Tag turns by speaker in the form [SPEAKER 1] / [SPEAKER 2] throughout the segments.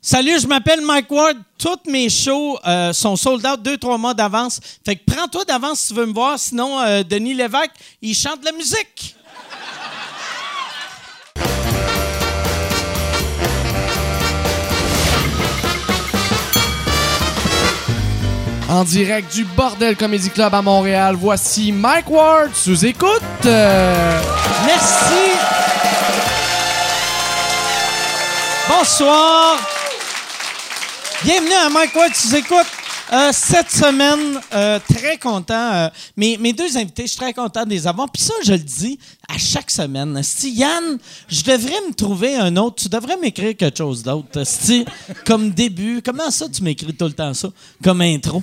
[SPEAKER 1] Salut, je m'appelle Mike Ward. Toutes mes shows euh, sont sold out deux, trois mois d'avance. Fait que prends-toi d'avance si tu veux me voir. Sinon, euh, Denis Lévesque, il chante de la musique.
[SPEAKER 2] En direct du Bordel Comedy Club à Montréal, voici Mike Ward sous écoute. Euh,
[SPEAKER 1] Merci. Bonsoir. Bienvenue à Mike Ward, tu écoutes. Euh, cette semaine, euh, très content. euh, mes, mes deux invités, je suis très content de les avoir. Puis ça, je le dis à chaque semaine. Si Yann, je devrais me trouver un autre. Tu devrais m'écrire quelque chose d'autre. Si, comme début, comment ça tu m'écris tout le temps ça? Comme intro.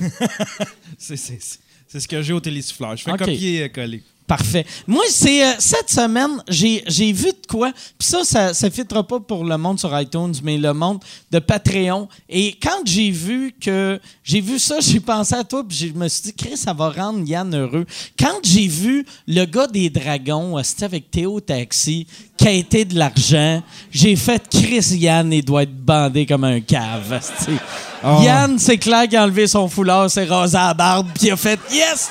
[SPEAKER 3] C'est, c'est, c'est- c'est ce que j'ai au télésouffleur. Je fais euh,
[SPEAKER 1] Ok.
[SPEAKER 3] copier-coller.
[SPEAKER 1] Parfait. Moi, c'est euh, cette semaine, j'ai j'ai vu de quoi. Puis ça, ça ne filtre pas pour le monde sur iTunes, mais le monde de Patreon. Et quand j'ai vu que j'ai vu ça, j'ai pensé à toi, puis je me suis dit, Chris, ça va rendre Yann heureux. Quand j'ai vu le gars des Dragons, euh, c'était avec Théo Taxi, qui a été de l'argent, j'ai fait Chris Yann, il doit être bandé comme un cave. asti. Yann, c'est clair qu'il a enlevé son foulard, s'est rasé à la barbe, puis il a fait Yes!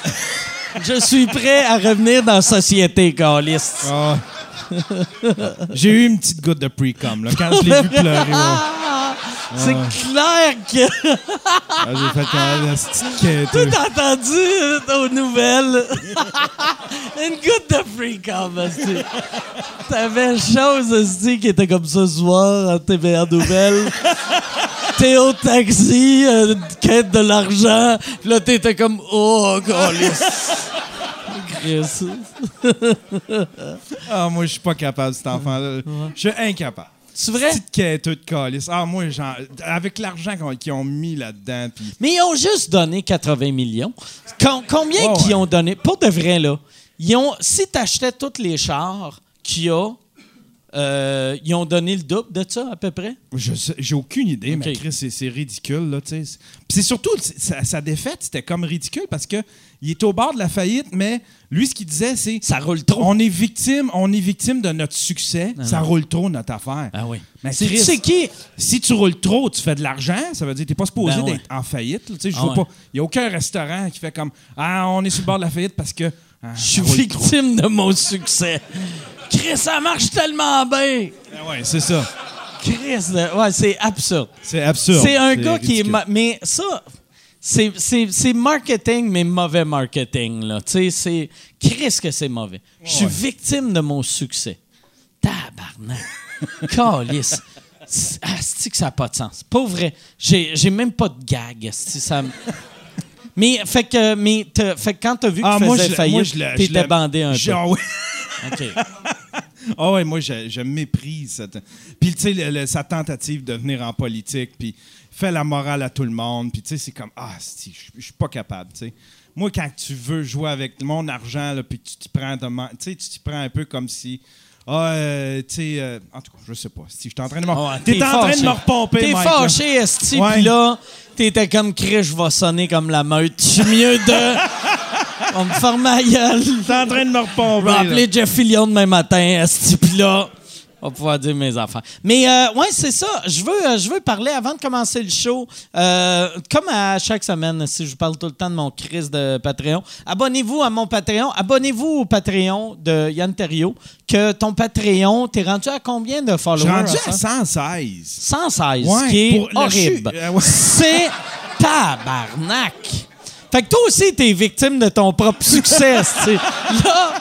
[SPEAKER 1] Je suis prêt à revenir dans la société, Carliste.
[SPEAKER 3] Ah. j'ai eu une petite goutte de pre-com là, quand je l'ai vu pleurer. ouais.
[SPEAKER 1] Ah! C'est clair que
[SPEAKER 3] Ah, j'ai fait quand même la petite quête.
[SPEAKER 1] tout entendu euh, aux nouvelles. Une goutte de free com, esti. T'avais chose, esti, qui était comme ce soir à TVA Nouvelles. Théo Taxi, euh, quête de l'argent. Puis Là, t'étais comme, oh, Carlis.
[SPEAKER 3] Ah, moi, je suis pas capable, cet enfant-là. Je suis incapable.
[SPEAKER 1] C'est vrai?
[SPEAKER 3] Petite quêteux de calice. Ah, moi, j'en- avec l'argent qu'on- qu'ils ont mis là-dedans, puis
[SPEAKER 1] Mais ils ont juste donné 80 millions. Com- combien
[SPEAKER 3] Ouais, ouais.
[SPEAKER 1] qu'ils ont donné? Pour de vrai, là, ils ont, si tu achetais tous les chars qu'il y a, euh, ils ont donné le double de ça, à peu près?
[SPEAKER 3] Je sais- j'ai aucune idée, mais
[SPEAKER 1] Ok.
[SPEAKER 3] Chris, c'est- c'est ridicule, là, tu sais. Puis c'est surtout, c'est- sa, sa défaite, c'était comme ridicule parce que il était au bord de la faillite, mais lui, ce qu'il disait, c'est...
[SPEAKER 1] Ça roule trop.
[SPEAKER 3] On est victime, on est victime de notre succès, ça roule trop, notre affaire.
[SPEAKER 1] Ah oui.
[SPEAKER 3] Mais
[SPEAKER 1] C'est-
[SPEAKER 3] Chris,
[SPEAKER 1] c'est qui?
[SPEAKER 3] si tu roules trop, tu fais de l'argent, ça veut dire que tu n'es pas supposé
[SPEAKER 1] Ben ouais.
[SPEAKER 3] d'être en faillite. là, tu sais, Je
[SPEAKER 1] Ah
[SPEAKER 3] vois
[SPEAKER 1] ouais.
[SPEAKER 3] pas. Il n'y a aucun restaurant qui fait comme Ah, on est sur le bord de la faillite parce que. ah,
[SPEAKER 1] Je suis
[SPEAKER 3] ça roule trop.
[SPEAKER 1] victime de mon succès. Chris, ça marche tellement bien.
[SPEAKER 3] Ben ouais, c'est ça.
[SPEAKER 1] Chris, euh, ouais, c'est absurde.
[SPEAKER 3] C'est absurde.
[SPEAKER 1] C'est un gars qui est.
[SPEAKER 3] ridicule.
[SPEAKER 1] ma- Mais ça, c'est- c'est c'est marketing, mais mauvais marketing. là. Tu sais, c'est. Qu'est-ce que c'est mauvais? Je suis
[SPEAKER 3] Ouais.
[SPEAKER 1] victime de mon succès. Tabarnak. Calice. C'est- Asti que ça n'a pas de sens. Pas vrai. J'ai j'ai même pas de gag. asti, ça me- Mais, fait que, mais t'as- fait que quand t'as vu que
[SPEAKER 3] Ah,
[SPEAKER 1] faisait
[SPEAKER 3] moi, je,
[SPEAKER 1] faillite,
[SPEAKER 3] moi, je le- je
[SPEAKER 1] t'étais
[SPEAKER 3] le-
[SPEAKER 1] bandé un
[SPEAKER 3] je-
[SPEAKER 1] peu.
[SPEAKER 3] ah oui.
[SPEAKER 1] OK.
[SPEAKER 3] Ah ouais, moi, je, je méprise cette... Puis, tu sais, le- le- sa tentative de venir en politique, puis fait la morale à tout le monde, puis tu sais, c'est comme, ah, si, je je suis pas capable, tu sais. Moi, quand tu veux jouer avec mon argent, là, puis tu t'y prends, de man- tu sais, tu t'y prends un peu comme si... Ah, euh, tu sais, euh, en tout cas, je sais pas. Si je suis en train de me,
[SPEAKER 1] Ah ouais,
[SPEAKER 3] t'es en train
[SPEAKER 1] fâché.
[SPEAKER 3] de me repomper,
[SPEAKER 1] T'es
[SPEAKER 3] Mike, là.
[SPEAKER 1] fâché, esti,
[SPEAKER 3] Ouais.
[SPEAKER 1] puis là, t'étais comme Chris, je vais sonner comme la meute. Je suis mieux de... On me forme ma gueule.
[SPEAKER 3] T'es en train de me
[SPEAKER 1] Je vais
[SPEAKER 3] repomper, là.
[SPEAKER 1] appeler Jeff Fillion demain matin, esti, puis là, on va pouvoir dire mes affaires. Mais euh, ouais, c'est ça. Je veux, euh, je veux parler, avant de commencer le show, euh, comme à chaque semaine, si je vous parle tout le temps de mon Chris de Patreon, abonnez-vous à mon Patreon. Abonnez-vous au Patreon de Yann Terriot. Que ton Patreon, t'es rendu à combien de
[SPEAKER 3] Je
[SPEAKER 1] followers? hein?
[SPEAKER 3] suis rendu à
[SPEAKER 1] ça?
[SPEAKER 3] 116.
[SPEAKER 1] 116,
[SPEAKER 3] Ouais,
[SPEAKER 1] ce qui est
[SPEAKER 3] pour le
[SPEAKER 1] horrible.
[SPEAKER 3] chu- euh, ouais.
[SPEAKER 1] C'est tabarnak. Fait que toi aussi, t'es victime de ton propre succès, tu sais. Là...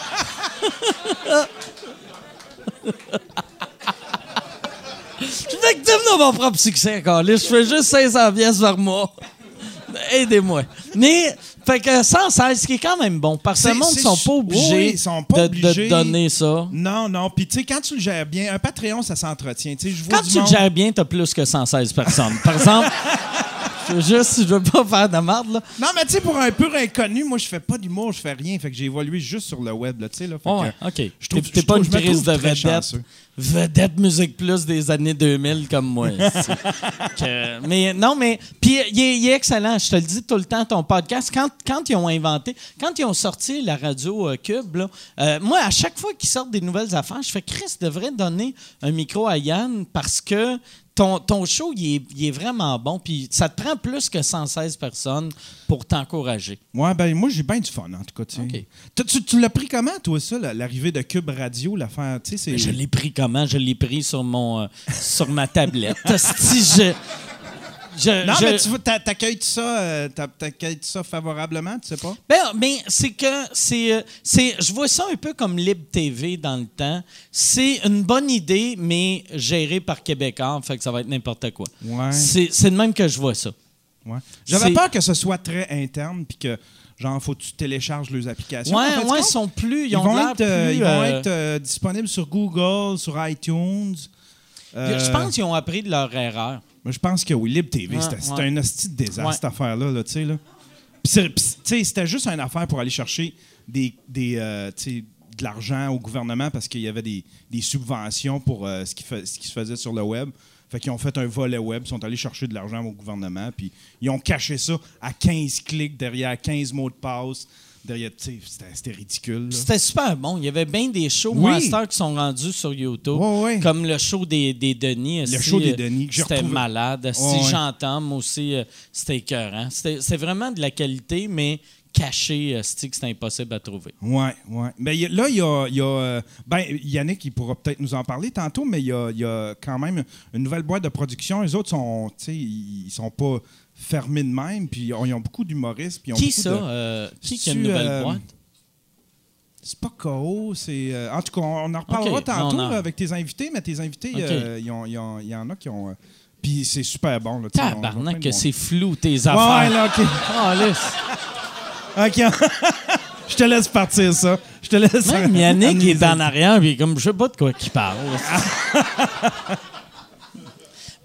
[SPEAKER 1] Je suis victime de mon propre succès, Carlis. Je fais juste 500 pièces par mois. Aidez-moi. Mais, fait que 116, ce qui est quand même bon, parce que
[SPEAKER 3] C'est-
[SPEAKER 1] le monde
[SPEAKER 3] c'est
[SPEAKER 1] sont
[SPEAKER 3] su-
[SPEAKER 1] pas obligés,
[SPEAKER 3] oui, ils sont pas
[SPEAKER 1] de- de,
[SPEAKER 3] obligés.
[SPEAKER 1] donner ça.
[SPEAKER 3] Non, non. Puis, tu sais, quand tu le gères bien, un Patreon, ça s'entretient. Tu sais, je vois
[SPEAKER 1] Quand
[SPEAKER 3] du
[SPEAKER 1] tu le
[SPEAKER 3] monde-
[SPEAKER 1] gères bien, t'as plus que 116 personnes. Par exemple, je veux juste, je veux pas faire de merde, là.
[SPEAKER 3] Non, mais tu sais, pour un pur inconnu, moi, je fais pas d'humour, je fais rien. Fait que j'ai évolué juste sur le web, là, tu sais. là. Fait
[SPEAKER 1] Ouais,
[SPEAKER 3] que,
[SPEAKER 1] OK.
[SPEAKER 3] Je trouve
[SPEAKER 1] T'es- T'es pas
[SPEAKER 3] je
[SPEAKER 1] une
[SPEAKER 3] trouve- je me
[SPEAKER 1] crise de
[SPEAKER 3] trouve très
[SPEAKER 1] vedette.
[SPEAKER 3] chanceux.
[SPEAKER 1] Vedette Musique Plus des années 2000 comme moi. c'est- que- mais non, mais. Puis il est, il est excellent. Je te le dis tout le temps, ton podcast. Quand, quand ils ont inventé, quand ils ont sorti la radio euh, Cube, là, euh, moi, à chaque fois qu'ils sortent des nouvelles affaires, je fais Chris devrait donner un micro à Yann parce que ton, ton show, il est, il est vraiment bon. Puis ça te prend plus que 116 personnes pour t'encourager.
[SPEAKER 3] Ouais, ben moi, j'ai bien du fun, en tout cas. tu sais.
[SPEAKER 1] OK.
[SPEAKER 3] T'as- Tu, tu l'as pris comment, toi, ça, la- l'arrivée de Cube Radio, l'affaire? Tu sais, c'est-
[SPEAKER 1] Je l'ai pris comment? Je l'ai pris sur mon euh, sur ma tablette. si je, je-
[SPEAKER 3] Non,
[SPEAKER 1] je-
[SPEAKER 3] mais tu vois, t'a- t'accueilles ça, euh, t'a- t'accueilles ça favorablement, tu sais pas?
[SPEAKER 1] Ben, mais c'est que c'est, euh, c'est, je vois ça un peu comme Libre TV dans le temps. C'est une bonne idée, mais gérée par Québécois, fait que ça va être n'importe quoi.
[SPEAKER 3] Ouais.
[SPEAKER 1] C'est, c'est de même que je vois ça.
[SPEAKER 3] Ouais. J'avais
[SPEAKER 1] C'est-
[SPEAKER 3] peur que ce soit très interne, puis que, genre, faut que tu télécharges les applications.
[SPEAKER 1] ouais,
[SPEAKER 3] En fait, tu
[SPEAKER 1] ouais, ils
[SPEAKER 3] comptes?
[SPEAKER 1] sont plus, ils,
[SPEAKER 3] Ils
[SPEAKER 1] ont
[SPEAKER 3] vont
[SPEAKER 1] l'air
[SPEAKER 3] être, euh,
[SPEAKER 1] plus,
[SPEAKER 3] ils vont
[SPEAKER 1] euh,
[SPEAKER 3] être, euh, disponibles sur Google, sur iTunes. Euh,
[SPEAKER 1] Je pense qu'ils ont appris de leur erreur.
[SPEAKER 3] moi, je pense que oui, Libre TV,
[SPEAKER 1] Ouais,
[SPEAKER 3] c'était c'était
[SPEAKER 1] ouais.
[SPEAKER 3] un hostie de désastre,
[SPEAKER 1] Ouais.
[SPEAKER 3] cette affaire-là, là, tu sais. Là. Puis c'est- puis, tu sais, c'était juste une affaire pour aller chercher des, des, euh, tu sais, de l'argent au gouvernement parce qu'il y avait des, des subventions pour euh, ce, qui fa- ce qui se faisait sur le web. Fait qu'ils ont fait un volet web, ils sont allés chercher de l'argent au gouvernement, puis ils ont caché ça à 15 clics derrière 15 mots de passe. Derrière, tu sais, c'était c'était ridicule. là.
[SPEAKER 1] C'était super bon. Il y avait bien des shows
[SPEAKER 3] Oui.
[SPEAKER 1] monsters qui sont rendus sur YouTube.
[SPEAKER 3] Ouais, ouais.
[SPEAKER 1] Comme le show des, des Denis. aussi,
[SPEAKER 3] show des
[SPEAKER 1] euh,
[SPEAKER 3] Denis que j'ai
[SPEAKER 1] C'était
[SPEAKER 3] retrouvé.
[SPEAKER 1] malade. Si
[SPEAKER 3] Ouais, ouais.
[SPEAKER 1] j'entends, moi aussi, euh, c'était écœurant. C'était c'est vraiment de la qualité, mais caché, euh, c'est que c'était impossible à trouver.
[SPEAKER 3] Ouais, ouais. Mais il y a- là, il y a, il y a, euh, ben, Yannick, il pourra peut-être nous en parler tantôt, mais il y a, il y a quand même une nouvelle boîte de production. Les autres sont, tu sais, ils ils sont pas fermés de même, puis ils ont, ils ont beaucoup d'humoristes, puis ils ont
[SPEAKER 1] Qui
[SPEAKER 3] beaucoup
[SPEAKER 1] ça?
[SPEAKER 3] de-
[SPEAKER 1] euh, qui qui a
[SPEAKER 3] C'est-tu,
[SPEAKER 1] une nouvelle
[SPEAKER 3] euh,
[SPEAKER 1] boîte?
[SPEAKER 3] C'est pas KO, c'est. euh, en tout cas, on on en reparlera
[SPEAKER 1] Ok,
[SPEAKER 3] tantôt
[SPEAKER 1] on en-
[SPEAKER 3] là, avec tes invités, mais tes invités,
[SPEAKER 1] Ok.
[SPEAKER 3] euh, ils ont- ils ont- il y en a qui ont. euh, puis c'est super bon. Là, tu sais, on- on voit plein
[SPEAKER 1] Tabarnak,
[SPEAKER 3] de
[SPEAKER 1] que
[SPEAKER 3] monde.
[SPEAKER 1] c'est flou tes
[SPEAKER 3] Ouais,
[SPEAKER 1] affaires.
[SPEAKER 3] là, OK.
[SPEAKER 1] Ah, lisse.
[SPEAKER 3] OK. Je te laisse partir ça. Je te laisse.
[SPEAKER 1] Même Yannick il est en arrière, puis il est comme, je sais pas de quoi qu'il parle.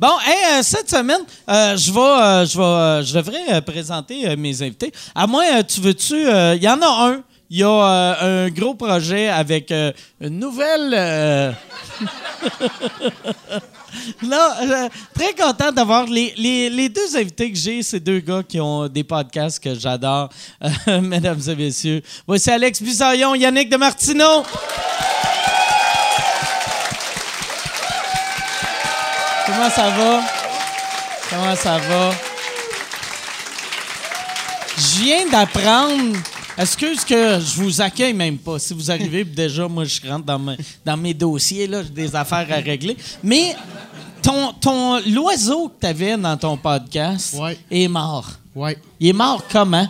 [SPEAKER 1] Bon, hey, euh, cette semaine, euh, je vais, euh, je vais, euh, je devrais euh, présenter euh, mes invités. À moi, euh, tu veux-tu, euh, il y en a un. Il y a euh, un gros projet avec euh, une nouvelle. euh, Là, euh, très content d'avoir les, les- les deux invités que j'ai, ces deux gars qui ont des podcasts que j'adore, Euh, mesdames et messieurs. Voici Alex Busaillon, Yannick de Martineau. Comment ça va? Comment ça va? Je viens d'apprendre. Excuse que je vous accueille même pas. Si vous arrivez, puis déjà, moi, je rentre dans mes, dans mes dossiers, là, j'ai des affaires à régler. Mais ton, ton, l'oiseau que tu avais dans ton podcast
[SPEAKER 4] Ouais.
[SPEAKER 1] est mort.
[SPEAKER 4] Ouais.
[SPEAKER 1] Il est mort comment?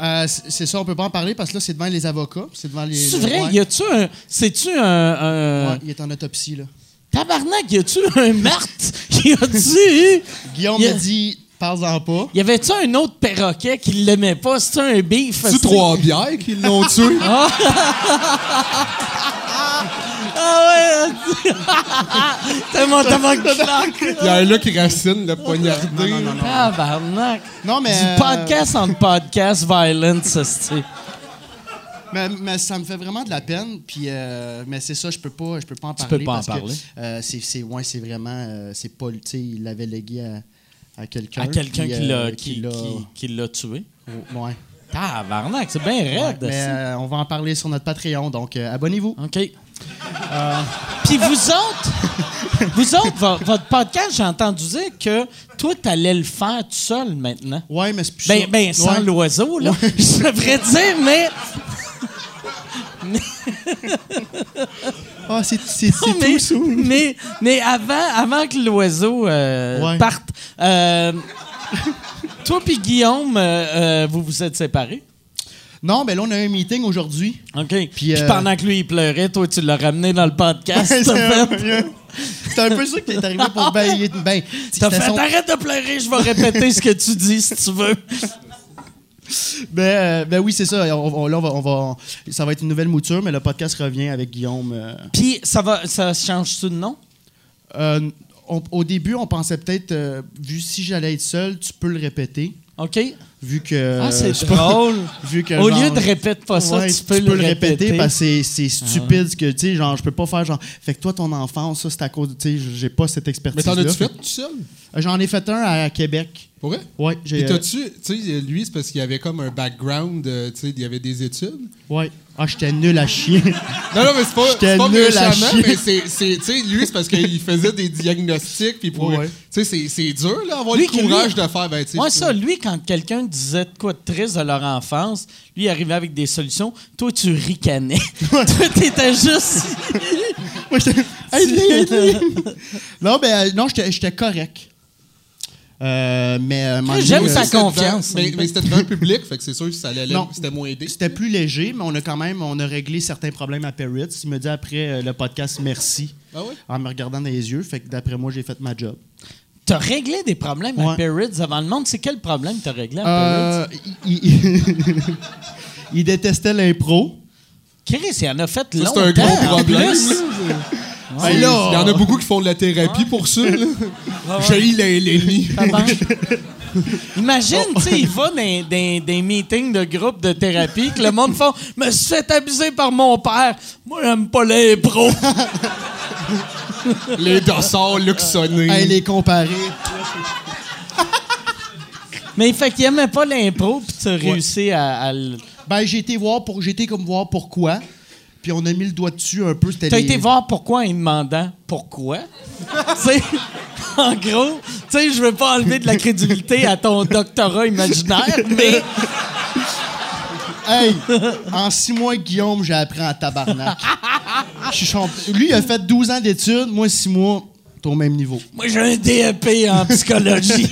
[SPEAKER 4] Euh, c- c'est ça, on peut pas en parler parce que là, c'est devant les avocats. C'est devant les.
[SPEAKER 1] C'est vrai?
[SPEAKER 4] Ouais.
[SPEAKER 1] Y a-tu un. C'est-tu un. un-
[SPEAKER 4] Ouais, il est en autopsie, là.
[SPEAKER 1] Tabarnak, y a-tu un meurtre? Y a-tu eu.
[SPEAKER 4] Guillaume
[SPEAKER 1] Y a-
[SPEAKER 4] me dit, parle-en pas.
[SPEAKER 1] Y avait-tu un autre perroquet qui l'aimait pas? C'était un beef?
[SPEAKER 5] C'est trois bières qui l'ont tué.
[SPEAKER 1] Ah ouais! T'as mon tabac claque!
[SPEAKER 5] Il y a un là qui racine le poignardé.
[SPEAKER 1] Tabarnak!
[SPEAKER 4] Non, mais.
[SPEAKER 1] Du
[SPEAKER 4] euh,
[SPEAKER 1] podcast en podcast violence, c'est.
[SPEAKER 4] Mais, mais ça me fait vraiment de la peine. Puis, euh, mais c'est ça, je peux pas, je peux pas en
[SPEAKER 1] Tu
[SPEAKER 4] parler.
[SPEAKER 1] peux pas en
[SPEAKER 4] parce que,
[SPEAKER 1] parler.
[SPEAKER 4] euh, c'est, c'est, ouais, c'est vraiment. euh, c'est pas. Tu sais, il l'avait légué à, à quelqu'un.
[SPEAKER 1] À quelqu'un
[SPEAKER 4] puis,
[SPEAKER 1] qui
[SPEAKER 4] euh,
[SPEAKER 1] l'a qui, qui, qui l'a tué.
[SPEAKER 4] Oh, ouais.
[SPEAKER 1] Tabarnak, c'est Ah. bien raide.
[SPEAKER 4] Mais
[SPEAKER 1] ça.
[SPEAKER 4] euh, on va en parler sur notre Patreon, donc euh, abonnez-vous.
[SPEAKER 1] OK. Euh, Puis vous autres, vous autres, vo- votre podcast, j'ai entendu dire que toi, t'allais le faire tout seul maintenant.
[SPEAKER 4] Ouais, mais c'est plus ça.
[SPEAKER 1] Ben, ben sans
[SPEAKER 4] Ouais.
[SPEAKER 1] l'oiseau, là. Je devrais dire, mais.
[SPEAKER 4] Ah, c'est, c'est, c'est
[SPEAKER 1] mais,
[SPEAKER 4] tout, ça.
[SPEAKER 1] mais, mais avant, avant que l'oiseau euh,
[SPEAKER 4] Ouais.
[SPEAKER 1] parte, euh, toi puis Guillaume, euh, euh, vous vous êtes séparés.
[SPEAKER 4] Non, ben là, on a un meeting aujourd'hui.
[SPEAKER 1] OK. Puis,
[SPEAKER 4] euh,
[SPEAKER 1] pendant que lui, il pleurait, toi, tu l'as ramené dans le podcast.
[SPEAKER 4] Ouais,
[SPEAKER 1] T'as
[SPEAKER 4] c'est un
[SPEAKER 1] fait,
[SPEAKER 4] peu- c'est un peu ça qui est arrivé pour ben, il est- ben,
[SPEAKER 1] t'as
[SPEAKER 4] c'était
[SPEAKER 1] fait,
[SPEAKER 4] son-
[SPEAKER 1] arrête de pleurer, je vais répéter ce que tu dis si tu veux.
[SPEAKER 4] ben, euh, ben oui, c'est ça. On- on- là, on va, on va- ça va être une nouvelle mouture, mais le podcast revient avec Guillaume. euh,
[SPEAKER 1] Puis ça va, ça change-tu de nom?
[SPEAKER 4] euh, on- au début, on pensait peut-être, euh, vu si j'allais être seul, tu peux le répéter.
[SPEAKER 1] OK?
[SPEAKER 4] Vu que.
[SPEAKER 1] ah, c'est
[SPEAKER 4] je sais pas,
[SPEAKER 1] drôle.
[SPEAKER 4] vu que,
[SPEAKER 1] Au
[SPEAKER 4] genre,
[SPEAKER 1] lieu de répéter pas ça,
[SPEAKER 4] ouais,
[SPEAKER 1] tu peux le répéter. Ah
[SPEAKER 4] parce que c'est- c'est stupide ce que tu sais genre je peux pas faire genre fait que toi ton enfant ça c'est à cause de- tu sais j'ai pas cette Euh, expertise
[SPEAKER 5] Mais t'en as-tu fait tout seul?
[SPEAKER 4] J'en ai fait un à Québec.
[SPEAKER 5] Pour vrai?
[SPEAKER 4] Ouais,
[SPEAKER 5] Et
[SPEAKER 4] j'ai. euh,
[SPEAKER 5] t'as-tu, tu sais, lui, c'est parce qu'il avait comme un background, euh, tu sais, il y avait des études.
[SPEAKER 4] Ouais. Ah, j'étais nul à chier.
[SPEAKER 5] Non, non, mais c'est pas,
[SPEAKER 4] J'étais
[SPEAKER 5] c'est pas
[SPEAKER 4] nul à
[SPEAKER 5] méchamment,
[SPEAKER 4] chier.
[SPEAKER 5] mais c'est, c'est- tu sais, lui, c'est parce qu'il faisait des diagnostics, puis pour,
[SPEAKER 4] Ouais, ouais.
[SPEAKER 5] tu sais, c'est, c'est dur, là, avoir
[SPEAKER 1] Lui
[SPEAKER 5] le
[SPEAKER 1] qui-
[SPEAKER 5] courage
[SPEAKER 1] lui-
[SPEAKER 5] de faire, ben, tu sais,
[SPEAKER 1] Moi,
[SPEAKER 5] je-
[SPEAKER 1] ça, lui, quand quelqu'un disait de quoi de triste de leur enfance, lui il arrivait avec des solutions. Toi, tu ricanais. Toi, t'étais juste.
[SPEAKER 4] Moi, j'étais- Aide-les, aide-les. non, mais euh, non, j'étais j'étais correct. Euh, mais euh, un moment donné, euh,
[SPEAKER 1] J'aime
[SPEAKER 5] mais
[SPEAKER 1] sa
[SPEAKER 5] c'était
[SPEAKER 1] confiance. hein.
[SPEAKER 5] devant- mais, mais c'était devant le public, fait que c'est sûr que ça allait,
[SPEAKER 4] Non.
[SPEAKER 5] c'était moins aidé.
[SPEAKER 4] C'était plus léger, mais on a quand même on a réglé certains problèmes à Perritz. Il me dit après euh, le podcast merci
[SPEAKER 5] Ah ouais?
[SPEAKER 4] en me regardant dans les yeux. Fait que d'après moi, j'ai fait ma job.
[SPEAKER 1] T'as réglé des problèmes à
[SPEAKER 4] Ouais.
[SPEAKER 1] Perrids avant le monde. C'est quel problème t'as réglé à Perrids?
[SPEAKER 4] Euh, il, il- il détestait l'impro.
[SPEAKER 1] Chris, il en a fait
[SPEAKER 5] Ça,
[SPEAKER 1] longtemps.
[SPEAKER 5] C'est un gros
[SPEAKER 1] en
[SPEAKER 5] problème.
[SPEAKER 1] plus.
[SPEAKER 5] là.
[SPEAKER 4] Ah,
[SPEAKER 5] Il y
[SPEAKER 4] là,
[SPEAKER 5] en a beaucoup qui font de la thérapie pour ça. là. J'ai eu les- l'ennemi.
[SPEAKER 1] Ça marche. Imagine, tu sais, il va dans des meetings de groupe de thérapie que le monde fait « Me suis fait abuser par mon père. Moi, j'aime pas les pros.
[SPEAKER 5] Les dossards luxonnés.
[SPEAKER 4] Hey, les comparer. »
[SPEAKER 1] Mais fait qu'il aimait pas l'impro, puis tu as réussi à, à le-
[SPEAKER 4] Ben, j'ai été voir pour j'ai été comme voir pourquoi. Puis on a mis le doigt dessus un peu. C'était
[SPEAKER 1] T'as
[SPEAKER 4] les-
[SPEAKER 1] été voir pourquoi en lui demandant pourquoi. tu sais, en gros, tu sais, je veux pas enlever de la crédulité à ton doctorat imaginaire, mais
[SPEAKER 4] Hey, en six mois, Guillaume, j'ai appris en tabarnak. Je suis champ- Lui, il a fait 12 ans d'études. Moi, six mois, t'es au même niveau.
[SPEAKER 1] moi, j'ai un DEP en psychologie.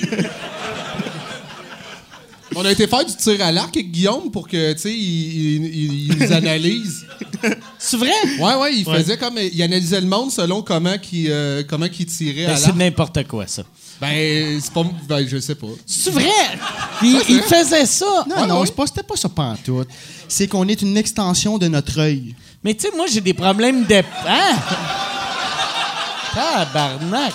[SPEAKER 5] On a été faire du tir à l'arc avec Guillaume pour que, tu sais, il, il- il- il nous analyse.
[SPEAKER 1] C'est vrai?
[SPEAKER 5] Ouais, ouais, il faisait comme. Il analysait le monde selon comment qu'il euh, comment qu'il tirait
[SPEAKER 1] Ben,
[SPEAKER 5] à
[SPEAKER 1] c'est
[SPEAKER 5] l'arc.
[SPEAKER 1] n'importe quoi, ça.
[SPEAKER 5] Ben, c'est pas. Ben, je sais pas.
[SPEAKER 1] C'est vrai? Il, il faisait ça. Ah,
[SPEAKER 5] Ah
[SPEAKER 4] Non, non, c'est pas- c'était pas ça pantoute. C'est qu'on est une extension de notre œil.
[SPEAKER 1] Mais tu sais, moi, j'ai des problèmes de... Hein? Tabarnak.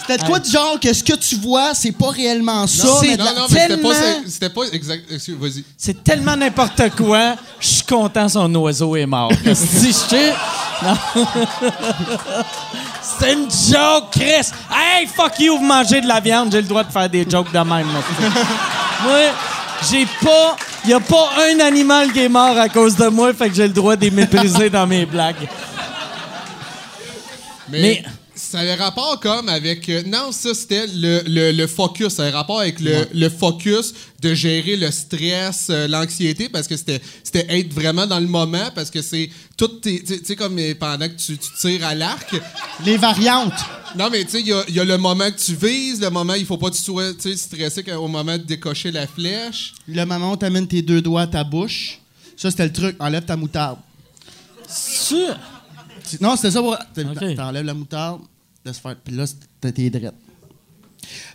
[SPEAKER 4] C'était de quoi du genre que ce que tu vois, c'est pas réellement ça.
[SPEAKER 1] c'est
[SPEAKER 4] mais
[SPEAKER 5] non,
[SPEAKER 1] la-
[SPEAKER 5] non, mais c'était
[SPEAKER 1] tellement-
[SPEAKER 5] pas. C'était pas exact. excuse, Vas-y.
[SPEAKER 1] C'est tellement n'importe quoi. Je suis content son oiseau est mort. Si je sais. Non. C'est une joke, Chris. Hey, fuck you, vous mangez de la viande. J'ai le droit de faire des jokes de même. moi. Moi, j'ai pas. Y a pas un animal qui est mort à cause de moi, fait que j'ai le droit de les mépriser dans mes blagues.
[SPEAKER 5] Mais,
[SPEAKER 1] Mais-
[SPEAKER 5] ça avait rapport comme avec. euh, non, ça, c'était le, le- le focus. Ça avait rapport avec le, le focus de gérer le stress, euh, l'anxiété, parce que c'était c'était être vraiment dans le moment, parce que c'est. tout tes- Tu sais- tu sais, comme euh, pendant que tu, tu tires à l'arc.
[SPEAKER 4] Les variantes.
[SPEAKER 5] Non, mais tu sais, il y a, il y a le moment que tu vises, le moment, il faut pas que tu sois tu sais, stressé quand- au moment de décocher la flèche.
[SPEAKER 4] Le moment où t'amènes tes deux doigts à ta bouche. Ça, c'était le truc. Enlève ta moutarde.
[SPEAKER 1] Sûr.
[SPEAKER 4] C'est- Non, c'était ça. pour- t'es-
[SPEAKER 1] Ok.
[SPEAKER 4] T'enlèves la moutarde, laisse faire. Puis là, c'était tes drettes.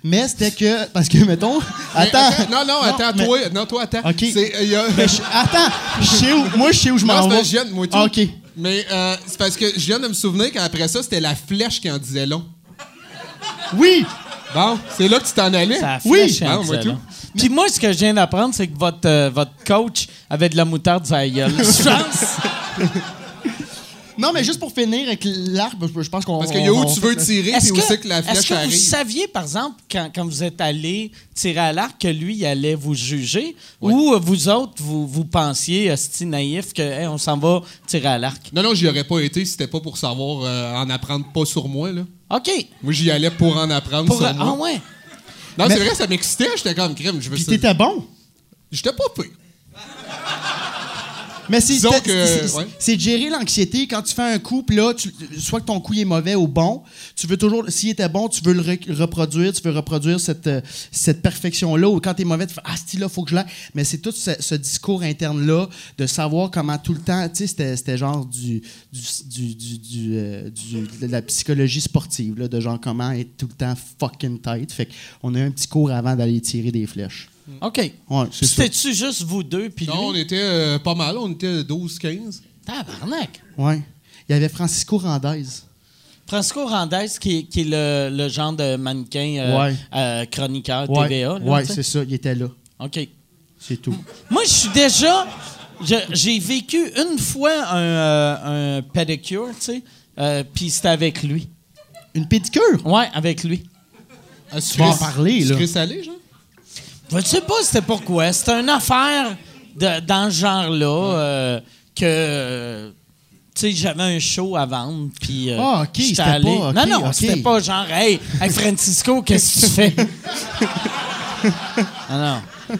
[SPEAKER 4] Mais c'était que. Parce que, mettons.
[SPEAKER 5] Mais
[SPEAKER 4] Attends.
[SPEAKER 5] Non, non, attends,
[SPEAKER 4] mais-
[SPEAKER 5] toi. Non, toi, attends.
[SPEAKER 4] OK.
[SPEAKER 5] C'est, euh, il y a-
[SPEAKER 4] mais je- attends. Je sais où. Moi, je sais où je m'en
[SPEAKER 5] Non,
[SPEAKER 4] vais.
[SPEAKER 5] c'est parce que je viens de moi tout.
[SPEAKER 4] Ah, OK.
[SPEAKER 5] Mais euh, c'est parce que je viens de me souvenir qu'après ça, c'était la flèche qui en disait long.
[SPEAKER 4] Oui.
[SPEAKER 5] Bon, c'est là que tu t'en allais.
[SPEAKER 1] Ça a
[SPEAKER 4] Oui,
[SPEAKER 1] flashé en
[SPEAKER 5] ah, moi
[SPEAKER 1] disant,
[SPEAKER 5] tout.
[SPEAKER 1] Puis moi, ce que je viens d'apprendre, c'est que votre, euh, votre coach avait de la moutarde sur la gueule. Je pense.
[SPEAKER 4] Non, mais juste pour finir avec l'arc, je je pense qu'on.
[SPEAKER 5] Parce qu'il y a où
[SPEAKER 4] on-
[SPEAKER 5] tu veux tirer, puis
[SPEAKER 1] Est-ce
[SPEAKER 5] où
[SPEAKER 1] que,
[SPEAKER 5] c'est que la
[SPEAKER 1] est-ce
[SPEAKER 5] flèche
[SPEAKER 1] que vous
[SPEAKER 5] arrive.
[SPEAKER 1] saviez, par exemple, quand, quand vous êtes allé tirer à l'arc, que lui, il allait vous juger, ou euh, vous autres, vous, vous pensiez, si naïf, que hey, on s'en va tirer à l'arc?
[SPEAKER 5] Non, non, j'y aurais pas été si c'était pas pour savoir euh, en apprendre pas sur moi, là.
[SPEAKER 1] OK.
[SPEAKER 5] Moi, j'y allais pour en apprendre
[SPEAKER 1] Pour,
[SPEAKER 5] sur
[SPEAKER 1] ah
[SPEAKER 5] moi.
[SPEAKER 1] ouais.
[SPEAKER 5] Non,
[SPEAKER 4] Mais-
[SPEAKER 5] c'est vrai, ça m'excitait. J'étais comme crime. Je veux
[SPEAKER 4] Puis
[SPEAKER 5] ça.
[SPEAKER 4] t'étais bon.
[SPEAKER 5] J'étais pas pire.
[SPEAKER 4] Mais c'est
[SPEAKER 5] Disons
[SPEAKER 4] c'est-
[SPEAKER 5] que-
[SPEAKER 4] c'est- c'est-
[SPEAKER 5] ouais.
[SPEAKER 4] c'est de gérer l'anxiété quand tu fais un coup, puis là, tu- soit que ton coup il est mauvais ou bon, tu veux toujours, s'il était bon, tu veux le re- reproduire, tu veux reproduire cette, euh, cette perfection-là, ou quand t'es mauvais, tu fais Ah, style là, faut que je l'aille. Mais c'est tout ce, ce discours interne-là de savoir comment tout le temps, tu sais, c'était- c'était genre du, du, du, du- du, euh, du- de la psychologie sportive, là, de genre comment être tout le temps fucking tight. Fait qu'on a eu un petit cours avant d'aller tirer des flèches.
[SPEAKER 1] OK.
[SPEAKER 4] Ouais, c'est ça.
[SPEAKER 1] C'était-tu juste vous deux, puis lui?
[SPEAKER 5] Non, on était euh, pas mal. On était 12-15.
[SPEAKER 1] Tabarnak.
[SPEAKER 4] Ouais. Il y avait Francisco Randez.
[SPEAKER 1] Francisco Randez, qui, est- qui est le, le genre de mannequin euh,
[SPEAKER 4] Ouais.
[SPEAKER 1] euh, chroniqueur
[SPEAKER 4] Ouais,
[SPEAKER 1] TVA. là,
[SPEAKER 4] ouais,
[SPEAKER 1] tu sais.
[SPEAKER 4] c'est ça, il était là.
[SPEAKER 1] OK.
[SPEAKER 4] C'est tout.
[SPEAKER 1] Moi, je suis déjà. je- J'ai vécu une fois un, euh, un pedicure, tu sais, euh, puis c'était avec lui.
[SPEAKER 4] Une pédicure?
[SPEAKER 1] Ouais, avec lui.
[SPEAKER 5] Ah, sucré-
[SPEAKER 4] vas en parler, là.
[SPEAKER 5] Sucré salé, genre?
[SPEAKER 1] Je sais pas c'était pourquoi. C'était une affaire de- dans ce genre-là euh, que. euh, Tu sais, j'avais un show à vendre, puis. euh,
[SPEAKER 4] Ah, ok,
[SPEAKER 1] j'étais
[SPEAKER 4] c'était
[SPEAKER 1] allé-
[SPEAKER 4] pas- ok,
[SPEAKER 1] non, non,
[SPEAKER 4] ok.
[SPEAKER 1] c'était pas genre, hey, hey, Francisco, qu'est-ce que tu fais? ah non.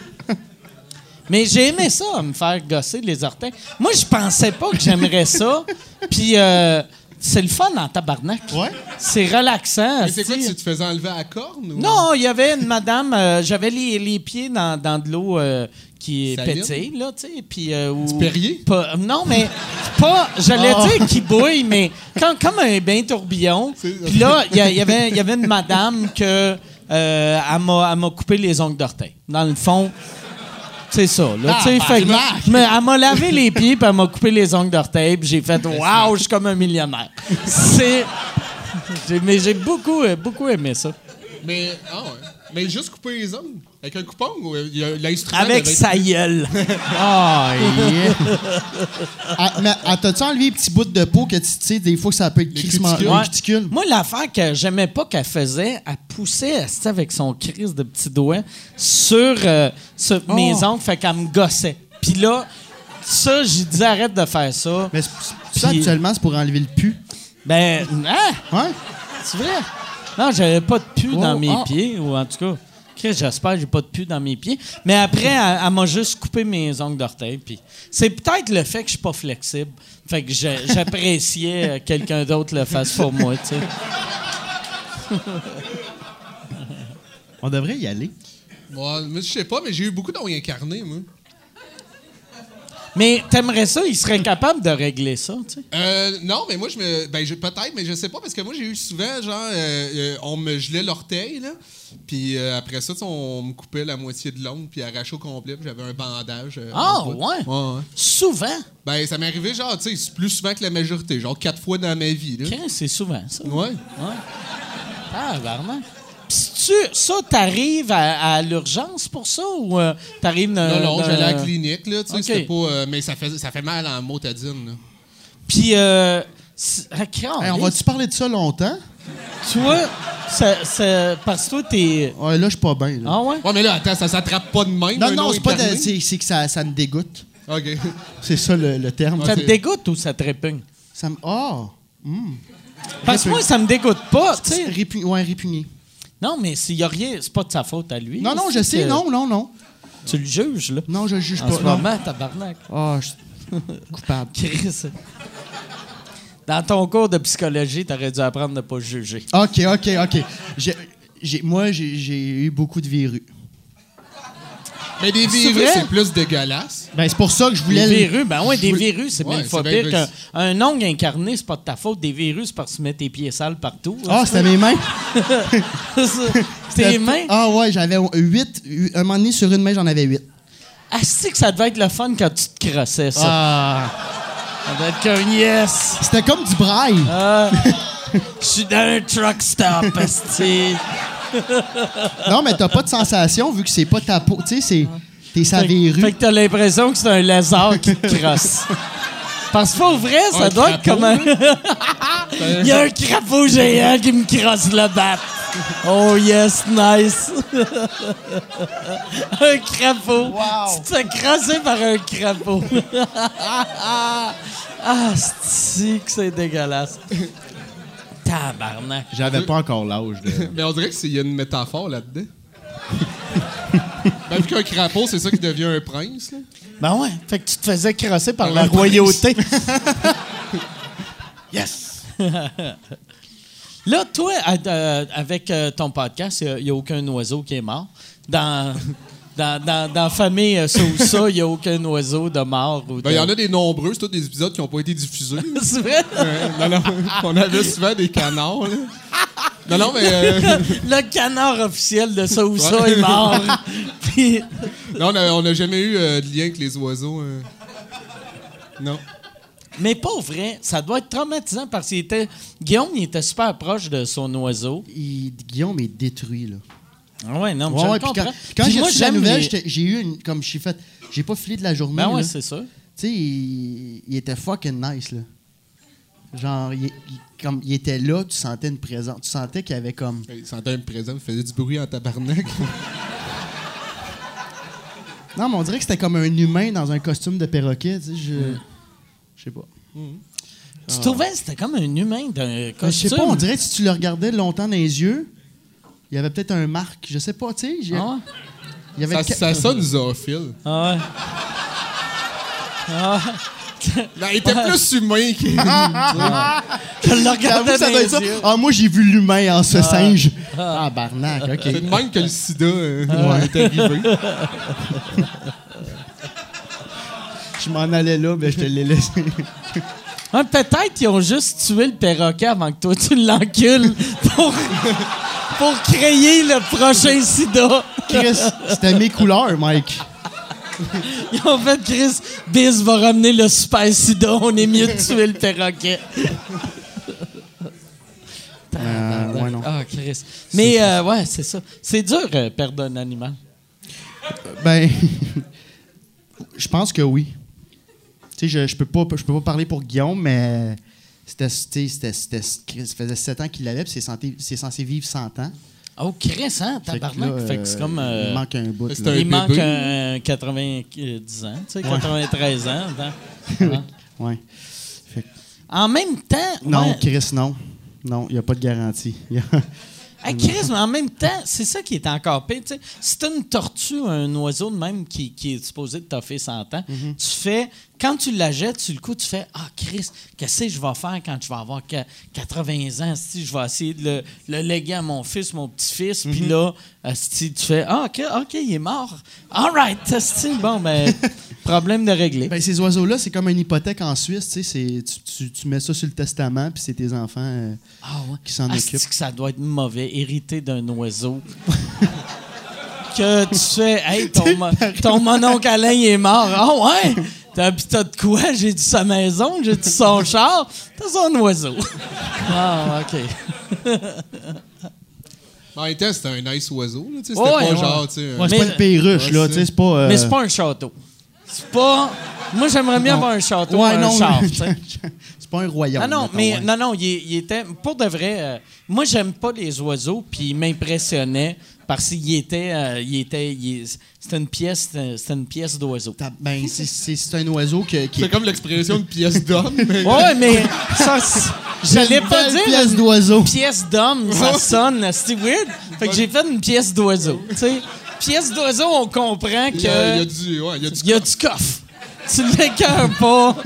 [SPEAKER 1] Mais j'ai aimé ça, me faire gosser les orteils. Moi, je pensais pas que j'aimerais ça, puis euh, c'est le fun en tabarnak.
[SPEAKER 4] Ouais.
[SPEAKER 1] C'est relaxant.
[SPEAKER 5] Mais c'est quoi,
[SPEAKER 1] asti.
[SPEAKER 5] tu te faisais enlever à la corne? Ou...
[SPEAKER 1] Non, il y avait une madame, euh, j'avais les, les pieds dans, dans de l'eau euh, qui est
[SPEAKER 5] Saline?
[SPEAKER 1] pétée, là, tu sais, puis... euh, ou-
[SPEAKER 5] Perrier?
[SPEAKER 1] pas- non, mais pas, j'allais
[SPEAKER 4] Ah.
[SPEAKER 1] dire qui bouille, mais quand- comme un bain tourbillon.
[SPEAKER 5] C'est-
[SPEAKER 1] Puis là, il y, a- il y avait, il y avait une madame que... euh, elle m'a elle m'a coupé les ongles d'orteil. Dans le fond, c'est ça. Là, tu sais, fait que- mais elle m'a lavé les pieds, puis elle m'a coupé les ongles d'orteil, puis j'ai fait « Wow, je suis comme un millionnaire. » C'est... j'ai- Mais j'ai beaucoup, euh, beaucoup aimé ça.
[SPEAKER 5] Mais, ah ouais. Mais juste couper les ongles? Avec un coupon? Ou il y a l'instrument?
[SPEAKER 1] Avec
[SPEAKER 5] devait être-
[SPEAKER 1] sa gueule.
[SPEAKER 4] Ah, yeah. Ah, mais ah, t'as-tu enlevé les petits bouts de peau que tu tu sais, des fois, ça peut être crissement
[SPEAKER 5] cuticules.
[SPEAKER 4] les
[SPEAKER 1] Ouais.
[SPEAKER 4] cuticules?
[SPEAKER 1] Moi, l'affaire que j'aimais pas qu'elle faisait, elle poussait esti, avec son crise de petit doigt sur, euh, sur
[SPEAKER 4] Oh.
[SPEAKER 1] mes ongles, fait qu'elle me gossait. Puis là, ça, j'ai dit arrête de faire ça.
[SPEAKER 4] Mais c'est- c'est- ça,
[SPEAKER 1] Puis-
[SPEAKER 4] actuellement, c'est pour enlever le pu.
[SPEAKER 1] Ben, hein?
[SPEAKER 4] Ouais?
[SPEAKER 1] C'est vrai? Non, j'avais pas de pu
[SPEAKER 4] Oh,
[SPEAKER 1] dans mes
[SPEAKER 4] ah.
[SPEAKER 1] pieds, ou en tout cas, Chris, j'espère que j'ai pas de pu dans mes pieds. Mais après, elle, elle m'a juste coupé mes ongles d'orteil. Puis c'est peut-être le fait que je suis pas flexible. Fait que je- j'appréciais euh, quelqu'un d'autre le fasse pour moi, tu sais.
[SPEAKER 4] On devrait y aller.
[SPEAKER 5] Ouais, mais je sais pas, mais j'ai eu beaucoup d'ongles incarnés, moi.
[SPEAKER 1] Mais t'aimerais ça, il serait capable de régler ça, tu sais.
[SPEAKER 5] Euh, non, mais moi, je me. Ben, je- peut-être, mais je sais pas, parce que moi, j'ai eu souvent, genre, euh, euh, on me gelait l'orteil, là. Puis euh, après ça, tu sais, on me coupait la moitié de l'ongle, puis arraché au complet, puis j'avais un bandage. euh,
[SPEAKER 1] Ah,
[SPEAKER 5] en bas.
[SPEAKER 1] ouais?
[SPEAKER 5] Ouais, ouais.
[SPEAKER 1] Souvent.
[SPEAKER 5] Ben, ça m'est arrivé, genre, tu sais, c'est plus souvent que la majorité, genre quatre fois dans ma vie, là.
[SPEAKER 1] Chris, c'est souvent ça.
[SPEAKER 5] Ouais.
[SPEAKER 1] Ouais. Ah, vraiment. tu, ça, t'arrives à, à l'urgence pour ça ou euh, t'arrives
[SPEAKER 5] Non,
[SPEAKER 1] dans-
[SPEAKER 5] non,
[SPEAKER 4] ben,
[SPEAKER 1] dans-
[SPEAKER 5] j'allais à la clinique, là, tu sais,
[SPEAKER 1] Ok.
[SPEAKER 5] c'était pas. euh, mais ça fait, ça fait mal en motadine, là.
[SPEAKER 1] Puis, euh, c'est- ah, Christ,
[SPEAKER 4] Hey, on va-tu parler de ça longtemps?
[SPEAKER 1] Toi, ça- ça- parce que toi, t'es.
[SPEAKER 4] Ouais, là, je suis pas bien. là.
[SPEAKER 1] Ah ouais?
[SPEAKER 5] Ouais, mais là, attends, ça s'attrape pas de même.
[SPEAKER 4] Non,
[SPEAKER 5] un
[SPEAKER 4] non,
[SPEAKER 5] ongle
[SPEAKER 4] c'est pas de-
[SPEAKER 5] incarné?
[SPEAKER 4] c'est c'est que ça, ça me dégoûte.
[SPEAKER 5] Ok.
[SPEAKER 4] C'est ça le, le terme.
[SPEAKER 1] Ça te
[SPEAKER 5] c'est-
[SPEAKER 1] dégoûte ou ça te répugne?
[SPEAKER 4] Ça me. Ah!
[SPEAKER 1] Parce que moi, ça me dégoûte pas, tu sais.
[SPEAKER 4] Répugn- Ouais, répugné.
[SPEAKER 1] Non, mais s'il y a rien, c'est pas de sa faute à lui.
[SPEAKER 4] Non, non, je
[SPEAKER 1] C'est
[SPEAKER 4] sais,
[SPEAKER 1] que
[SPEAKER 4] non, non, non.
[SPEAKER 1] Tu le juges, là.
[SPEAKER 4] Non, je le juge
[SPEAKER 1] En ce
[SPEAKER 4] pas. non.
[SPEAKER 1] moment, tabarnak.
[SPEAKER 4] Ah, je suis coupable.
[SPEAKER 1] Chris. Dans ton cours de psychologie, t'aurais dû apprendre de pas juger.
[SPEAKER 4] OK, OK, OK. J'ai- j'ai- moi, j'ai- j'ai eu beaucoup de verrues.
[SPEAKER 5] mais des
[SPEAKER 1] C'est
[SPEAKER 5] virus,
[SPEAKER 1] vrai?
[SPEAKER 5] c'est plus dégueulasse.
[SPEAKER 4] Ben, c'est pour ça que je voulais...
[SPEAKER 1] Des
[SPEAKER 4] le-
[SPEAKER 1] virus, ben ouais, des
[SPEAKER 4] voulais-
[SPEAKER 1] virus, c'est
[SPEAKER 5] Ouais,
[SPEAKER 1] même
[SPEAKER 5] c'est
[SPEAKER 1] pas
[SPEAKER 5] bien
[SPEAKER 1] pire qu'un un ongle incarné, c'est pas de ta faute. Des virus, c'est parce que tu mets tes pieds sales partout.
[SPEAKER 4] Ah, c'était mes mains.
[SPEAKER 1] Tes mains.
[SPEAKER 4] Ah ouais, j'avais huit. Un moment donné, sur une main, j'en avais huit.
[SPEAKER 1] Asti Ah, que ça devait être le fun quand tu te crossais, ça.
[SPEAKER 4] Ah.
[SPEAKER 1] Ça devait être comme yes!
[SPEAKER 4] C'était comme du braille.
[SPEAKER 1] Ah, je suis dans un truck stop, asti.
[SPEAKER 4] Non, mais t'as pas de sensation vu que c'est pas ta peau. Tu sais, c'est... T'es sa
[SPEAKER 1] Fait que- fait
[SPEAKER 4] verrue.
[SPEAKER 1] que t'as l'impression que c'est un lézard qui te crosse. Parce que pour vrai, ça
[SPEAKER 5] Un
[SPEAKER 1] doit être
[SPEAKER 5] crapaud,
[SPEAKER 1] comme un. Il y a un crapaud géant qui me crosse le bat. Oh yes, nice. un crapaud. Tu te fais crosser par un crapaud. ah, c'est que c'est dégueulasse. Tabarnak.
[SPEAKER 4] J'avais pas encore l'âge de...
[SPEAKER 5] Mais on dirait qu'il y a une métaphore là-dedans. ben, vu qu'un crapaud, c'est ça qui devient un prince, là.
[SPEAKER 1] Ben ouais, fait que tu te faisais crosser par la royauté. yes! Là, toi, à- euh, avec euh, ton podcast, il n'y a, aucun oiseau qui est mort. Dans, dans, dans, dans Famille euh, ça ou ça, il n'y a aucun oiseau de mort. Ou de-
[SPEAKER 5] Ben, il y en a des nombreux, c'est tous des épisodes qui n'ont pas été diffusés. là.
[SPEAKER 1] C'est vrai?
[SPEAKER 5] non, non, on avait souvent des canards, là. Non, non, mais. euh,
[SPEAKER 1] Le canard officiel de ça ou ça est mort. Puis,
[SPEAKER 5] non, on a- on n'a jamais eu euh, de lien avec les oiseaux. euh. Non.
[SPEAKER 1] mais pas vrai, ça doit être traumatisant parce qu'il était. Guillaume, il était super proche de son oiseau.
[SPEAKER 4] Il- Guillaume est détruit, là.
[SPEAKER 1] Ah ouais, non, mais
[SPEAKER 4] Ouais,
[SPEAKER 1] je
[SPEAKER 4] ouais,
[SPEAKER 1] le
[SPEAKER 4] puis
[SPEAKER 1] comprends.
[SPEAKER 4] quand, quand
[SPEAKER 1] Puis
[SPEAKER 4] j'ai
[SPEAKER 1] moi,
[SPEAKER 4] reçu la
[SPEAKER 1] j'aime
[SPEAKER 4] nouvelle,
[SPEAKER 1] les-
[SPEAKER 4] j'étais- j'ai eu une. Comme j'ai fait. J'ai pas filé de la journée.
[SPEAKER 1] Ben
[SPEAKER 4] là.
[SPEAKER 1] ouais,
[SPEAKER 4] tu
[SPEAKER 1] c'est sûr.
[SPEAKER 4] sais, il, il était fucking nice, là. Genre, il, il- comme, il était là, tu sentais une présence. Tu sentais qu'il y avait comme.
[SPEAKER 5] Il sentait un présent, il faisait du bruit en tabarnak.
[SPEAKER 4] Non, mais on dirait que c'était comme un humain dans un costume de perroquet. Tu sais, je... je sais pas.
[SPEAKER 1] Tu trouvais que c'était comme un humain d'un
[SPEAKER 4] Je sais
[SPEAKER 1] costume?
[SPEAKER 4] pas, on dirait que si tu le regardais longtemps dans les yeux, il y avait peut-être un marque. Je sais pas, tu sais. j'ai-
[SPEAKER 1] Ah ouais?
[SPEAKER 4] Il y avait
[SPEAKER 5] Ça,
[SPEAKER 4] ca-
[SPEAKER 5] ça sonne zoophile.
[SPEAKER 1] Ah ouais.
[SPEAKER 5] Non, il
[SPEAKER 1] Ah.
[SPEAKER 5] était plus humain qu'il.
[SPEAKER 1] Je le
[SPEAKER 4] J'avoue
[SPEAKER 1] regardais
[SPEAKER 4] que ça
[SPEAKER 1] dans
[SPEAKER 4] doit
[SPEAKER 1] les
[SPEAKER 4] être ça.
[SPEAKER 1] yeux.
[SPEAKER 4] Ah, moi, j'ai vu l'humain en ce singe. Ah, barnac, OK.
[SPEAKER 5] C'est de même que le sida euh, est arrivé.
[SPEAKER 4] Je m'en allais là, mais je te l'ai laissé.
[SPEAKER 1] Ouais, Ah, Peut-être qu'ils ont juste tué le perroquet avant que toi tu l'encules pour, pour créer le prochain sida.
[SPEAKER 4] Chris, c'était mes couleurs, Mike.
[SPEAKER 1] Ils ont fait Chris, Biz va ramener le super sida, on est mieux de tuer le perroquet.
[SPEAKER 4] Euh, ouais, non.
[SPEAKER 1] Ah, Chris. Mais euh, ouais, c'est ça. C'est dur euh, perdre un animal.
[SPEAKER 4] Ben, je pense que oui. Tu sais, je, je peux pas, je peux pas parler pour Guillaume, mais c'était, tu sais, c'était, c'était- ça faisait 7 ans qu'il l'avait, puis c'est, santé- c'est censé vivre 100 ans.
[SPEAKER 1] Oh, Chris, hein,
[SPEAKER 4] Fait que
[SPEAKER 1] tabarnak.
[SPEAKER 4] là,
[SPEAKER 1] Fait que c'est
[SPEAKER 4] euh,
[SPEAKER 1] comme.
[SPEAKER 4] Il
[SPEAKER 1] euh,
[SPEAKER 4] manque un bout.
[SPEAKER 5] c'est
[SPEAKER 4] là.
[SPEAKER 5] un-
[SPEAKER 1] il manque
[SPEAKER 5] bébé.
[SPEAKER 1] un 90 ans, tu sais, 93 ans. attends. Ah.
[SPEAKER 4] Ouais.
[SPEAKER 1] En même temps.
[SPEAKER 4] Non,
[SPEAKER 1] ouais,
[SPEAKER 4] Chris, non. Non, il n'y a pas de garantie. Il y a-
[SPEAKER 1] Hey, Chris, mais en même temps, c'est ça qui est encore pire. tu sais. Si t'as une tortue, un oiseau de même qui, qui est supposé de toffer 100 ans, tu fais, quand tu la jettes, sur le coup, tu fais Ah, Chris, qu'est-ce que je vais faire quand je vais avoir que- 80 ans? Si je vais essayer de le, le léguer à mon fils, mon petit-fils, puis là, asti, tu fais Ah, OK, OK, il est mort. All right, asti, bon, ben, problème de régler.
[SPEAKER 4] Ben, ces oiseaux-là, c'est comme une hypothèque en Suisse. Tu, sais, c'est- tu, tu- tu mets ça sur le testament, puis c'est tes enfants. euh,
[SPEAKER 1] Ah ouais.
[SPEAKER 4] qui s'en
[SPEAKER 1] Asti
[SPEAKER 4] occupe.
[SPEAKER 1] que ça doit être mauvais, hérité d'un oiseau. que tu fais, hey, ton, mo- ton mononcle Alain il est mort. Ah ouais? T'as pis t'as de quoi? J'ai dit sa maison, j'ai dit son char, t'as son oiseau. ah, ok.
[SPEAKER 5] En même temps, c'était un nice oiseau. là, tu sais, C'était
[SPEAKER 1] Ouais,
[SPEAKER 5] pas
[SPEAKER 1] ouais.
[SPEAKER 5] genre, tu sais. un-
[SPEAKER 4] ouais, c'est
[SPEAKER 1] Mais-
[SPEAKER 4] pas une perruche,
[SPEAKER 5] Ouais,
[SPEAKER 4] là.
[SPEAKER 5] c'est-
[SPEAKER 4] Tu sais, c'est pas. euh,
[SPEAKER 1] Mais c'est pas un château. C'est pas. Moi, j'aimerais mieux
[SPEAKER 4] non.
[SPEAKER 1] avoir un château
[SPEAKER 4] Ouais,
[SPEAKER 1] que un
[SPEAKER 4] non,
[SPEAKER 1] char, tu sais.
[SPEAKER 4] c'est pas un royaume.
[SPEAKER 1] Ah non,
[SPEAKER 4] mettons, hein.
[SPEAKER 1] mais
[SPEAKER 4] ouais.
[SPEAKER 1] non, non, il, il était. Pour de vrai, euh, moi, j'aime pas les oiseaux, puis il m'impressionnait parce qu'il était. euh, il était il- c'était une pièce, c'était c'était une pièce d'oiseau.
[SPEAKER 4] T'as- Ben, c'est- c'est c'est un oiseau que- qui
[SPEAKER 5] C'est comme l'expression de pièce d'homme. mais-
[SPEAKER 1] Ouais, mais ça, c'est- j'allais pas
[SPEAKER 4] Belle
[SPEAKER 1] dire
[SPEAKER 4] pièce
[SPEAKER 1] une
[SPEAKER 4] d'oiseau.
[SPEAKER 1] pièce d'homme, ça sonne, c'est weird. Fait que j'ai fait une pièce d'oiseau. Tu sais, pièce d'oiseau, on comprend
[SPEAKER 5] Il y a, il y a
[SPEAKER 1] que
[SPEAKER 5] du. Ouais, il y a du.
[SPEAKER 1] il y a du coffre. Tu l'écœures pas,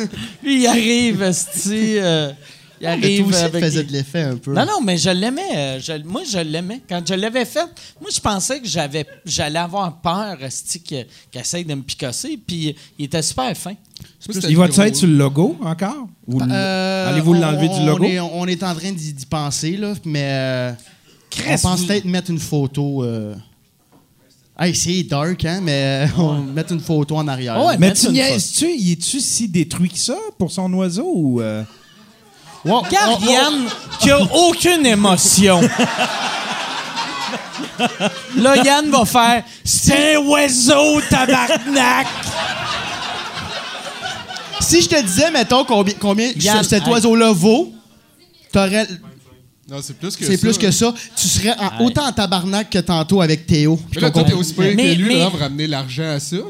[SPEAKER 1] lui, il arrive, esti, euh, il
[SPEAKER 4] Mais
[SPEAKER 1] arrive
[SPEAKER 4] toi aussi,
[SPEAKER 1] avec
[SPEAKER 4] faisait
[SPEAKER 1] des-
[SPEAKER 4] de l'effet un peu.
[SPEAKER 1] Non, non, mais je l'aimais. euh, je- moi, je l'aimais. Quand je l'avais fait, moi, je pensais que j'avais, j'allais avoir peur, esti, que- qu'il essaye de me picasser. Puis il était super fin.
[SPEAKER 4] Ah,
[SPEAKER 5] Je sais pas si
[SPEAKER 3] Il
[SPEAKER 5] t'as
[SPEAKER 3] va
[SPEAKER 5] vu
[SPEAKER 3] tu
[SPEAKER 5] le
[SPEAKER 3] être sur le logo encore? Ou le-
[SPEAKER 4] Euh,
[SPEAKER 3] Allez-vous
[SPEAKER 4] on-
[SPEAKER 3] l'enlever
[SPEAKER 4] on
[SPEAKER 3] du logo?
[SPEAKER 4] est- on est en train d'y d'y penser, là, mais euh, on
[SPEAKER 1] Chris,
[SPEAKER 4] pense
[SPEAKER 1] vous-
[SPEAKER 4] peut-être mettre une photo. euh, Hey, c'est dark, hein, mais euh, on mettre une photo en arrière.
[SPEAKER 1] Ouais,
[SPEAKER 3] Mais
[SPEAKER 1] mettre
[SPEAKER 3] tu
[SPEAKER 1] une
[SPEAKER 3] niaises-tu? Il est-tu si détruit que ça pour son oiseau? Ou, euh?
[SPEAKER 4] Wow,
[SPEAKER 1] Regarde
[SPEAKER 4] on-
[SPEAKER 1] Yann, qui a aucune émotion. Là, Yann va faire C'est un oiseau, tabarnak!
[SPEAKER 4] on- si je te disais, mettons, combien, combien
[SPEAKER 1] Yann,
[SPEAKER 4] ce- cet
[SPEAKER 1] hey.
[SPEAKER 4] oiseau-là vaut, t'aurais-
[SPEAKER 5] Non, c'est plus que ça.
[SPEAKER 4] c'est plus que ça. Tu serais en- autant en tabarnak que tantôt avec Théo. puis
[SPEAKER 5] Mais là,
[SPEAKER 4] qu'on
[SPEAKER 5] toi, t'es
[SPEAKER 4] comprend-
[SPEAKER 5] aussi payé
[SPEAKER 1] Mais-
[SPEAKER 5] que lui,
[SPEAKER 1] mais-
[SPEAKER 5] là, pour ramener l'argent à ça. là.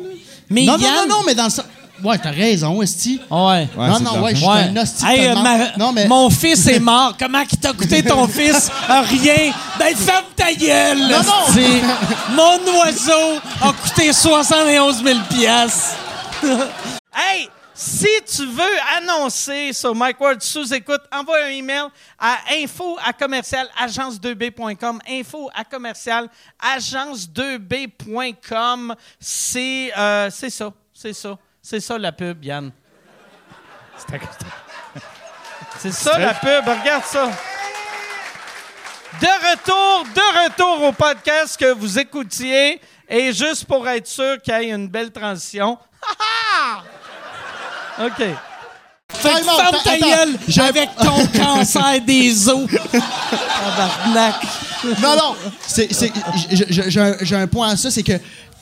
[SPEAKER 1] Mais
[SPEAKER 4] non, non,
[SPEAKER 1] Yann.
[SPEAKER 4] non, non, mais dans le sens. Ouais, t'as raison, Esti.
[SPEAKER 1] Ouais.
[SPEAKER 3] Ouais,
[SPEAKER 4] non,
[SPEAKER 3] c'est de
[SPEAKER 4] non, ouais, je suis
[SPEAKER 1] Ouais.
[SPEAKER 4] un hostie. de
[SPEAKER 1] Hey, euh,
[SPEAKER 4] tellement-
[SPEAKER 1] ma-
[SPEAKER 4] Non, mais.
[SPEAKER 1] Mon fils est mort. Comment qu'il t'a coûté ton fils? Euh, Rien. Ben, ferme ta gueule!
[SPEAKER 4] Non, non.
[SPEAKER 1] hostie. Mon oiseau a coûté 71 000 piastres. hey! Si tu veux annoncer sur Mike Ward sous écoute, envoie un email à info à commercial agence2b.com. Info à commercial agence2b.com. C'est euh, c'est ça. C'est ça. C'est ça la pub, Yann. C'est ça la pub, regarde ça. De retour, de retour au podcast que vous écoutiez. Et juste pour être sûr qu'il y ait une belle transition. Ha, ha! OK. Fait que
[SPEAKER 4] Time out,
[SPEAKER 1] ferme
[SPEAKER 4] ta-
[SPEAKER 1] ta
[SPEAKER 4] attends,
[SPEAKER 1] gueule
[SPEAKER 4] j'ai-
[SPEAKER 1] avec ton cancer des os. Tabarnak.
[SPEAKER 4] Non, non. c'est- c'est- j- j- j- J'ai un- j'ai un point à ça, c'est que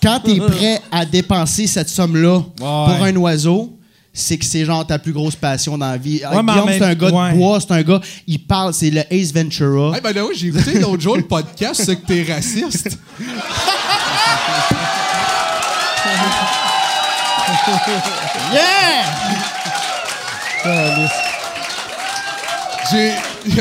[SPEAKER 4] quand t'es prêt à dépenser cette somme-là pour un oiseau, c'est que c'est genre ta plus grosse passion dans la vie. Ah,
[SPEAKER 3] Ouais, mais en
[SPEAKER 4] Guillaume, c'est un
[SPEAKER 3] même-
[SPEAKER 4] gars
[SPEAKER 3] ouais.
[SPEAKER 4] de bois, c'est un gars, il parle, c'est le Ace Ventura.
[SPEAKER 5] Hey, ben là, oui, j'ai écouté l'autre jour le podcast, c'est que t'es raciste.
[SPEAKER 4] Yeah!
[SPEAKER 5] J'ai.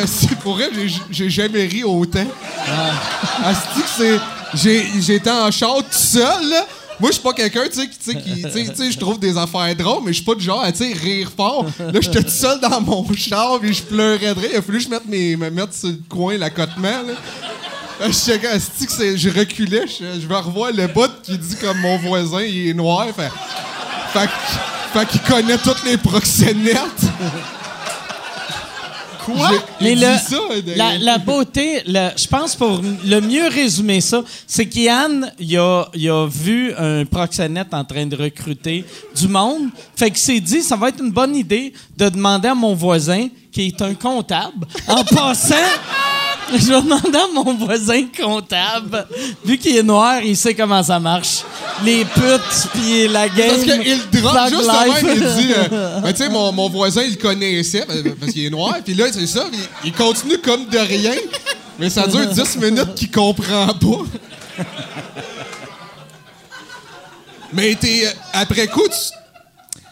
[SPEAKER 5] c'est Pour vrai, j'ai- j'ai jamais ri autant. Asti Ah, que c'est. j'ai- J'étais en char tout seul, là. Moi, je suis pas quelqu'un, tu sais, qui- tu sais, qui. Tu sais- tu sais, je trouve des affaires drôles, mais je suis pas du genre à, tu sais, rire fort. Là, j'étais tout seul dans mon char, puis je pleurais de rire. Il a fallu que je mette mes, me mettre sur le coin, l'accotement, là. Là, Je checkais, asti que c'est- je reculais, je, je vais revoir le bout qui dit comme mon voisin, il est noir, fait. Fait, que- fait qu'il connaît toutes les proxénètes. Quoi?
[SPEAKER 1] Mais
[SPEAKER 5] il
[SPEAKER 1] le-
[SPEAKER 5] dit ça, d'ailleurs.
[SPEAKER 1] la, la beauté, le- je pense pour le mieux résumer ça, c'est qu'Yann, il a, il a vu un proxénète en train de recruter du monde. Fait qu'il s'est dit, ça va être une bonne idée de demander à mon voisin, qui est un comptable, en passant. Je vais demander à mon voisin comptable, vu qu'il est noir, il sait comment ça marche. Les putes, puis la game.
[SPEAKER 5] Parce qu'il drop
[SPEAKER 1] Thug
[SPEAKER 5] juste avant,
[SPEAKER 1] life.
[SPEAKER 5] il dit euh, Ben, tu sais, mon, mon voisin, il le connaissait ben, parce qu'il est noir. Puis là, c'est ça, il, il continue comme de rien. Mais ça dure 10 minutes qu'il comprend pas. Mais t'es, euh, après coup, tu,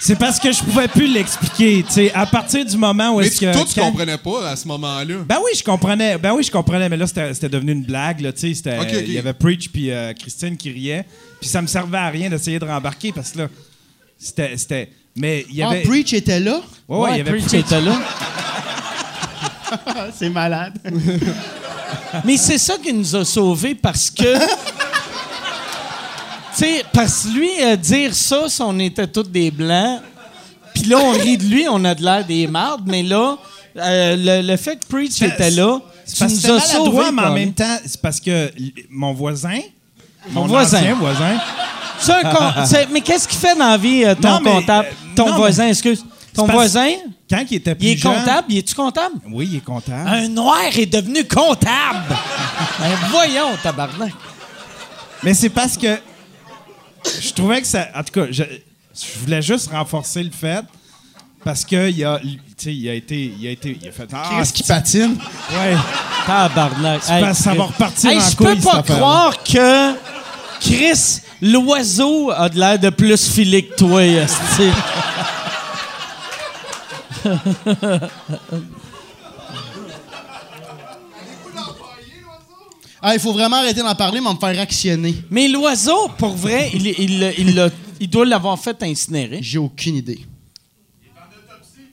[SPEAKER 3] C'est parce que je pouvais plus l'expliquer. tu sais, À partir du moment où
[SPEAKER 5] mais
[SPEAKER 3] est-ce
[SPEAKER 5] tu,
[SPEAKER 3] que.
[SPEAKER 5] toi, tu
[SPEAKER 3] quand-
[SPEAKER 5] comprenais pas à ce moment-là.
[SPEAKER 3] Ben oui, je comprenais. Ben oui, je comprenais, mais là, c'était c'était devenu une blague. Là, tu sais, c'était-
[SPEAKER 5] Ok, ok.
[SPEAKER 3] Il y avait Preach puis euh, Christine qui riait. Puis ça me servait à rien d'essayer de rembarquer parce que là, c'était. c'était- Mais il y
[SPEAKER 4] Ah,
[SPEAKER 3] avait.
[SPEAKER 4] Preach était là?
[SPEAKER 3] Ouais, ouais, il y avait
[SPEAKER 1] Preach
[SPEAKER 3] Preach.
[SPEAKER 1] était là.
[SPEAKER 4] C'est malade.
[SPEAKER 1] Mais c'est ça qui nous a sauvés parce que. tu sais, parce que lui, euh, dire ça, si on était tous des blancs, puis là, on rit de lui, on a de l'air des mardes, mais là, euh, le, le fait que Preach
[SPEAKER 3] Ben,
[SPEAKER 1] était là,
[SPEAKER 3] C'est
[SPEAKER 1] tu
[SPEAKER 3] parce que
[SPEAKER 1] nous as
[SPEAKER 3] c'était
[SPEAKER 1] sauvés.
[SPEAKER 3] maladroit, mais en
[SPEAKER 1] Colin.
[SPEAKER 3] même temps, c'est parce que l- mon voisin. Mon,
[SPEAKER 1] voisin.
[SPEAKER 3] ancien voisin.
[SPEAKER 1] C'est un con- c'est- mais qu'est-ce qu'il fait dans la vie, euh, ton
[SPEAKER 3] Non, mais,
[SPEAKER 1] comptable?
[SPEAKER 3] euh,
[SPEAKER 1] ton
[SPEAKER 3] non,
[SPEAKER 1] voisin, excuse. Ton
[SPEAKER 3] parce-
[SPEAKER 1] voisin,
[SPEAKER 3] Quand il était plus
[SPEAKER 1] il est
[SPEAKER 3] jeune-
[SPEAKER 1] comptable, Hein? il est-tu comptable?
[SPEAKER 3] Oui, il est comptable.
[SPEAKER 1] Un noir est devenu comptable! Ben, voyons, tabarnak.
[SPEAKER 3] Mais c'est parce que je trouvais que ça. En tout cas, je, je voulais juste renforcer le fait parce que il a, tu sais, il a été, il a été, il a fait. Ah,
[SPEAKER 4] Qu'est-ce qui patine?
[SPEAKER 3] ouais.
[SPEAKER 1] Tabarnak.
[SPEAKER 3] parce que ça
[SPEAKER 1] Chris.
[SPEAKER 3] va repartir en
[SPEAKER 1] Je
[SPEAKER 3] couille,
[SPEAKER 1] peux pas
[SPEAKER 3] cette affaire-là.
[SPEAKER 1] croire que Chris, l'oiseau, a de l'air de plus filé que toi, esti.
[SPEAKER 4] Ah, il faut vraiment arrêter d'en parler, mais me faire actionner.
[SPEAKER 1] Mais l'oiseau, pour vrai, il, il, il l'a- il doit l'avoir fait incinérer.
[SPEAKER 4] J'ai aucune idée. Il est en autopsie.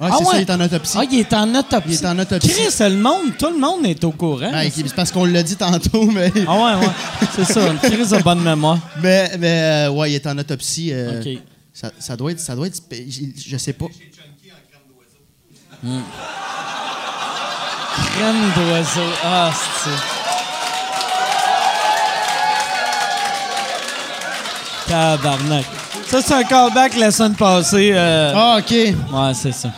[SPEAKER 4] Ah,
[SPEAKER 1] Ah
[SPEAKER 4] c'est ça,
[SPEAKER 1] ouais.
[SPEAKER 4] il est en autopsie.
[SPEAKER 1] Ah, il est en autopsie.
[SPEAKER 4] Il est en autopsie.
[SPEAKER 1] Chris, le monde, tout le monde est au courant.
[SPEAKER 4] Ah, ok, c'est parce qu'on l'a dit tantôt, mais.
[SPEAKER 1] Ah ouais, ouais. C'est ça, Chris a bonne mémoire.
[SPEAKER 4] Mais, mais euh, ouais, il est en autopsie. euh,
[SPEAKER 1] Ok.
[SPEAKER 4] ça, ça doit être. Ça doit être spé- j- je sais pas.
[SPEAKER 1] Crème d'oiseau. Ah, c'est Tabarnak. Ça, c'est un callback la semaine passée. euh,
[SPEAKER 4] Ah, ok.
[SPEAKER 1] Ouais, c'est ça.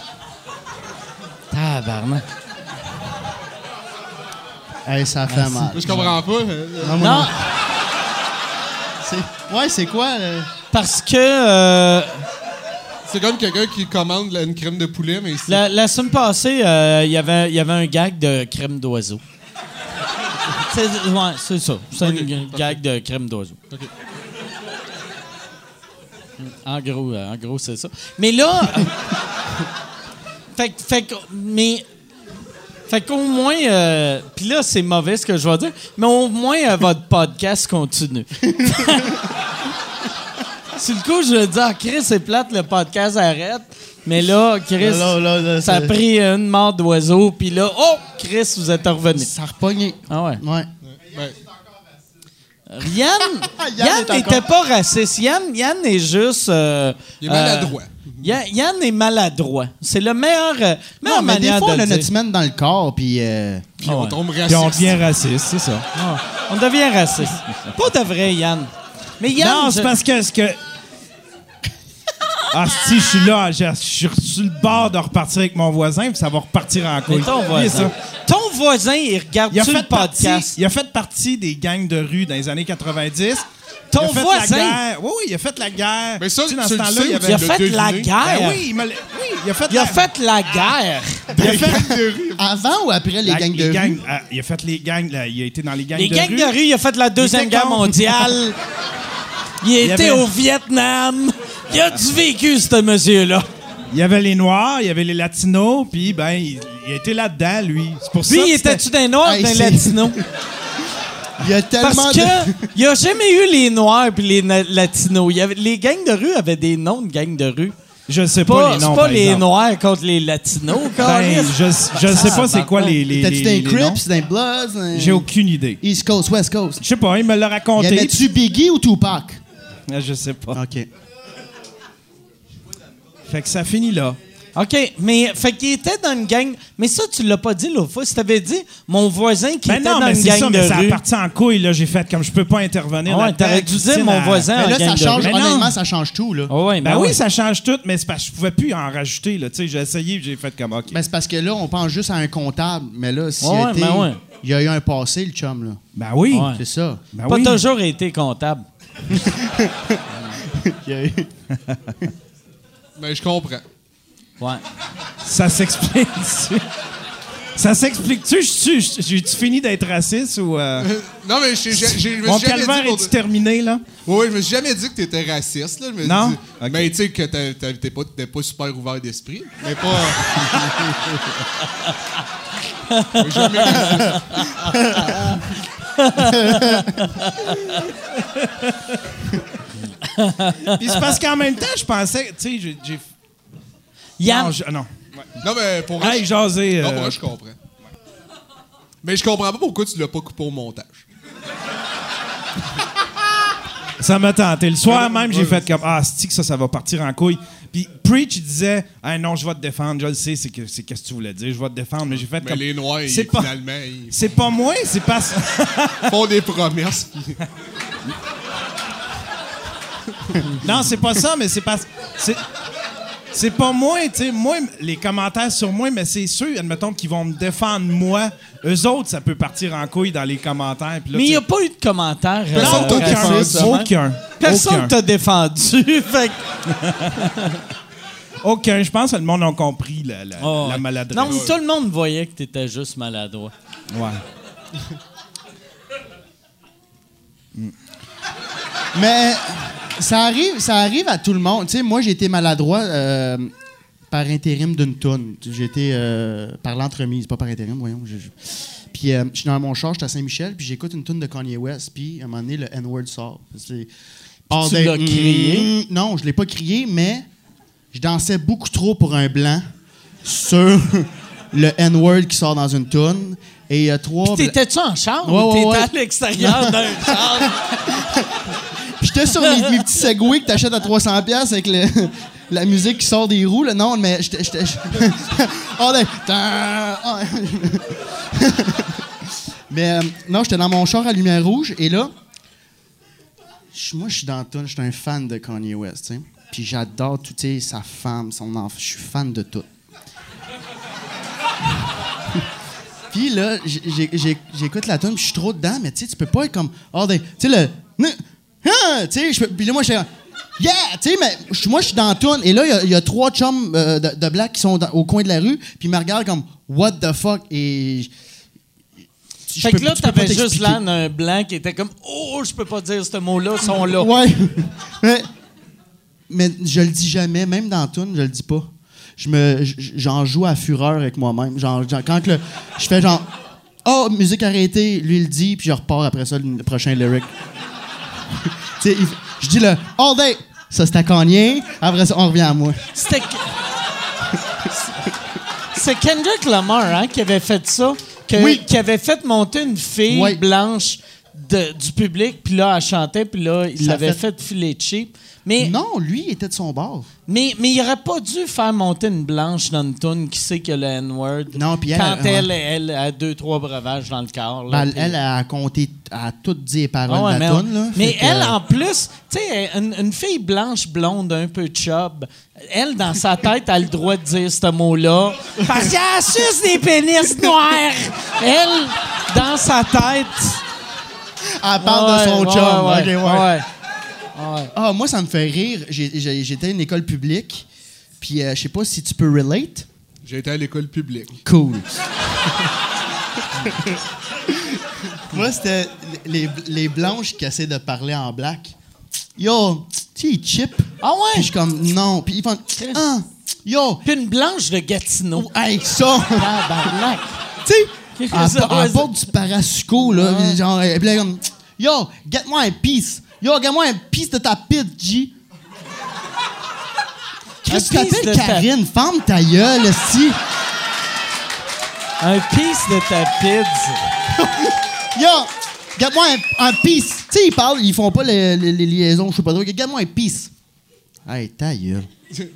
[SPEAKER 1] Tabarnak.
[SPEAKER 4] Hey, ça fait mal.
[SPEAKER 5] Je comprends pas. euh,
[SPEAKER 4] Non, moi,
[SPEAKER 1] Non,
[SPEAKER 4] non. C'est- Ouais, c'est quoi? euh?
[SPEAKER 1] parce que euh,
[SPEAKER 5] C'est comme quelqu'un qui commande là, une crème de poulet, mais c'est-
[SPEAKER 1] la, la semaine passée, euh, il y avait- il y avait un gag de crème d'oiseau. C'est ouais, c'est ça. C'est un gag de crème d'oiseau. En gros, euh, en gros, c'est ça. Mais là, euh, fait, que- fait que- mais fait qu'au moins, euh, puis là, c'est mauvais ce que je vais dire, mais au moins euh, votre podcast continue. Sur le coup, je vais dire, ah, Chris, c'est plate, le podcast arrête. Mais là, Chris,
[SPEAKER 4] Là, là, là,
[SPEAKER 1] Euh, ça a
[SPEAKER 4] c'est-
[SPEAKER 1] pris une mort d'oiseau, puis là, oh, Chris, vous êtes revenu.
[SPEAKER 4] Ça a repogné.
[SPEAKER 1] Ah ouais.
[SPEAKER 4] Ouais.
[SPEAKER 5] ouais.
[SPEAKER 1] Yann,
[SPEAKER 4] Yann
[SPEAKER 1] Yann
[SPEAKER 4] est encore-
[SPEAKER 1] n'était pas raciste. Yann, Yann est juste. euh,
[SPEAKER 5] Il est
[SPEAKER 1] euh,
[SPEAKER 5] maladroit.
[SPEAKER 1] Ya- Yann est maladroit. C'est le meilleur. euh, meilleure
[SPEAKER 4] Non, mais des
[SPEAKER 1] manière
[SPEAKER 4] fois, on
[SPEAKER 1] de
[SPEAKER 4] a
[SPEAKER 1] le
[SPEAKER 4] notre
[SPEAKER 1] dire.
[SPEAKER 4] semaine dans le corps, puis. euh,
[SPEAKER 5] Puis on
[SPEAKER 1] ouais.
[SPEAKER 5] tombe
[SPEAKER 3] Ah Puis on
[SPEAKER 5] raciste.
[SPEAKER 3] devient raciste, c'est ça.
[SPEAKER 1] Ah, on devient raciste. pas de vrai, Yann. Mais Yann.
[SPEAKER 3] non,
[SPEAKER 1] je-
[SPEAKER 3] c'est parce que, ce que. Ah si, je suis là, je je suis sur le bord de repartir avec mon voisin, puis ça va repartir en
[SPEAKER 1] Mais
[SPEAKER 3] couille.
[SPEAKER 1] ton
[SPEAKER 3] Oubliez
[SPEAKER 1] voisin.
[SPEAKER 3] ça.
[SPEAKER 1] Ton voisin, il regarde
[SPEAKER 3] Il a,
[SPEAKER 1] sur
[SPEAKER 3] fait
[SPEAKER 1] le podcast.
[SPEAKER 3] partie, il a fait partie des gangs de rue dans les années 90.
[SPEAKER 1] Ton
[SPEAKER 3] Il a fait la
[SPEAKER 1] voisin?
[SPEAKER 3] guerre. Oui, oui, il a fait la guerre.
[SPEAKER 5] Mais ça,
[SPEAKER 3] Tu sais, dans
[SPEAKER 5] tu
[SPEAKER 3] ce
[SPEAKER 5] le
[SPEAKER 3] temps-là,
[SPEAKER 5] sais,
[SPEAKER 3] il y avait
[SPEAKER 1] Il a
[SPEAKER 5] de
[SPEAKER 1] fait la
[SPEAKER 5] deviner.
[SPEAKER 1] guerre.
[SPEAKER 3] Ben oui, il m'a- oui, il a fait
[SPEAKER 1] Il a
[SPEAKER 3] la-
[SPEAKER 1] fait la guerre. euh,
[SPEAKER 3] il a fait-
[SPEAKER 4] Avant ou après les
[SPEAKER 3] la-
[SPEAKER 4] gangs de
[SPEAKER 3] les
[SPEAKER 4] rue?
[SPEAKER 3] gangs, ah, il a fait les gangs, là, il a été dans les gangs
[SPEAKER 1] Les
[SPEAKER 3] de
[SPEAKER 1] gangs
[SPEAKER 3] rue.
[SPEAKER 1] de rue, il a fait la Deuxième
[SPEAKER 3] était
[SPEAKER 1] Guerre
[SPEAKER 3] con.
[SPEAKER 1] mondiale. Il a
[SPEAKER 3] Il
[SPEAKER 1] été
[SPEAKER 3] avait-
[SPEAKER 1] au Vietnam. Il a du vécu, ce monsieur-là.
[SPEAKER 3] Il y avait les Noirs, il y avait les Latinos, puis ben, il, il était là-dedans, lui. C'est pour
[SPEAKER 1] Lui,
[SPEAKER 3] ça que
[SPEAKER 1] il
[SPEAKER 3] c'était-
[SPEAKER 1] était-tu d'un noir ou
[SPEAKER 4] Hey,
[SPEAKER 1] d'un
[SPEAKER 4] c'est-
[SPEAKER 1] latino?
[SPEAKER 4] Il y a tellement
[SPEAKER 1] Parce
[SPEAKER 4] de...
[SPEAKER 1] que il n'y a jamais eu les noirs puis les na- latinos. Il y avait- les gangs de rue avaient des noms de gangs de rue.
[SPEAKER 3] Je sais pas,
[SPEAKER 1] Pas-
[SPEAKER 3] les
[SPEAKER 1] C'est
[SPEAKER 3] noms.
[SPEAKER 1] pas
[SPEAKER 3] par
[SPEAKER 1] les
[SPEAKER 3] exemple.
[SPEAKER 1] noirs contre les latinos.
[SPEAKER 3] Ben,
[SPEAKER 1] câlisse.
[SPEAKER 3] je je sais pas c'est quoi les, les,
[SPEAKER 4] T'as-tu
[SPEAKER 3] les,
[SPEAKER 4] des
[SPEAKER 3] les noms.
[SPEAKER 4] Crips, des Bloods, des-
[SPEAKER 3] J'ai aucune idée.
[SPEAKER 4] East Coast, West Coast?
[SPEAKER 3] Je sais pas, il me l'a
[SPEAKER 4] Y
[SPEAKER 3] raconté. Ah,
[SPEAKER 4] avait-tu Biggie ou Tupac?
[SPEAKER 3] Je sais pas.
[SPEAKER 4] OK.
[SPEAKER 3] Fait que ça finit là.
[SPEAKER 1] OK, mais fait qu'il était dans une gang. Mais ça, tu l'as pas dit l'autre fois. Si t'avais dit mon voisin qui
[SPEAKER 3] Ben
[SPEAKER 1] était
[SPEAKER 3] non,
[SPEAKER 1] dans
[SPEAKER 3] mais
[SPEAKER 1] une
[SPEAKER 3] c'est
[SPEAKER 1] gang
[SPEAKER 3] ça,
[SPEAKER 1] de
[SPEAKER 3] mais ça a
[SPEAKER 1] rue.
[SPEAKER 3] parti en couille, là. J'ai fait comme je peux pas intervenir.
[SPEAKER 1] Ah ouais,
[SPEAKER 3] là-dedans,
[SPEAKER 1] t'aurais dû dire
[SPEAKER 3] Christine,
[SPEAKER 1] mon
[SPEAKER 3] à-
[SPEAKER 1] voisin.
[SPEAKER 4] Mais
[SPEAKER 1] en
[SPEAKER 4] là,
[SPEAKER 1] Ah, gang
[SPEAKER 4] ça
[SPEAKER 1] de
[SPEAKER 4] change,
[SPEAKER 1] rue.
[SPEAKER 3] Mais non.
[SPEAKER 4] honnêtement, ça change tout, là.
[SPEAKER 1] Ah ouais,
[SPEAKER 3] Ben,
[SPEAKER 1] ben
[SPEAKER 3] oui,
[SPEAKER 1] ouais.
[SPEAKER 3] ça change tout, mais c'est parce que je pouvais plus en rajouter, là. Tu sais, j'ai essayé, j'ai fait comme OK.
[SPEAKER 4] Ben, c'est parce que là, on pense juste à un comptable, mais là, s'il
[SPEAKER 1] Ouais,
[SPEAKER 4] a été-
[SPEAKER 1] ben ouais.
[SPEAKER 4] il y a eu un passé, le chum, là.
[SPEAKER 3] Ben oui.
[SPEAKER 1] Ouais.
[SPEAKER 4] C'est ça.
[SPEAKER 3] Ben
[SPEAKER 1] pas
[SPEAKER 3] oui.
[SPEAKER 1] toujours été comptable.
[SPEAKER 4] Il y a eu-
[SPEAKER 5] Mais Ben, je comprends.
[SPEAKER 1] Ouais.
[SPEAKER 3] Ça s'explique. ça s'explique-tu? Je suis- J'ai-tu fini d'être raciste ou. euh,
[SPEAKER 5] Non, mais je, je- je- je me
[SPEAKER 3] Mon
[SPEAKER 5] suis jamais dit.
[SPEAKER 3] calvaire
[SPEAKER 5] pour-
[SPEAKER 3] est terminé, là?
[SPEAKER 5] Oui, oui, je me suis jamais dit que t'étais raciste. Là. Je me suis
[SPEAKER 3] Non?
[SPEAKER 5] dit-
[SPEAKER 3] Ok.
[SPEAKER 5] Mais tu sais que t'as- t'as- t'es pas, t'es pas super ouvert d'esprit. Mais pas. euh, jamais
[SPEAKER 3] Puis c'est parce qu'en même temps, je pensais. Tu sais, j'ai- j'ai.
[SPEAKER 1] Yann,
[SPEAKER 3] Non, je- non.
[SPEAKER 5] Non, mais pour vrai,
[SPEAKER 3] Hey,
[SPEAKER 5] je-
[SPEAKER 3] jaser.
[SPEAKER 5] non,
[SPEAKER 3] euh,
[SPEAKER 5] pour vrai, je comprends. Mais je comprends pas pourquoi tu l'as pas coupé au montage.
[SPEAKER 3] Ça m'a tenté. Le soir même, j'ai fait comme Ah, cest que ça, ça va partir en couille. Puis Preach, il disait Ah non, je vais te défendre. Je le sais, c'est que- c'est qu'est-ce que tu voulais dire. Je vais te défendre. Mais j'ai fait
[SPEAKER 5] Mais
[SPEAKER 3] comme.
[SPEAKER 5] les Noirs, ils-
[SPEAKER 3] c'est pas,
[SPEAKER 5] finalement, ils
[SPEAKER 3] C'est pas moi, c'est pas.
[SPEAKER 5] font des promesses. puis-
[SPEAKER 3] non, c'est pas ça, mais c'est pas. C'est, c'est pas moi, tu sais. Moi, les commentaires sur moi, mais c'est ceux, admettons, qui vont me défendre moi. Eux autres, ça peut partir en couille dans les commentaires. Puis là,
[SPEAKER 1] mais il
[SPEAKER 3] tu
[SPEAKER 1] n'y
[SPEAKER 3] sais,
[SPEAKER 1] a pas eu de commentaire. euh,
[SPEAKER 5] Personne
[SPEAKER 1] euh,
[SPEAKER 5] t'a
[SPEAKER 1] raciste,
[SPEAKER 3] aucun.
[SPEAKER 1] hein?
[SPEAKER 3] Aucun.
[SPEAKER 1] Personne
[SPEAKER 3] Aucun.
[SPEAKER 1] t'a défendu. fait que-
[SPEAKER 3] Aucun. Je pense que le monde a compris la, la,
[SPEAKER 1] Oh,
[SPEAKER 3] la
[SPEAKER 1] ouais.
[SPEAKER 3] maladresse.
[SPEAKER 1] Non, mais tout le monde voyait que t'étais juste maladroit.
[SPEAKER 3] Ouais.
[SPEAKER 4] Mais ça arrive, ça arrive à tout le monde. Tu sais, moi, j'ai été maladroit euh, par intérim d'une toune. J'ai été euh, par l'entremise, pas par intérim, voyons. Je- je- Puis euh, je suis dans mon char, je suis à Saint-Michel, puis j'écoute une toune de Kanye West, puis à un moment donné, le N-word sort. C'est- All
[SPEAKER 1] tu
[SPEAKER 4] day-
[SPEAKER 1] l'as crié?
[SPEAKER 4] Mm, non, je l'ai pas crié, mais je dansais beaucoup trop pour un blanc sur le N-word qui sort dans une toune. Et il y a trois... bla-
[SPEAKER 1] T'étais-tu en chambre
[SPEAKER 4] Ouais,
[SPEAKER 1] ou
[SPEAKER 4] ouais,
[SPEAKER 1] t'étais
[SPEAKER 4] ouais.
[SPEAKER 1] à l'extérieur d'un chambre?
[SPEAKER 4] J'étais sur mes, mes petits segways que t'achètes à 300$ piastres avec le- la musique qui sort des roues. Là. Non, mais j'étais. j'étais- j'étais- Oh, là, tain, oh. mais euh, non, j'étais dans mon char à lumière rouge et là. je- Moi, je suis dans tout. Je suis un fan de Kanye West. tu sais. Puis j'adore tout, tu sais, sa femme, son enfant. Je suis fan de tout. Puis là, j'ai- j'ai- j'ai- j'écoute la tune, puis je suis trop dedans, mais tu sais, tu peux pas être comme. Oh, des- tu sais, le. Hein, hein, Tu sais, je peux- puis là, moi, je suis. Yeah! Tu sais, mais je- moi, je suis dans la tune, et là, il y a- il y, a trois chums euh, de, de black qui sont dans- au coin de la rue, puis ils me regardent comme What the fuck? Et. je- je
[SPEAKER 1] Fait
[SPEAKER 4] peux-
[SPEAKER 1] que là,
[SPEAKER 4] tu peux pas
[SPEAKER 1] t'avais juste
[SPEAKER 4] t'expliquer.
[SPEAKER 1] là un blanc qui était comme Oh, je peux pas dire ce mot-là, sont là.
[SPEAKER 4] Ouais. mais, mais je le dis jamais, même dans Toon, je le dis pas. Je me, j- j'en joue à fureur avec moi-même. Genre, genre, quand que le, je fais genre, oh musique arrêtée, lui il dit, puis je repars après ça le, le prochain lyric. tu sais, il- je dis le all day, ça c'est à Kanye. Après ça, on revient à moi.
[SPEAKER 1] C'était. C'est Kendrick Lamar hein, qui avait fait ça, que-
[SPEAKER 4] Oui.
[SPEAKER 1] qui avait fait monter une fille
[SPEAKER 4] Oui.
[SPEAKER 1] blanche de- du public, puis là, elle chantait, puis là, il
[SPEAKER 4] Ça
[SPEAKER 1] l'avait
[SPEAKER 4] fait-
[SPEAKER 1] fait... filer cheap. Mais,
[SPEAKER 4] Non, lui il était de son bord.
[SPEAKER 1] mais, mais il aurait pas dû faire monter une blanche dans une toune qui sait que le N-word.
[SPEAKER 4] Non, puis elle,
[SPEAKER 1] Quand
[SPEAKER 4] ouais.
[SPEAKER 1] elle, elle, a deux, trois breuvages dans le corps. là,
[SPEAKER 4] Ben, elle,
[SPEAKER 1] puis-
[SPEAKER 4] elle a compté, a tout dit les paroles
[SPEAKER 1] Ah ouais,
[SPEAKER 4] de la
[SPEAKER 1] mais
[SPEAKER 4] toune, là.
[SPEAKER 1] mais
[SPEAKER 4] Fait que-
[SPEAKER 1] elle, en plus, tu sais, une, une fille blanche, blonde, un peu chub, elle, dans sa tête, a le droit de dire ce mot-là. Parce qu'elle a juste des pénis noirs. Elle, dans sa tête.
[SPEAKER 4] elle parle de son
[SPEAKER 1] Ouais,
[SPEAKER 4] chum.
[SPEAKER 1] ouais,
[SPEAKER 4] Ok, ouais.
[SPEAKER 1] ouais.
[SPEAKER 4] Ah, moi, ça me fait rire. J'ai- j'ai- J'étais à une école publique, puis euh, je sais pas si tu peux relate.
[SPEAKER 5] J'ai été à l'école publique.
[SPEAKER 4] Cool. moi, c'était les, les blanches qui essaient de parler en black. Yo, tu es chip.
[SPEAKER 1] Ah ouais?
[SPEAKER 4] Puis je suis comme, non. Puis ils font, ah, yo,
[SPEAKER 1] Puis une blanche de Gatineau.
[SPEAKER 4] oh, hey, ça.
[SPEAKER 1] Tabarnak.
[SPEAKER 4] tu sais,
[SPEAKER 1] Qu'est-ce que
[SPEAKER 4] à,
[SPEAKER 1] ça Ah.
[SPEAKER 4] à
[SPEAKER 1] va,
[SPEAKER 4] bord du Parasuco, là, genre, et puis là, comme, yo, get-moi un piece. Yo, get-moi un piece de ta pite, G.
[SPEAKER 1] Un
[SPEAKER 4] Qu'est-ce que
[SPEAKER 1] piece
[SPEAKER 4] tu t'appelles
[SPEAKER 1] de ta-
[SPEAKER 4] Karine? Ferme ta gueule, si.
[SPEAKER 1] Un piece de ta pizza.
[SPEAKER 4] Yo, garde-moi un, un piece. Tu sais, ils parlent, ils font pas les, les- les liaisons, je sais pas trop. Garde-moi un piece. Hey, ta gueule.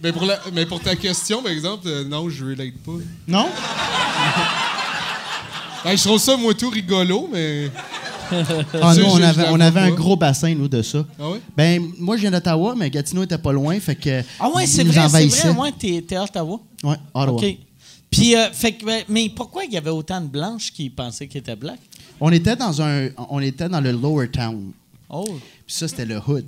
[SPEAKER 5] mais, pour la- mais pour ta question, par exemple, euh, non, je relate pas.
[SPEAKER 4] Non?
[SPEAKER 5] Ben, je trouve ça, moi, tout rigolo, mais.
[SPEAKER 4] Ah,
[SPEAKER 5] Ça,
[SPEAKER 4] nous, on
[SPEAKER 5] je-
[SPEAKER 4] avait,
[SPEAKER 5] je la
[SPEAKER 4] on
[SPEAKER 5] vois
[SPEAKER 4] avait un
[SPEAKER 5] pas.
[SPEAKER 4] gros bassin, nous, de ça.
[SPEAKER 5] Ah ouais?
[SPEAKER 4] Ben, moi, je viens d'Ottawa, mais Gatineau était pas loin, fait que.
[SPEAKER 1] Ah ouais, c'est
[SPEAKER 4] ils nous
[SPEAKER 1] vrai, c'est
[SPEAKER 4] envahissaient.
[SPEAKER 1] vrai. Ouais, t'es t'es à Ottawa.
[SPEAKER 4] Ouais, Ottawa.
[SPEAKER 1] OK. Puis, euh, fait que, ben, mais pourquoi il y avait autant de blanches qui pensaient qu'ils étaient blacks?
[SPEAKER 4] On était dans un. On était dans le Lower Town.
[SPEAKER 1] Oh.
[SPEAKER 4] Puis ça, c'était le hood.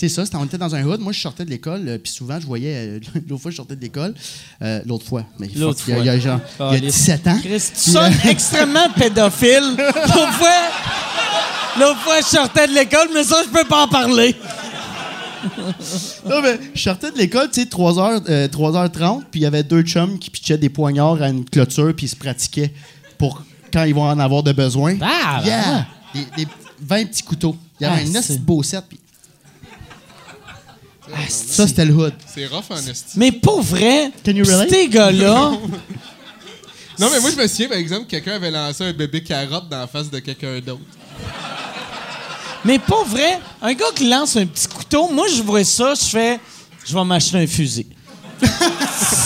[SPEAKER 4] C'est ça, c'était- on était dans un hood. Moi, je sortais de l'école, euh, puis souvent, je voyais. euh, l'autre fois, je sortais de l'école. euh, l'autre fois. Mais
[SPEAKER 1] L'autre
[SPEAKER 4] fuck, il y a- Il y a, genre.
[SPEAKER 1] fois.
[SPEAKER 4] il y a 17 ans.
[SPEAKER 1] Chris, tu
[SPEAKER 4] Puis, euh,
[SPEAKER 1] sonnes extrêmement pédophile. L'autre fois, l'autre fois, je sortais de l'école, mais ça, je peux pas en parler.
[SPEAKER 4] Non, mais je sortais de l'école, tu sais, euh, 3h, 3h30, puis il y avait deux chums qui pitchaient des poignards à une clôture, puis ils se pratiquaient pour quand ils vont en avoir de besoin.
[SPEAKER 1] Ah,
[SPEAKER 4] yeah! Des, des 20 petits couteaux. Il y avait
[SPEAKER 1] Ah,
[SPEAKER 4] un
[SPEAKER 1] c'est- Ah,
[SPEAKER 4] petit beau set, puis. ça, c'était le hood.
[SPEAKER 5] C'est rough, en esti.
[SPEAKER 1] Mais pour vrai,
[SPEAKER 4] Can you relate?
[SPEAKER 1] ces gars-là,
[SPEAKER 5] Non, mais moi, je me souviens, par exemple, quelqu'un avait lancé un bébé carotte dans la face de quelqu'un d'autre.
[SPEAKER 1] mais pour vrai, un gars qui lance un petit couteau, moi, je vois ça, je fais, je vais m'acheter un fusil.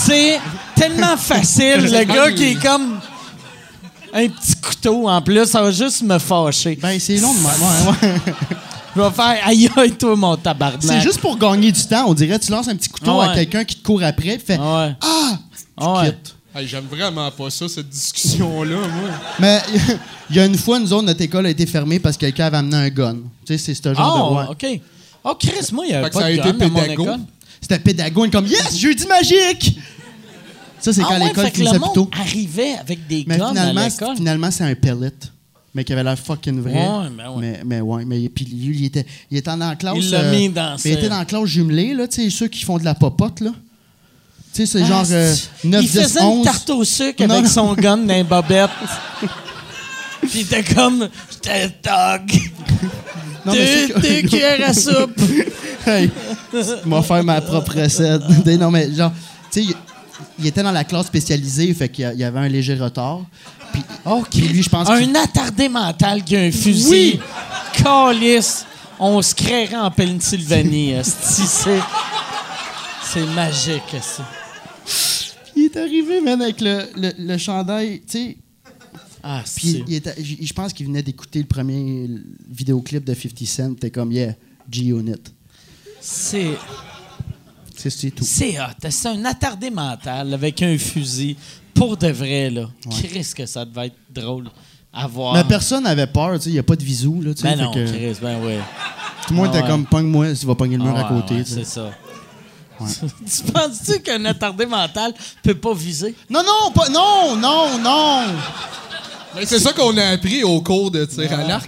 [SPEAKER 1] C'est tellement facile, le gars qui est comme un petit couteau en plus, ça va juste me fâcher.
[SPEAKER 4] Ben, c'est long de même. ouais, ouais.
[SPEAKER 1] Je vais faire aïe aïe toi mon tabarnak.
[SPEAKER 4] C'est juste pour gagner du temps. On dirait, tu lances un petit couteau
[SPEAKER 1] Ah ouais.
[SPEAKER 4] à quelqu'un qui te court après, puis fait
[SPEAKER 1] Ah ouais.
[SPEAKER 4] Ah! Tu
[SPEAKER 1] Ah ouais.
[SPEAKER 4] quittes.
[SPEAKER 5] Hey, J'aime vraiment pas ça, cette discussion-là, moi.
[SPEAKER 4] Mais il y a une fois, nous autres, notre école a été fermée parce que quelqu'un avait amené un gun. Tu sais, c'est ce genre de.
[SPEAKER 1] Oh,
[SPEAKER 4] ouais.
[SPEAKER 1] OK. Oh, Chris, moi, il y avait
[SPEAKER 5] Fait que
[SPEAKER 1] pas
[SPEAKER 5] ça a
[SPEAKER 1] de
[SPEAKER 5] été
[SPEAKER 1] gun à mon
[SPEAKER 5] pédago.
[SPEAKER 1] école.
[SPEAKER 4] C'était pédagogue comme Yes, jeudi magique! Ça, c'est
[SPEAKER 1] Ah
[SPEAKER 4] quand
[SPEAKER 1] ouais,
[SPEAKER 4] l'école
[SPEAKER 1] fait que
[SPEAKER 4] finissait
[SPEAKER 1] le
[SPEAKER 4] plus
[SPEAKER 1] monde
[SPEAKER 4] tôt.
[SPEAKER 1] arrivait avec des
[SPEAKER 4] Mais
[SPEAKER 1] guns à
[SPEAKER 4] finalement, c'est-
[SPEAKER 1] l'école.
[SPEAKER 4] finalement, c'est un pellet. Mais qui avait l'air fucking vrai.
[SPEAKER 1] Ouais, ben ouais.
[SPEAKER 4] Mais, mais ouais. Mais puis lui, il était, il était dans la classe.
[SPEAKER 1] Il l'a mis dans
[SPEAKER 4] mais Il
[SPEAKER 1] sa-
[SPEAKER 4] était dans la classe jumelée, là, tu sais, ceux qui font de la popote, là. Tu sais, c'est genre euh,
[SPEAKER 1] Asti.
[SPEAKER 4] 9,
[SPEAKER 1] Ah, il
[SPEAKER 4] 10,
[SPEAKER 1] faisait
[SPEAKER 4] 11.
[SPEAKER 1] une tarte au sucre
[SPEAKER 4] Non,
[SPEAKER 1] avec
[SPEAKER 4] non.
[SPEAKER 1] son gun dans les bobettes. Puis il était comme, j'étais tog.
[SPEAKER 4] Non, mais
[SPEAKER 1] Deux
[SPEAKER 4] ceux qui-
[SPEAKER 1] deux cuillères à soupe.
[SPEAKER 4] Hey, tu m'as fait ma propre recette.
[SPEAKER 1] Ah.
[SPEAKER 4] Des- non, mais genre, tu sais, il- il était dans la classe spécialisée, fait qu'il y a- il y avait un léger retard. Puis, puis lui, je pense qu'il-
[SPEAKER 1] Un attardé mental qui a un fusil.
[SPEAKER 4] Oui.
[SPEAKER 1] Calice. On se créerait en Pennsylvanie. asti. c'est... C'est magique, asti.
[SPEAKER 4] il est arrivé, man, avec le, le, le chandail, tu sais.
[SPEAKER 1] Ah,
[SPEAKER 4] Puis
[SPEAKER 1] c'est...
[SPEAKER 4] il était- j- je pense qu'il venait d'écouter le premier vidéoclip de 50 Cent. T'es comme, yeah, G-Unit.
[SPEAKER 1] C'est...
[SPEAKER 4] C'est- C'est tout.
[SPEAKER 1] C'est hot. C'est un attardé mental avec un fusil. Pour de vrai, là. Chris, que ça devait être drôle à voir.
[SPEAKER 4] Mais personne n'avait peur, tu sais. Il n'y a pas de visou, là, tu sais.
[SPEAKER 1] Ben
[SPEAKER 4] fait
[SPEAKER 1] non,
[SPEAKER 4] que
[SPEAKER 1] Chris, ben oui.
[SPEAKER 4] tout le monde
[SPEAKER 1] Ah
[SPEAKER 4] était
[SPEAKER 1] ouais.
[SPEAKER 4] comme, pogne-moi, tu vas pogner le mur
[SPEAKER 1] Ah
[SPEAKER 4] à
[SPEAKER 1] ouais,
[SPEAKER 4] côté.
[SPEAKER 1] ouais,
[SPEAKER 4] tu sais.
[SPEAKER 1] c'est ça. tu penses-tu qu'un attardé mental peut pas viser?
[SPEAKER 4] Non, non, pas, non, non, non.
[SPEAKER 5] Mais c'est ça qu'on a appris au cours de tir
[SPEAKER 4] Ah,
[SPEAKER 5] à l'arc.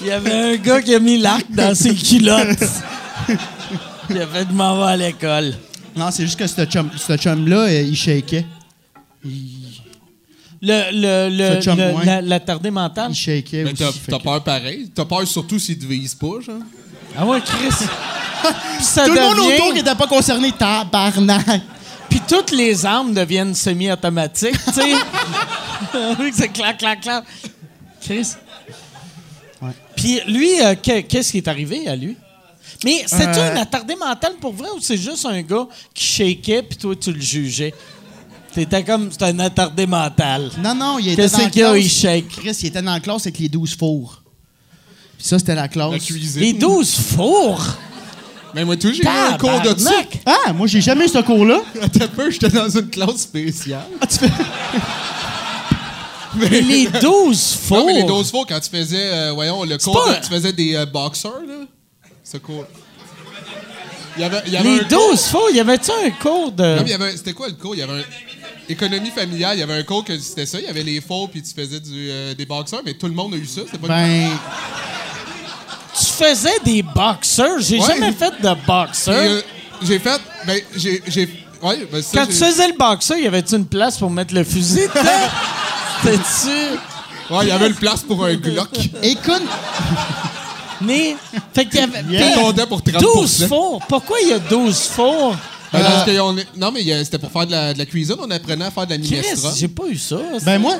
[SPEAKER 1] Il y avait un gars qui a mis l'arc dans ses culottes. Il a fait de m'en va à l'école.
[SPEAKER 4] Non, c'est juste que ce chum- ce chum-là, euh, il shakeait. Il,
[SPEAKER 1] Le, le, le,
[SPEAKER 4] Ce chum,
[SPEAKER 1] le-
[SPEAKER 4] ouais.
[SPEAKER 1] la- l'attardé mental?
[SPEAKER 4] il shakeait
[SPEAKER 5] Mais
[SPEAKER 4] aussi.
[SPEAKER 5] Ben, t'as
[SPEAKER 4] fait
[SPEAKER 5] t'as
[SPEAKER 4] que-
[SPEAKER 5] peur pareil. T'as peur surtout s'il te vise pas, genre.
[SPEAKER 1] Ah ouais, Chris. Puis ça
[SPEAKER 4] Tout le monde
[SPEAKER 1] devient-
[SPEAKER 4] autour qui n'était pas concerné, tabarnak.
[SPEAKER 1] Puis toutes les armes deviennent semi-automatiques, tu sais. Vu que c'est clac, clac, clac. Chris.
[SPEAKER 4] Ouais.
[SPEAKER 1] Puis lui, euh, que- qu'est-ce qui est arrivé à lui? Mais c'est-tu
[SPEAKER 4] Euh,
[SPEAKER 1] un attardé mental pour vrai ou c'est juste un gars qui shakeait puis toi, tu le jugeais? T'étais comme, c'est un attardé mental.
[SPEAKER 4] Non, non, il était
[SPEAKER 1] Qu'est-ce
[SPEAKER 4] dans la
[SPEAKER 1] qu'il y a,
[SPEAKER 4] classe.
[SPEAKER 1] il shake?
[SPEAKER 4] Chris, il était dans la classe avec les 12 fours. Puis ça, c'était la classe.
[SPEAKER 5] La cuisine.
[SPEAKER 1] Les 12 fours!
[SPEAKER 5] Mais moi, tout, j'ai eu un cours de ça.
[SPEAKER 1] Tabarnak!
[SPEAKER 4] Ah, moi, j'ai jamais eu ce cours-là.
[SPEAKER 5] Attends un peu, j'étais dans une classe spéciale.
[SPEAKER 4] Ah, tu fais-
[SPEAKER 1] Mais les 12 fours!
[SPEAKER 5] Non, mais les 12 fois, quand tu faisais, euh, voyons, le cours,
[SPEAKER 1] pas-
[SPEAKER 5] de- tu faisais des euh, boxers, là. Ce cours. Il y avait, il y avait
[SPEAKER 1] Les
[SPEAKER 5] un
[SPEAKER 1] 12
[SPEAKER 5] cours-
[SPEAKER 1] fours, y avait-tu un cours de.
[SPEAKER 5] Non, mais il y avait un- C'était quoi le cours? Il y avait un économie familiale, il y avait un cours que c'était ça. Il y avait les faux, puis tu faisais du, euh, des boxeurs, mais tout le monde a eu ça. C'était pas une-
[SPEAKER 4] Ben,
[SPEAKER 1] Tu faisais des boxeurs. J'ai
[SPEAKER 5] Ouais.
[SPEAKER 1] jamais fait de boxeur.
[SPEAKER 5] Et, euh, j'ai fait. Ben, j'ai. j'ai- Ouais, ben ça,
[SPEAKER 1] Quand tu
[SPEAKER 5] j'ai-
[SPEAKER 1] faisais le boxeur, y avait-tu une place pour mettre le fusil dedans? T'es-tu.
[SPEAKER 5] Ouais, il y avait une place pour un Glock.
[SPEAKER 4] écoute,
[SPEAKER 1] Mais. Fait qu'il y avait.
[SPEAKER 5] Yeah.
[SPEAKER 1] puis-
[SPEAKER 5] On comptait pour 30
[SPEAKER 1] 12 fours. Pourquoi il y a 12 fours?
[SPEAKER 5] Ben, parce que on est- Non, mais il y a- c'était pour faire de la, de la cuisine. On apprenait à faire de la
[SPEAKER 1] Chris,
[SPEAKER 5] minestra.
[SPEAKER 1] j'ai pas eu ça.
[SPEAKER 4] ben moi,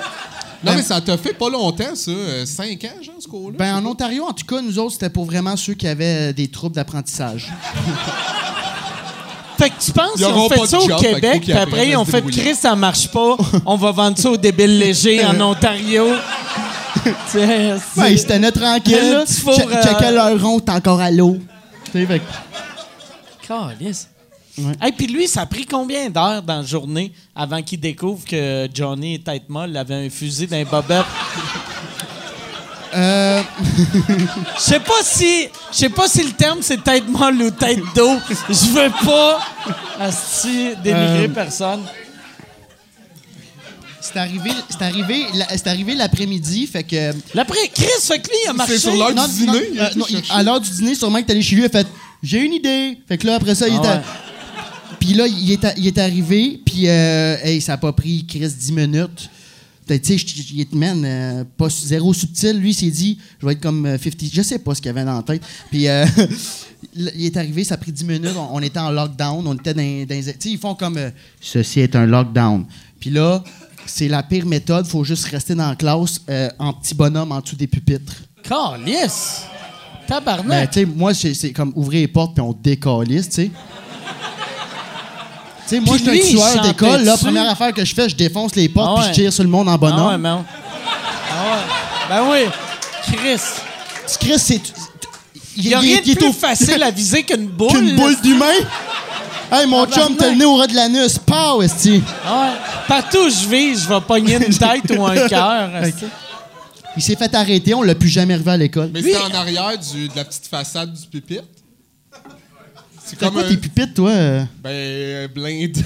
[SPEAKER 5] Non, mais ça t'a fait pas longtemps, ça. 5 ans, genre, ce cours-là.
[SPEAKER 4] ben en Ontario, en tout cas, nous autres, c'était pour vraiment ceux qui avaient euh, des troubles d'apprentissage.
[SPEAKER 1] Fait que tu penses
[SPEAKER 5] Ils
[SPEAKER 1] qu'ils ont
[SPEAKER 5] auront
[SPEAKER 1] fait
[SPEAKER 5] pas
[SPEAKER 1] ça
[SPEAKER 5] de
[SPEAKER 1] au
[SPEAKER 5] job, fait qu'il faut
[SPEAKER 1] Québec, puis
[SPEAKER 5] qu'ils
[SPEAKER 1] après ils
[SPEAKER 5] apprennent à
[SPEAKER 1] ont
[SPEAKER 5] se
[SPEAKER 1] fait
[SPEAKER 5] débrouiller.
[SPEAKER 1] Chris, ça marche pas, on va vendre ça aux débiles légers en Ontario. Tu sais,
[SPEAKER 4] Ben,
[SPEAKER 1] c'est-
[SPEAKER 4] ils se tenaient tranquilles,
[SPEAKER 1] Un
[SPEAKER 4] là.
[SPEAKER 1] petit four,
[SPEAKER 4] Che-
[SPEAKER 1] euh,
[SPEAKER 4] checkaient leur rond, t'es encore à l'eau. Tu sais, fait que-
[SPEAKER 1] Calisse. Hey, puis lui, ça a pris combien d'heures dans la journée avant qu'il découvre que Johnny Tête Molle avait un fusil d'un bobette? Je sais pas si. Je sais pas si le terme c'est tête molle ou tête d'eau. Je veux pas asti, dénigrer personne.
[SPEAKER 4] C'est arrivé, c'est arrivé, la- c'est arrivé l'après-midi, fait que.
[SPEAKER 1] L'après, Chris, fait que lui, il a marché.
[SPEAKER 5] sur l'heure du dîner, il a
[SPEAKER 4] euh,
[SPEAKER 5] été
[SPEAKER 4] non, il-
[SPEAKER 5] chercher.
[SPEAKER 4] à l'heure du dîner, sûrement que t'es allé chez lui, il a fait J'ai une idée. Fait que là, après ça, il
[SPEAKER 1] Ah
[SPEAKER 4] était.
[SPEAKER 1] ouais.
[SPEAKER 4] Puis là, il est, a- il est arrivé, puis euh, hey, ça a pas pris, Chris, 10 minutes. T'as- Tu sais, je- je- il est, man, euh, pas su- zéro subtil. Lui, il s'est dit Je vais être comme euh, 50. Je sais pas ce qu'il avait dans la tête. Puis. euh, là, Il est arrivé, ça a pris 10 minutes, on, on était en lockdown, on était dans, dans les- Tu sais, ils font comme euh, Ceci est un lockdown. Puis là, c'est la pire méthode, faut juste rester dans la classe euh, en petit bonhomme en dessous des pupitres.
[SPEAKER 1] Calisse.
[SPEAKER 4] Mais
[SPEAKER 1] Tabarnak.
[SPEAKER 4] tu sais, moi, c'est c'est comme ouvrir les portes puis on décalisse, tu sais. Tu sais, moi,
[SPEAKER 1] Puis
[SPEAKER 4] je
[SPEAKER 1] lui,
[SPEAKER 4] suis un
[SPEAKER 1] il
[SPEAKER 4] tueur
[SPEAKER 1] chantait
[SPEAKER 4] d'école. La
[SPEAKER 1] dessus.
[SPEAKER 4] première affaire que je fais, je défonce les portes
[SPEAKER 1] Ah
[SPEAKER 4] puis
[SPEAKER 1] ouais.
[SPEAKER 4] je tire sur le monde en
[SPEAKER 1] Ah ouais,
[SPEAKER 4] bonhomme.
[SPEAKER 1] man. Ah ouais. Ben oui. Chris.
[SPEAKER 4] Tu Chris, c'est. tu-
[SPEAKER 1] Il n'y a
[SPEAKER 4] il-
[SPEAKER 1] rien
[SPEAKER 4] il
[SPEAKER 1] de
[SPEAKER 4] est
[SPEAKER 1] plus
[SPEAKER 4] au-
[SPEAKER 1] facile à Ah, viser qu'une boule.
[SPEAKER 4] Qu'une boule d'humain? Hey, mon
[SPEAKER 1] Tabarnak.
[SPEAKER 4] chum, t'as le nez au ras de l'anus. Pow, esti.
[SPEAKER 1] Ah ouais. Partout où je vais, je vais pogner une tête ou un cœur. esti.
[SPEAKER 4] Il s'est fait arrêter, on l'a plus jamais revu à l'école.
[SPEAKER 5] Mais
[SPEAKER 1] Lui-
[SPEAKER 5] c'était en arrière du- de la petite façade du pupitre. C'est
[SPEAKER 4] T'as
[SPEAKER 5] comme
[SPEAKER 4] quoi
[SPEAKER 5] un.
[SPEAKER 4] tes pupitres, toi? euh,
[SPEAKER 5] Ben, euh, blindé.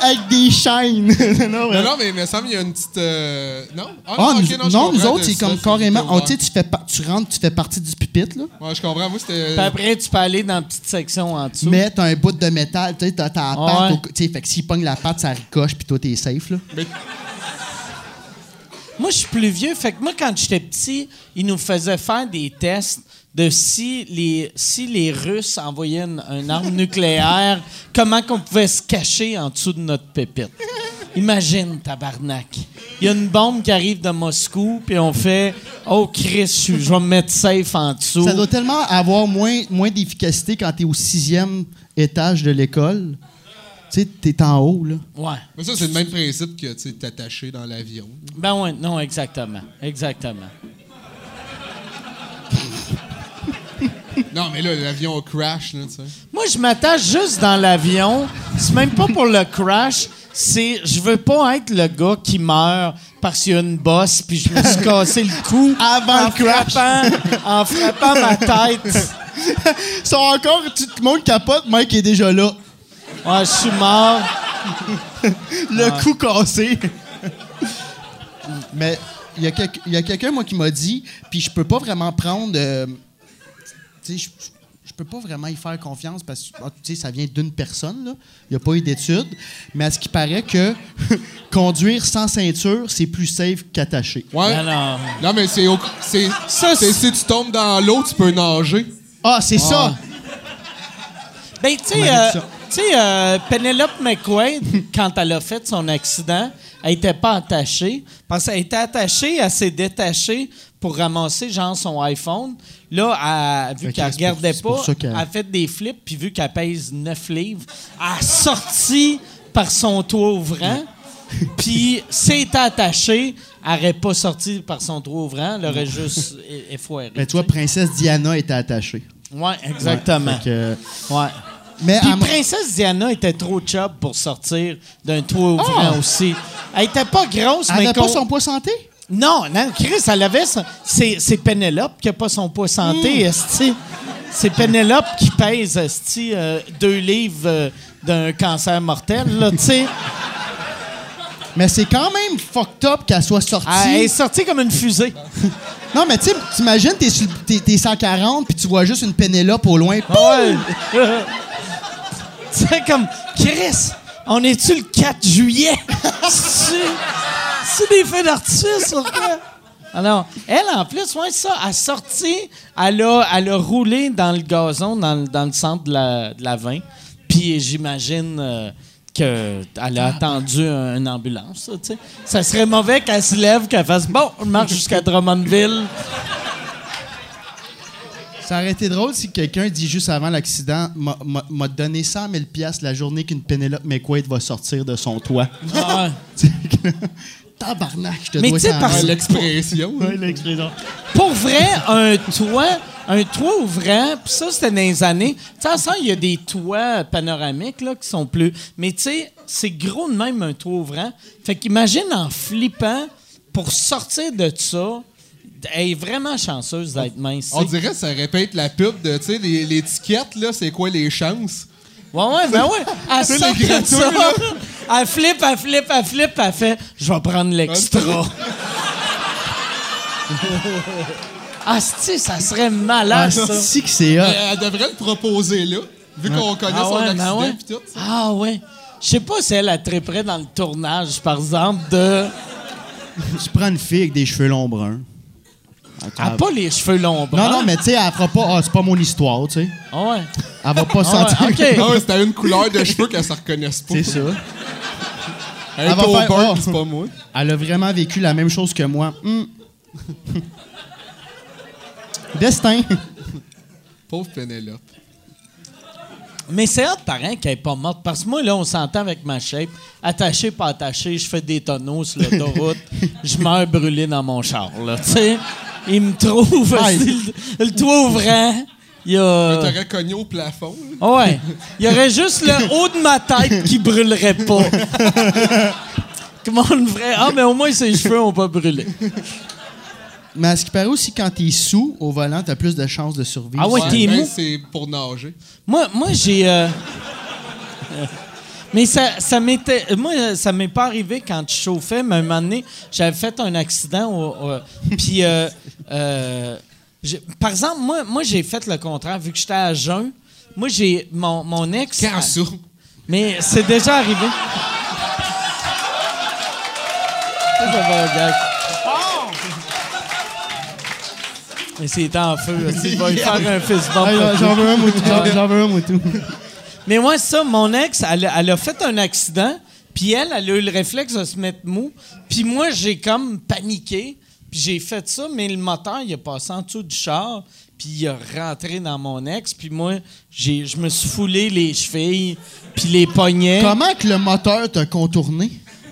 [SPEAKER 4] Avec des chaînes. non, ouais.
[SPEAKER 5] non, non, mais il me semble qu'il y a une petite. euh, Non? Ah,
[SPEAKER 4] Ah,
[SPEAKER 5] ok,
[SPEAKER 4] nous,
[SPEAKER 5] je
[SPEAKER 4] non, nous
[SPEAKER 5] comprends
[SPEAKER 4] autres,
[SPEAKER 5] de
[SPEAKER 4] c'est
[SPEAKER 5] ça,
[SPEAKER 4] comme
[SPEAKER 5] c'est
[SPEAKER 4] carrément.
[SPEAKER 5] vidéo,
[SPEAKER 4] oh,
[SPEAKER 5] ouais.
[SPEAKER 4] tu sais, tu, fais par- tu rentres, tu fais partie du pupitre, là.
[SPEAKER 5] Ouais, je comprends. Moi, c'était.
[SPEAKER 1] Puis après, tu peux aller dans la petite section en dessous.
[SPEAKER 4] Mais t'as un bout de métal, tu sais, t'as t'as la
[SPEAKER 1] Ah
[SPEAKER 4] patte,
[SPEAKER 1] ouais.
[SPEAKER 4] au- tu sais, fait que s'il pogne la patte, ça ricoche, puis toi, t'es safe, là.
[SPEAKER 5] Mais-
[SPEAKER 1] Moi, je suis plus vieux. Fait que moi, quand j'étais petit, ils nous faisaient faire des tests de si les, si les Russes envoyaient une, une arme nucléaire, comment qu'on pouvait se cacher en dessous de notre pépite. Imagine, tabarnak. Il y a une bombe qui arrive de Moscou, puis on fait « Oh, Chris, je suis- je vais me mettre safe en dessous. »
[SPEAKER 4] Ça doit tellement avoir moins, moins d'efficacité quand t'es au sixième étage de l'école. Tu sais, t'es en haut, là.
[SPEAKER 1] Ouais.
[SPEAKER 5] Mais ça, c'est le même principe que tu sais, t'attacher dans l'avion.
[SPEAKER 1] Ben oui, non, exactement. Exactement.
[SPEAKER 5] Non, mais là, l'avion crash, là, tu sais.
[SPEAKER 1] Moi, je m'attache juste dans l'avion. C'est même pas pour le crash. C'est, je veux pas être le gars qui meurt parce qu'il y a une bosse puis je me suis cassé le cou
[SPEAKER 4] Avant
[SPEAKER 1] en
[SPEAKER 4] le crash.
[SPEAKER 1] frappant- en frappant ma tête.
[SPEAKER 4] Ils sont encore, tout le monde capote, Mike est déjà là.
[SPEAKER 1] Ouais, je suis mort.
[SPEAKER 4] Le cou cassé. Mais il y a, quelqu- il y a quelqu'un, moi, qui m'a dit, puis je peux pas vraiment prendre. euh, tu sais, je, je peux pas vraiment y faire confiance parce que ah, tu sais, ça vient d'une personne, là. Il n'y a pas eu d'études. Mais à ce qui paraît que conduire sans ceinture, c'est plus safe qu'attaché.
[SPEAKER 5] Ouais.
[SPEAKER 1] Ben non.
[SPEAKER 5] Non, mais c'est. au- c'est-
[SPEAKER 1] Ça,
[SPEAKER 5] c'est-
[SPEAKER 1] c'est-
[SPEAKER 5] Si tu tombes dans l'eau, tu peux nager.
[SPEAKER 4] Ah, c'est ça!
[SPEAKER 1] Ben, tu
[SPEAKER 4] On
[SPEAKER 1] sais,
[SPEAKER 4] m'a
[SPEAKER 1] euh,
[SPEAKER 4] dit ça.
[SPEAKER 1] tu sais, euh, Penelope McQuaid, quand elle a fait son accident, elle était pas attachée. Parce qu'elle était attachée, elle s'est détachée pour ramasser, genre, son iPhone. Là, elle- vu
[SPEAKER 4] Ok,
[SPEAKER 1] qu'elle
[SPEAKER 4] c'est pour-
[SPEAKER 1] regardait
[SPEAKER 4] c'est pour
[SPEAKER 1] pas,
[SPEAKER 4] ça qu'elle-
[SPEAKER 1] elle a fait des flips, puis vu qu'elle pèse 9 livres, elle a sorti par son toit ouvrant. puis, si elle était attachée, elle n'aurait pas sorti par son toit ouvrant, elle aurait juste é- effoiré.
[SPEAKER 4] Mais tu vois, Princesse Diana était attachée.
[SPEAKER 1] Oui, exactement.
[SPEAKER 4] Fait que-
[SPEAKER 1] Ouais.
[SPEAKER 4] mais
[SPEAKER 1] Puis
[SPEAKER 4] à mon-
[SPEAKER 1] Princesse Diana était trop chub pour sortir d'un toit ouvrant
[SPEAKER 4] Ah!
[SPEAKER 1] aussi. Elle était pas grosse,
[SPEAKER 4] elle
[SPEAKER 1] mais
[SPEAKER 4] n'a pas
[SPEAKER 1] qu'on-
[SPEAKER 4] son poids santé?
[SPEAKER 1] Non, non, Chris, elle avait son- C'est, c'est Pénélope qui a pas son poids
[SPEAKER 4] Hmm.
[SPEAKER 1] santé, esti. C'est Pénélope qui pèse, esti, euh, deux livres, euh, d'un cancer mortel, là, tu sais.
[SPEAKER 4] Mais c'est quand même fucked up qu'elle soit sortie.
[SPEAKER 1] Ah, Elle est sortie comme une fusée.
[SPEAKER 4] Non, mais tu sais, t'imagines, t'es, sur le- t'es, t'es 140 puis tu vois juste une Penelope au loin.
[SPEAKER 1] Ouais. c'est comme, Chris, on est-tu le 4 juillet? C'est c'est des feux d'artifice, ou quoi? Alors, elle, en plus, ouais, ça, a sorti, elle a, elle a roulé dans le gazon, dans, le- dans le centre de la, de la 20. Puis j'imagine qu'elle a attendu un- une ambulance, ça, tu sais. Ça serait mauvais qu'elle se lève, qu'elle fasse Bon, on marche jusqu'à Drummondville.
[SPEAKER 4] Ça aurait été drôle si quelqu'un dit juste avant l'accident m'a, m'a- m'a donné 100 000 piastres la journée qu'une Penelope McQuaid va sortir de son toit.
[SPEAKER 1] Ah.
[SPEAKER 4] Tu sais, que- Tabarnak, je te
[SPEAKER 1] Mais
[SPEAKER 4] dois
[SPEAKER 1] tu sais,
[SPEAKER 4] 100
[SPEAKER 1] parce-
[SPEAKER 5] Ah,
[SPEAKER 4] 000.
[SPEAKER 5] L'expression. hein.
[SPEAKER 4] Ouais, l'expression.
[SPEAKER 1] Pour vrai, un toit, un toit ouvrant, puis ça, c'était dans les années. Tu sais, en ce temps, il y a des toits panoramiques là, qui sont plus. Mais tu sais, c'est gros de même un toit ouvrant. Fait qu'imagine en flippant pour sortir de ça. Elle est vraiment chanceuse d'être mince.
[SPEAKER 5] On
[SPEAKER 1] tu sais.
[SPEAKER 5] dirait que ça répète la pub de, tu sais, les, les tickets, là, c'est quoi les chances?
[SPEAKER 1] Ouais, ouais, ben ouais. Elle
[SPEAKER 5] C'est
[SPEAKER 1] sort
[SPEAKER 5] les
[SPEAKER 1] de
[SPEAKER 5] gratteux,
[SPEAKER 1] ça.
[SPEAKER 5] là.
[SPEAKER 1] Elle flippe, elle flippe, elle flippe, elle fait Je vais prendre l'extra. Ah, si, ça serait malade, Ah,
[SPEAKER 5] Ah,
[SPEAKER 1] ça.
[SPEAKER 4] Asti que Ah, c'est hot.
[SPEAKER 5] Elle, Euh, elle devrait le proposer là, vu qu'on connaît son
[SPEAKER 1] ben
[SPEAKER 5] accident
[SPEAKER 1] ouais.
[SPEAKER 5] pis tout. ça.
[SPEAKER 1] Ah ouais. Je sais pas si elle a très près dans le tournage, par exemple, de.
[SPEAKER 4] Tu prends une fille avec des cheveux longs bruns.
[SPEAKER 1] Elle
[SPEAKER 5] Ah.
[SPEAKER 1] a pas les cheveux longs
[SPEAKER 4] Non,
[SPEAKER 1] bruns.
[SPEAKER 4] non, mais tu sais, elle fera pas. Ah, c'est pas mon histoire, tu sais.
[SPEAKER 1] Ah ouais.
[SPEAKER 4] Elle va pas sentir.
[SPEAKER 1] ok.
[SPEAKER 5] Ah ouais, c'était une couleur de cheveux qu'elle se reconnaisse pas.
[SPEAKER 4] C'est ça.
[SPEAKER 5] Un
[SPEAKER 4] Elle va
[SPEAKER 5] tauber,
[SPEAKER 4] faire- oh.
[SPEAKER 5] c'est pas moi.
[SPEAKER 4] Elle a vraiment vécu la même chose que moi. Hmm. Destin.
[SPEAKER 5] Pauvre Penelope.
[SPEAKER 1] Mais c'est hâte, parent, qu'elle est pas morte. Parce que moi, là, on s'entend avec ma shape. Attaché, pas attaché, je fais des tonneaux sur l'autoroute. je meurs brûlé dans mon char, là. Tu sais, il me trouve. le, le toit ouvrant, il y a.
[SPEAKER 5] Ah,
[SPEAKER 1] Ah
[SPEAKER 5] T'aurais cogné au plafond. là.
[SPEAKER 1] Ouais. Il y aurait juste le haut de ma tête qui brûlerait pas. Comment on vrai Ah, mais au moins ses cheveux ont pas brûlé.
[SPEAKER 4] Mais à ce qui paraît aussi, quand t'es sous au volant, t'as plus de chances de survivre.
[SPEAKER 1] Ah ouais, t'es
[SPEAKER 5] ben,
[SPEAKER 1] mou.
[SPEAKER 5] c'est pour nager.
[SPEAKER 1] Moi, moi j'ai. euh, euh, Mais ça, ça m'était. Moi, euh, ça m'est pas arrivé quand je chauffais, mais à un moment donné, j'avais fait un accident. au- au- Puis, euh, euh, j'ai- par exemple, moi, moi j'ai fait le contraire. Vu que j'étais à jeun, moi, j'ai. Mon, mon ex.
[SPEAKER 5] Quand ça?
[SPEAKER 1] Mais c'est déjà arrivé. Ça, ça va, gars.
[SPEAKER 5] Oh!
[SPEAKER 1] Mais s'il était en feu, là, il va lui faire un fist bump.
[SPEAKER 4] Ah, j'en- J'en veux un, moi, tout. J'en- J'en veux un, moi, tout.
[SPEAKER 1] Mais moi, c'est ça, mon ex, elle, a- elle a fait un accident, puis elle, elle a eu le réflexe de se mettre mou. Puis moi, j'ai comme paniqué, puis j'ai fait ça, mais le moteur, il a passé en dessous du char, puis il a rentré dans mon ex, puis moi, j'ai, je me suis foulé les chevilles, puis les poignets.
[SPEAKER 4] Comment que le moteur t'a contourné?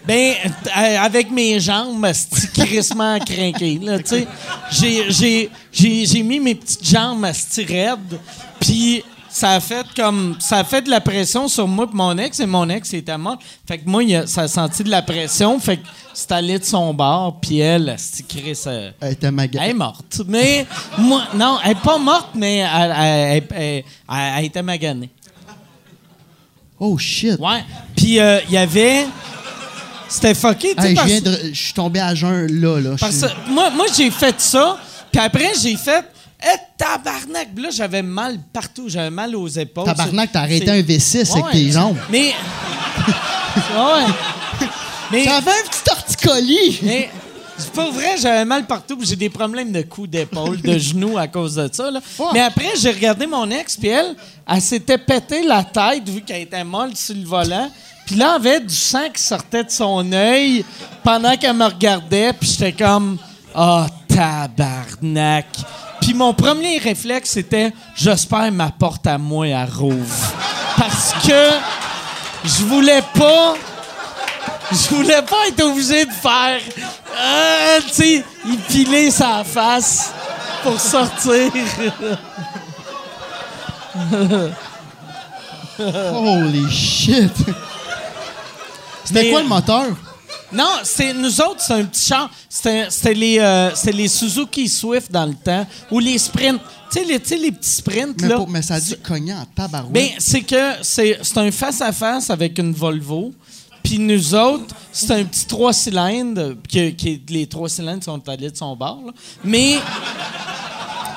[SPEAKER 1] Ben, t- euh, avec mes jambes, asti, crissement crinqué, là, tu sais. J'ai- J'ai j'ai- j'ai mis mes petites jambes, asti, raides, puis ça a fait comme... Ça a fait de la pression sur moi puis mon ex, et mon ex était mort. Fait que moi, il a- ça a senti de la pression, fait que c'est allé de son bord, puis elle, asti, crisse... euh,
[SPEAKER 4] Elle était maga-
[SPEAKER 1] elle est morte. Mais moi, non, elle est pas morte, mais elle, elle- elle- elle- elle- elle était maganée.
[SPEAKER 4] Oh shit.
[SPEAKER 1] Ouais. Puis euh, il y avait. C'était fucké, tu sais,
[SPEAKER 4] Hey, je
[SPEAKER 1] parce-
[SPEAKER 4] viens de- je suis tombé à jeun là, là. Je
[SPEAKER 1] parce
[SPEAKER 4] suis-
[SPEAKER 1] que moi, moi j'ai fait ça, puis après, j'ai fait. Eh, tabarnak! Puis là, j'avais mal partout. J'avais mal aux épaules.
[SPEAKER 4] Tabarnak,
[SPEAKER 1] C'est-
[SPEAKER 4] t'as arrêté
[SPEAKER 1] c'est-
[SPEAKER 4] un V6 avec
[SPEAKER 1] Ouais.
[SPEAKER 4] tes jambes.
[SPEAKER 1] Mais. ouais. Mais.
[SPEAKER 4] J'avais un petit torticolis.
[SPEAKER 1] Mais c'est pas vrai, j'avais mal partout, puis j'ai des problèmes de coups d'épaule, de genoux à cause de ça. là. Mais après, j'ai regardé mon ex, puis elle, elle s'était pété la tête vu qu'elle était molle sur le volant. Puis là, elle avait du sang qui sortait de son œil pendant qu'elle me regardait, puis j'étais comme Ah, tabarnak! Puis mon premier réflexe, c'était J'espère ma porte à moi, à rouvre. Parce que je voulais pas je voulais pas être obligé de faire. Euh, tu sais, il pilait sa face pour sortir.
[SPEAKER 4] Holy shit. C'était
[SPEAKER 1] Mais-
[SPEAKER 4] quoi le moteur?
[SPEAKER 1] Non, c'est nous autres, c'est un petit char. C'était c'était les, euh, c'était les Suzuki Swift dans le temps, ou les sprints. Tu sais, les, tu sais, les petits sprints,
[SPEAKER 4] Mais,
[SPEAKER 1] là.
[SPEAKER 4] pour- mais ça a dû cogner en tabarouette.
[SPEAKER 1] Ben, c'est que c'est c'est un face-à-face avec une Volvo. Puis nous autres, c'est un petit trois cylindres, que, que les trois cylindres sont allés de son bord. là. Mais.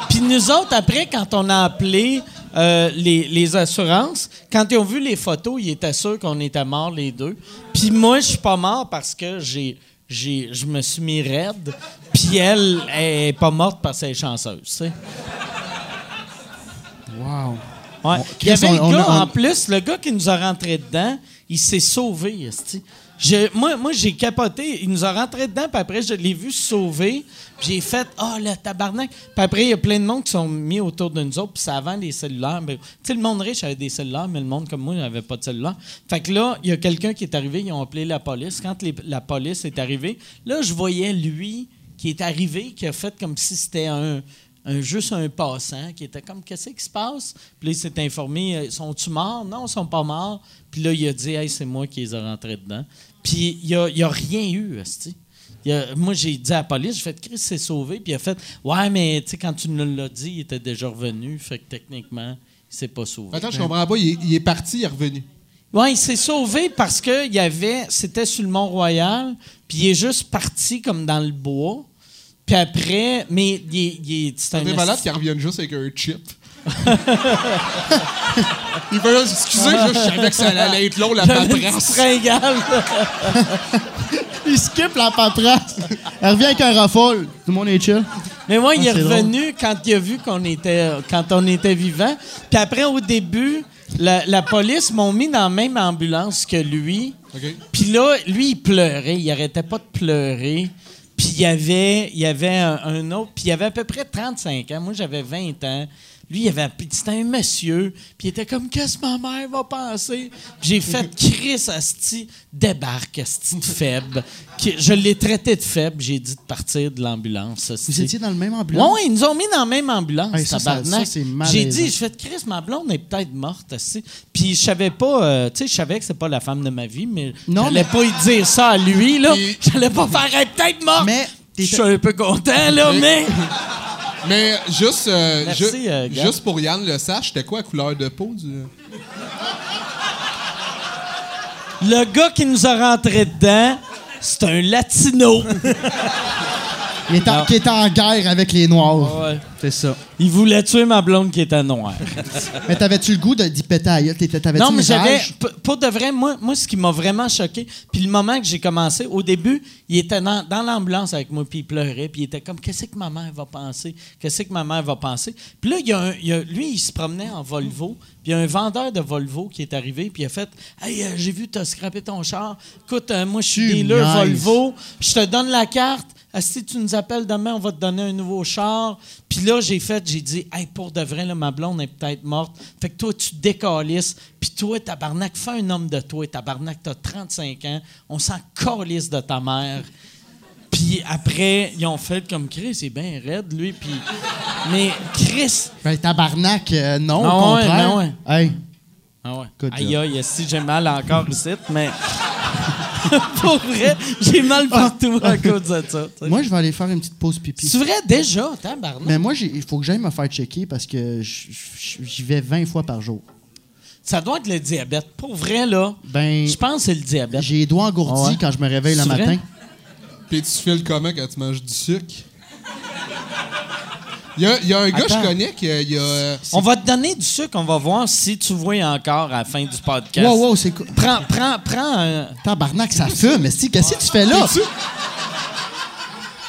[SPEAKER 1] Puis nous autres, après, quand on a appelé euh, les, les assurances, quand ils ont vu les photos, ils étaient sûrs qu'on était morts les deux. Puis moi, je suis pas mort parce que j'ai, j'ai, je me suis mis raide. Puis elle, elle est pas morte parce qu'elle est chanceuse. tu sais.
[SPEAKER 4] Wow.
[SPEAKER 1] Ouais.
[SPEAKER 4] On-
[SPEAKER 1] Il y avait
[SPEAKER 4] Chris,
[SPEAKER 1] le
[SPEAKER 4] on- on
[SPEAKER 1] gars,
[SPEAKER 4] a-
[SPEAKER 1] en plus, le gars qui nous a rentré dedans, il s'est sauvé, esti. Je- moi, moi, j'ai capoté. Il nous a rentré dedans, puis après, je l'ai vu se sauver. puis J'ai fait « Ah, le tabarnak! » Puis après, il y a plein de monde qui sont mis autour de nous autres, puis c'est avant les cellulaires. Ben, Tu sais, le monde riche avait des cellulaires, mais le monde comme moi n'avait pas de cellulaire. Fait que là, il y a quelqu'un qui est arrivé, ils ont appelé la police. Quand les- la police est arrivée, là, je voyais lui qui est arrivé, qui a fait comme si c'était un, un- juste un passant, qui était comme Qu'est-ce qui se passe? Puis là, il s'est informé euh, Sont-tu morts? Non, ils sont pas morts. Puis là, il a dit Hey, c'est moi qui les ai rentrés dedans. Puis il a, il a rien eu, esti. Il a- moi, j'ai dit à la police, j'ai fait Chris s'est sauvé. Puis il a fait Ouais, mais tu sais, quand tu nous l'as dit, il était déjà revenu. Fait que techniquement, il s'est pas sauvé.
[SPEAKER 5] Attends, je comprends pas. Il est, il est parti, il est revenu.
[SPEAKER 1] Oui, il s'est sauvé parce que il y avait, c'était sur le Mont-Royal, puis il est juste parti comme dans le bois. Puis après, mais il est- il est- c'est un
[SPEAKER 5] C'est malade
[SPEAKER 1] esti-
[SPEAKER 5] qu'il revienne juste avec un chip. il fait juste, excusez, je, je savais que ça allait être long, la
[SPEAKER 1] J'avais une petite
[SPEAKER 5] paperasse.
[SPEAKER 1] fringale.
[SPEAKER 4] Il skip la paperasse. Elle revient avec un raffole. Tout le monde est chill.
[SPEAKER 1] Mais moi, il est
[SPEAKER 4] Ah, c'est drôle.
[SPEAKER 1] revenu quand il a vu qu'on était, quand on était vivant. Puis après, au début, la, la police m'ont mis dans la même ambulance que lui.
[SPEAKER 5] OK.
[SPEAKER 1] Puis là, lui, il pleurait. Il arrêtait pas de pleurer. Puis il y avait, il y avait un, un autre. Puis il avait à peu près 35 ans. Moi, j'avais 20 ans. Lui, il avait puis c'était un monsieur. Puis il était comme, qu'est-ce que ma mère va penser? Puis J'ai fait, Chris Asti, débarque, Asti de faible. Que- Je l'ai traité de faible. J'ai dit de partir de l'ambulance. asti.
[SPEAKER 4] Vous étiez dans le même
[SPEAKER 1] Ouais,
[SPEAKER 4] ambulance?
[SPEAKER 1] ouais, ils nous ont mis dans la même ambulance,
[SPEAKER 4] Hey, ça, ça-
[SPEAKER 1] tabarnak.
[SPEAKER 4] ça, c'est
[SPEAKER 1] J'ai
[SPEAKER 4] malaisant.
[SPEAKER 1] dit, je fais Chris, ma blonde est peut-être morte, aussi. Puis je savais pas, euh, tu sais, je savais que c'est pas la femme de ma vie, mais
[SPEAKER 4] Non,
[SPEAKER 1] j'allais pas
[SPEAKER 4] mais-
[SPEAKER 1] y dire ça à lui, là.
[SPEAKER 5] Et-
[SPEAKER 1] J'allais pas faire, elle est peut-être morte.
[SPEAKER 4] Mais
[SPEAKER 1] je
[SPEAKER 4] t'étais-
[SPEAKER 1] suis un peu content, là, mais.
[SPEAKER 5] Mais juste, euh,
[SPEAKER 1] Merci,
[SPEAKER 5] ju-
[SPEAKER 1] euh, Gab.
[SPEAKER 5] juste pour Yann le sache, c'était quoi la couleur de peau du.
[SPEAKER 1] Le gars qui nous a rentré dedans, c'est un latino.
[SPEAKER 4] Il est en,
[SPEAKER 1] Non.
[SPEAKER 4] qui est en guerre avec les Noirs.
[SPEAKER 1] Ouais.
[SPEAKER 4] C'est ça.
[SPEAKER 1] Il voulait tuer ma blonde qui était noire.
[SPEAKER 4] Mais t'avais-tu le goût de- d'y péter à la gueule? T'étais- T'avais-tu
[SPEAKER 1] Non, mais
[SPEAKER 4] une
[SPEAKER 1] j'avais.
[SPEAKER 4] rage?
[SPEAKER 1] p- Pour de vrai, moi, moi, ce qui m'a vraiment choqué, puis le moment que j'ai commencé, au début, il était dans, dans l'ambulance avec moi, puis il pleurait, puis il était comme Qu'est-ce que ma mère va penser Qu'est-ce que ma mère va penser Puis là, il y a un- il y a- lui, il se promenait en Volvo, puis il y a un vendeur de Volvo qui est arrivé, puis il a fait Hey, euh, j'ai vu, t'as scrappé ton char. Écoute, euh, moi, je suis
[SPEAKER 4] Tu
[SPEAKER 1] dealer
[SPEAKER 4] niaises.
[SPEAKER 1] Volvo, je te donne la carte. Ah, si tu nous appelles demain, on va te donner un nouveau char. Puis là, j'ai fait, j'ai dit, hey, pour de vrai, là, ma blonde est peut-être morte. Fait que toi, tu décalisses. Puis toi, tabarnak, fais un homme de toi. Tabarnak, t'as 35 ans. On s'en calisse de ta mère. Puis après, ils ont fait comme Chris, il est bien raide, lui. Puis. Mais Chris.
[SPEAKER 4] Ben, tabarnak, euh, non,
[SPEAKER 1] Ah
[SPEAKER 4] au
[SPEAKER 1] ouais,
[SPEAKER 4] contraire.
[SPEAKER 1] ben
[SPEAKER 4] Hey,
[SPEAKER 1] Ah ouais.
[SPEAKER 4] Good
[SPEAKER 1] aïe,
[SPEAKER 4] job.
[SPEAKER 1] aïe, si j'ai mal encore ici, mais. Ah. pour vrai, j'ai mal partout à cause de ça. tu sais.
[SPEAKER 4] moi, je vais aller faire une petite pause pipi.
[SPEAKER 1] C'est vrai, déjà, tabarnak.
[SPEAKER 4] Mais moi, j'ai- il faut que j'aille me faire checker parce que je- je- j'y vais 20 fois par jour.
[SPEAKER 1] Ça doit être le diabète. Pour vrai, là,
[SPEAKER 4] Ben,
[SPEAKER 1] je pense que c'est le diabète.
[SPEAKER 4] j'ai les doigts engourdis
[SPEAKER 1] Ah ouais?
[SPEAKER 4] quand je me réveille le
[SPEAKER 1] C'est vrai?
[SPEAKER 4] matin.
[SPEAKER 5] Puis tu files comment quand tu manges du sucre? Il y a, il y a un gars que je
[SPEAKER 4] Attends.
[SPEAKER 5] connais qui a. il y a, euh,
[SPEAKER 1] On va te donner du sucre, on va voir si tu vois encore à la fin du podcast.
[SPEAKER 4] Wow, wow, c'est quoi?
[SPEAKER 1] Prends, prends, prends un...
[SPEAKER 4] Tabarnak, ça fume. Esti, Qu'est-ce que tu fais
[SPEAKER 1] Ah!
[SPEAKER 4] là?
[SPEAKER 5] T'es-tu-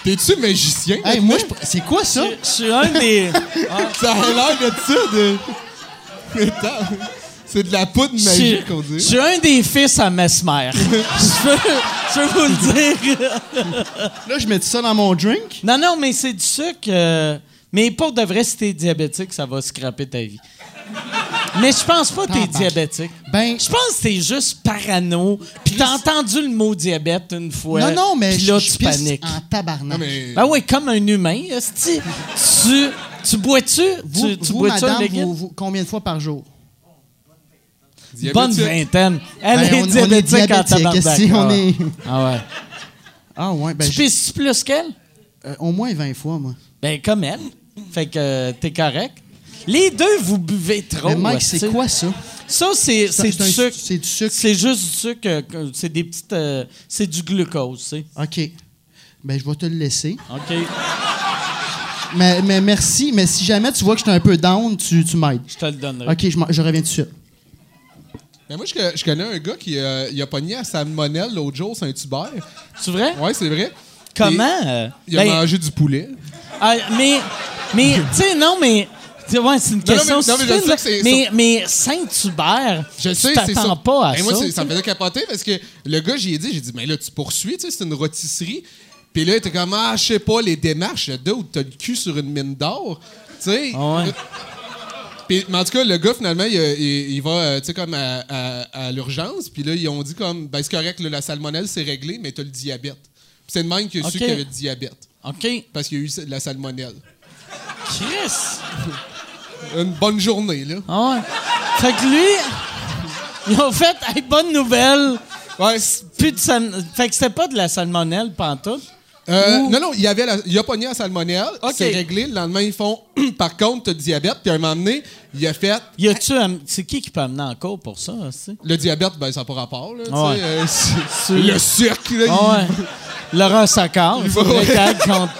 [SPEAKER 5] T'es-tu magicien?
[SPEAKER 4] Hey, moi, je- c'est quoi ça?
[SPEAKER 1] Je suis un des...
[SPEAKER 5] Ça a l'air de ça, de. Mais attends, C'est de la poudre
[SPEAKER 1] Je suis-
[SPEAKER 5] magique, qu'on
[SPEAKER 1] je
[SPEAKER 5] dit.
[SPEAKER 1] suis un des fils à Mesmer. Je peux, je peux vous le dire.
[SPEAKER 4] Là, je mets ça dans mon drink.
[SPEAKER 1] Non, non, mais c'est du sucre. euh, mais pour de vrai, si t'es diabétique, ça va scraper ta vie. Mais je pense pas que t'es
[SPEAKER 4] Tabarnak.
[SPEAKER 1] diabétique.
[SPEAKER 4] Ben,
[SPEAKER 1] Je pense que t'es juste parano. Puis t'as entendu le mot diabète une fois.
[SPEAKER 4] non, non, mais
[SPEAKER 1] Puis là,
[SPEAKER 4] je je
[SPEAKER 1] tu
[SPEAKER 4] pisse
[SPEAKER 1] paniques.
[SPEAKER 4] en tabarnak.
[SPEAKER 5] Non, mais.
[SPEAKER 1] Ben oui, comme un humain, esti. tu, tu bois-tu?
[SPEAKER 4] Vous,
[SPEAKER 1] Tu, tu
[SPEAKER 4] vous,
[SPEAKER 1] bois-tu un
[SPEAKER 4] madame,
[SPEAKER 1] liquide?
[SPEAKER 4] vous, vous- combien de fois par jour?
[SPEAKER 5] diabétique.
[SPEAKER 1] Bonne vingtaine. Elle
[SPEAKER 4] Ben,
[SPEAKER 1] est diabétique en tabarnak.
[SPEAKER 4] esti,
[SPEAKER 1] Ah
[SPEAKER 4] on
[SPEAKER 1] ouais.
[SPEAKER 4] est...
[SPEAKER 1] Ah ouais.
[SPEAKER 4] Ah ouais, ben
[SPEAKER 1] tu
[SPEAKER 4] j'ai-
[SPEAKER 1] pisses plus qu'elle?
[SPEAKER 4] euh, au moins 20 fois, moi.
[SPEAKER 1] Ben, comme elle. Fait que euh, t'es correct. Les deux, vous buvez trop.
[SPEAKER 4] Mais Mike,
[SPEAKER 1] hostie.
[SPEAKER 4] c'est quoi ça?
[SPEAKER 1] Ça, c'est c'est
[SPEAKER 4] un-
[SPEAKER 1] du sucre.
[SPEAKER 4] Oh, C'est du sucre.
[SPEAKER 1] C'est juste du sucre. euh, que- C'est des petites. euh, c'est du glucose, tu sais.
[SPEAKER 4] OK. Ben, je vais te le laisser.
[SPEAKER 1] OK.
[SPEAKER 4] Mais, mais merci. Mais si jamais tu vois que je suis un peu down, tu, tu m'aides.
[SPEAKER 1] Je te le donnerai.
[SPEAKER 4] OK, je, m'en- je reviens tout de suite.
[SPEAKER 5] Mais moi, je, je connais un gars qui euh, il a pogné à salmonelle l'autre jour, Saint-Hubert.
[SPEAKER 1] C'est vrai?
[SPEAKER 5] Ouais, c'est vrai.
[SPEAKER 1] Comment? euh,
[SPEAKER 5] Il a
[SPEAKER 1] ben,
[SPEAKER 5] mangé du poulet.
[SPEAKER 1] ah, mais, mais tu sais, non, mais. tu sais, Ouais, c'est une
[SPEAKER 5] non,
[SPEAKER 1] question
[SPEAKER 5] mais- non, mais je
[SPEAKER 1] stupide,
[SPEAKER 5] sais
[SPEAKER 1] là.
[SPEAKER 5] que c'est-
[SPEAKER 1] mais, mais Saint-Hubert,
[SPEAKER 5] Je sais,
[SPEAKER 1] tu
[SPEAKER 5] c'est
[SPEAKER 1] t'attends
[SPEAKER 5] ça.
[SPEAKER 1] pas à
[SPEAKER 5] Et
[SPEAKER 1] ça.
[SPEAKER 5] moi, c'est- ça me faisait capoter parce que le gars, j'y ai dit, j'ai dit, mais là, tu poursuis, tu sais, c'est une rôtisserie. Puis là, il était comme, ah, je sais pas, les démarches, le deux où t'as le cul sur une mine d'or. Tu sais.
[SPEAKER 1] Ah ouais.
[SPEAKER 5] Puis, mais en tout cas, le gars, finalement, il, euh, il- il va, euh, tu sais, comme à, à- à l'urgence. Puis là, ils ont dit, comme, ben, c'est correct, là, la salmonelle, c'est réglé, mais t'as le diabète. Puis c'est le même qui a
[SPEAKER 1] Ok.
[SPEAKER 5] su qu'il y avait le diabète.
[SPEAKER 1] OK.
[SPEAKER 5] Parce qu'il y a eu de la salmonelle.
[SPEAKER 1] Chris!
[SPEAKER 5] Une bonne journée, là.
[SPEAKER 1] Ah ouais. Fait que lui, ils ont fait, hey, bonne nouvelle.
[SPEAKER 5] Ouais.
[SPEAKER 1] Plus de sal- Fait que c'était pas de la salmonelle, pantoute.
[SPEAKER 5] Euh,
[SPEAKER 1] Ou-
[SPEAKER 5] non, non, il, y avait la- il a pogné la salmonelle.
[SPEAKER 1] Ok.
[SPEAKER 5] C'est réglé. Le lendemain, ils font par contre, t'as le diabète. Puis à un moment donné, il a fait
[SPEAKER 1] Y a-tu. am- C'est qui qui peut amener en cours pour ça, aussi?
[SPEAKER 5] le diabète, ben ça n'a pas rapport. Là, tu sais,
[SPEAKER 1] Ouais.
[SPEAKER 5] euh, c'est- le cirque, là, il-
[SPEAKER 1] Ah ouais. Laurent Saccard,
[SPEAKER 5] Il
[SPEAKER 1] il
[SPEAKER 5] va-
[SPEAKER 1] faudrait qu'il aille contre.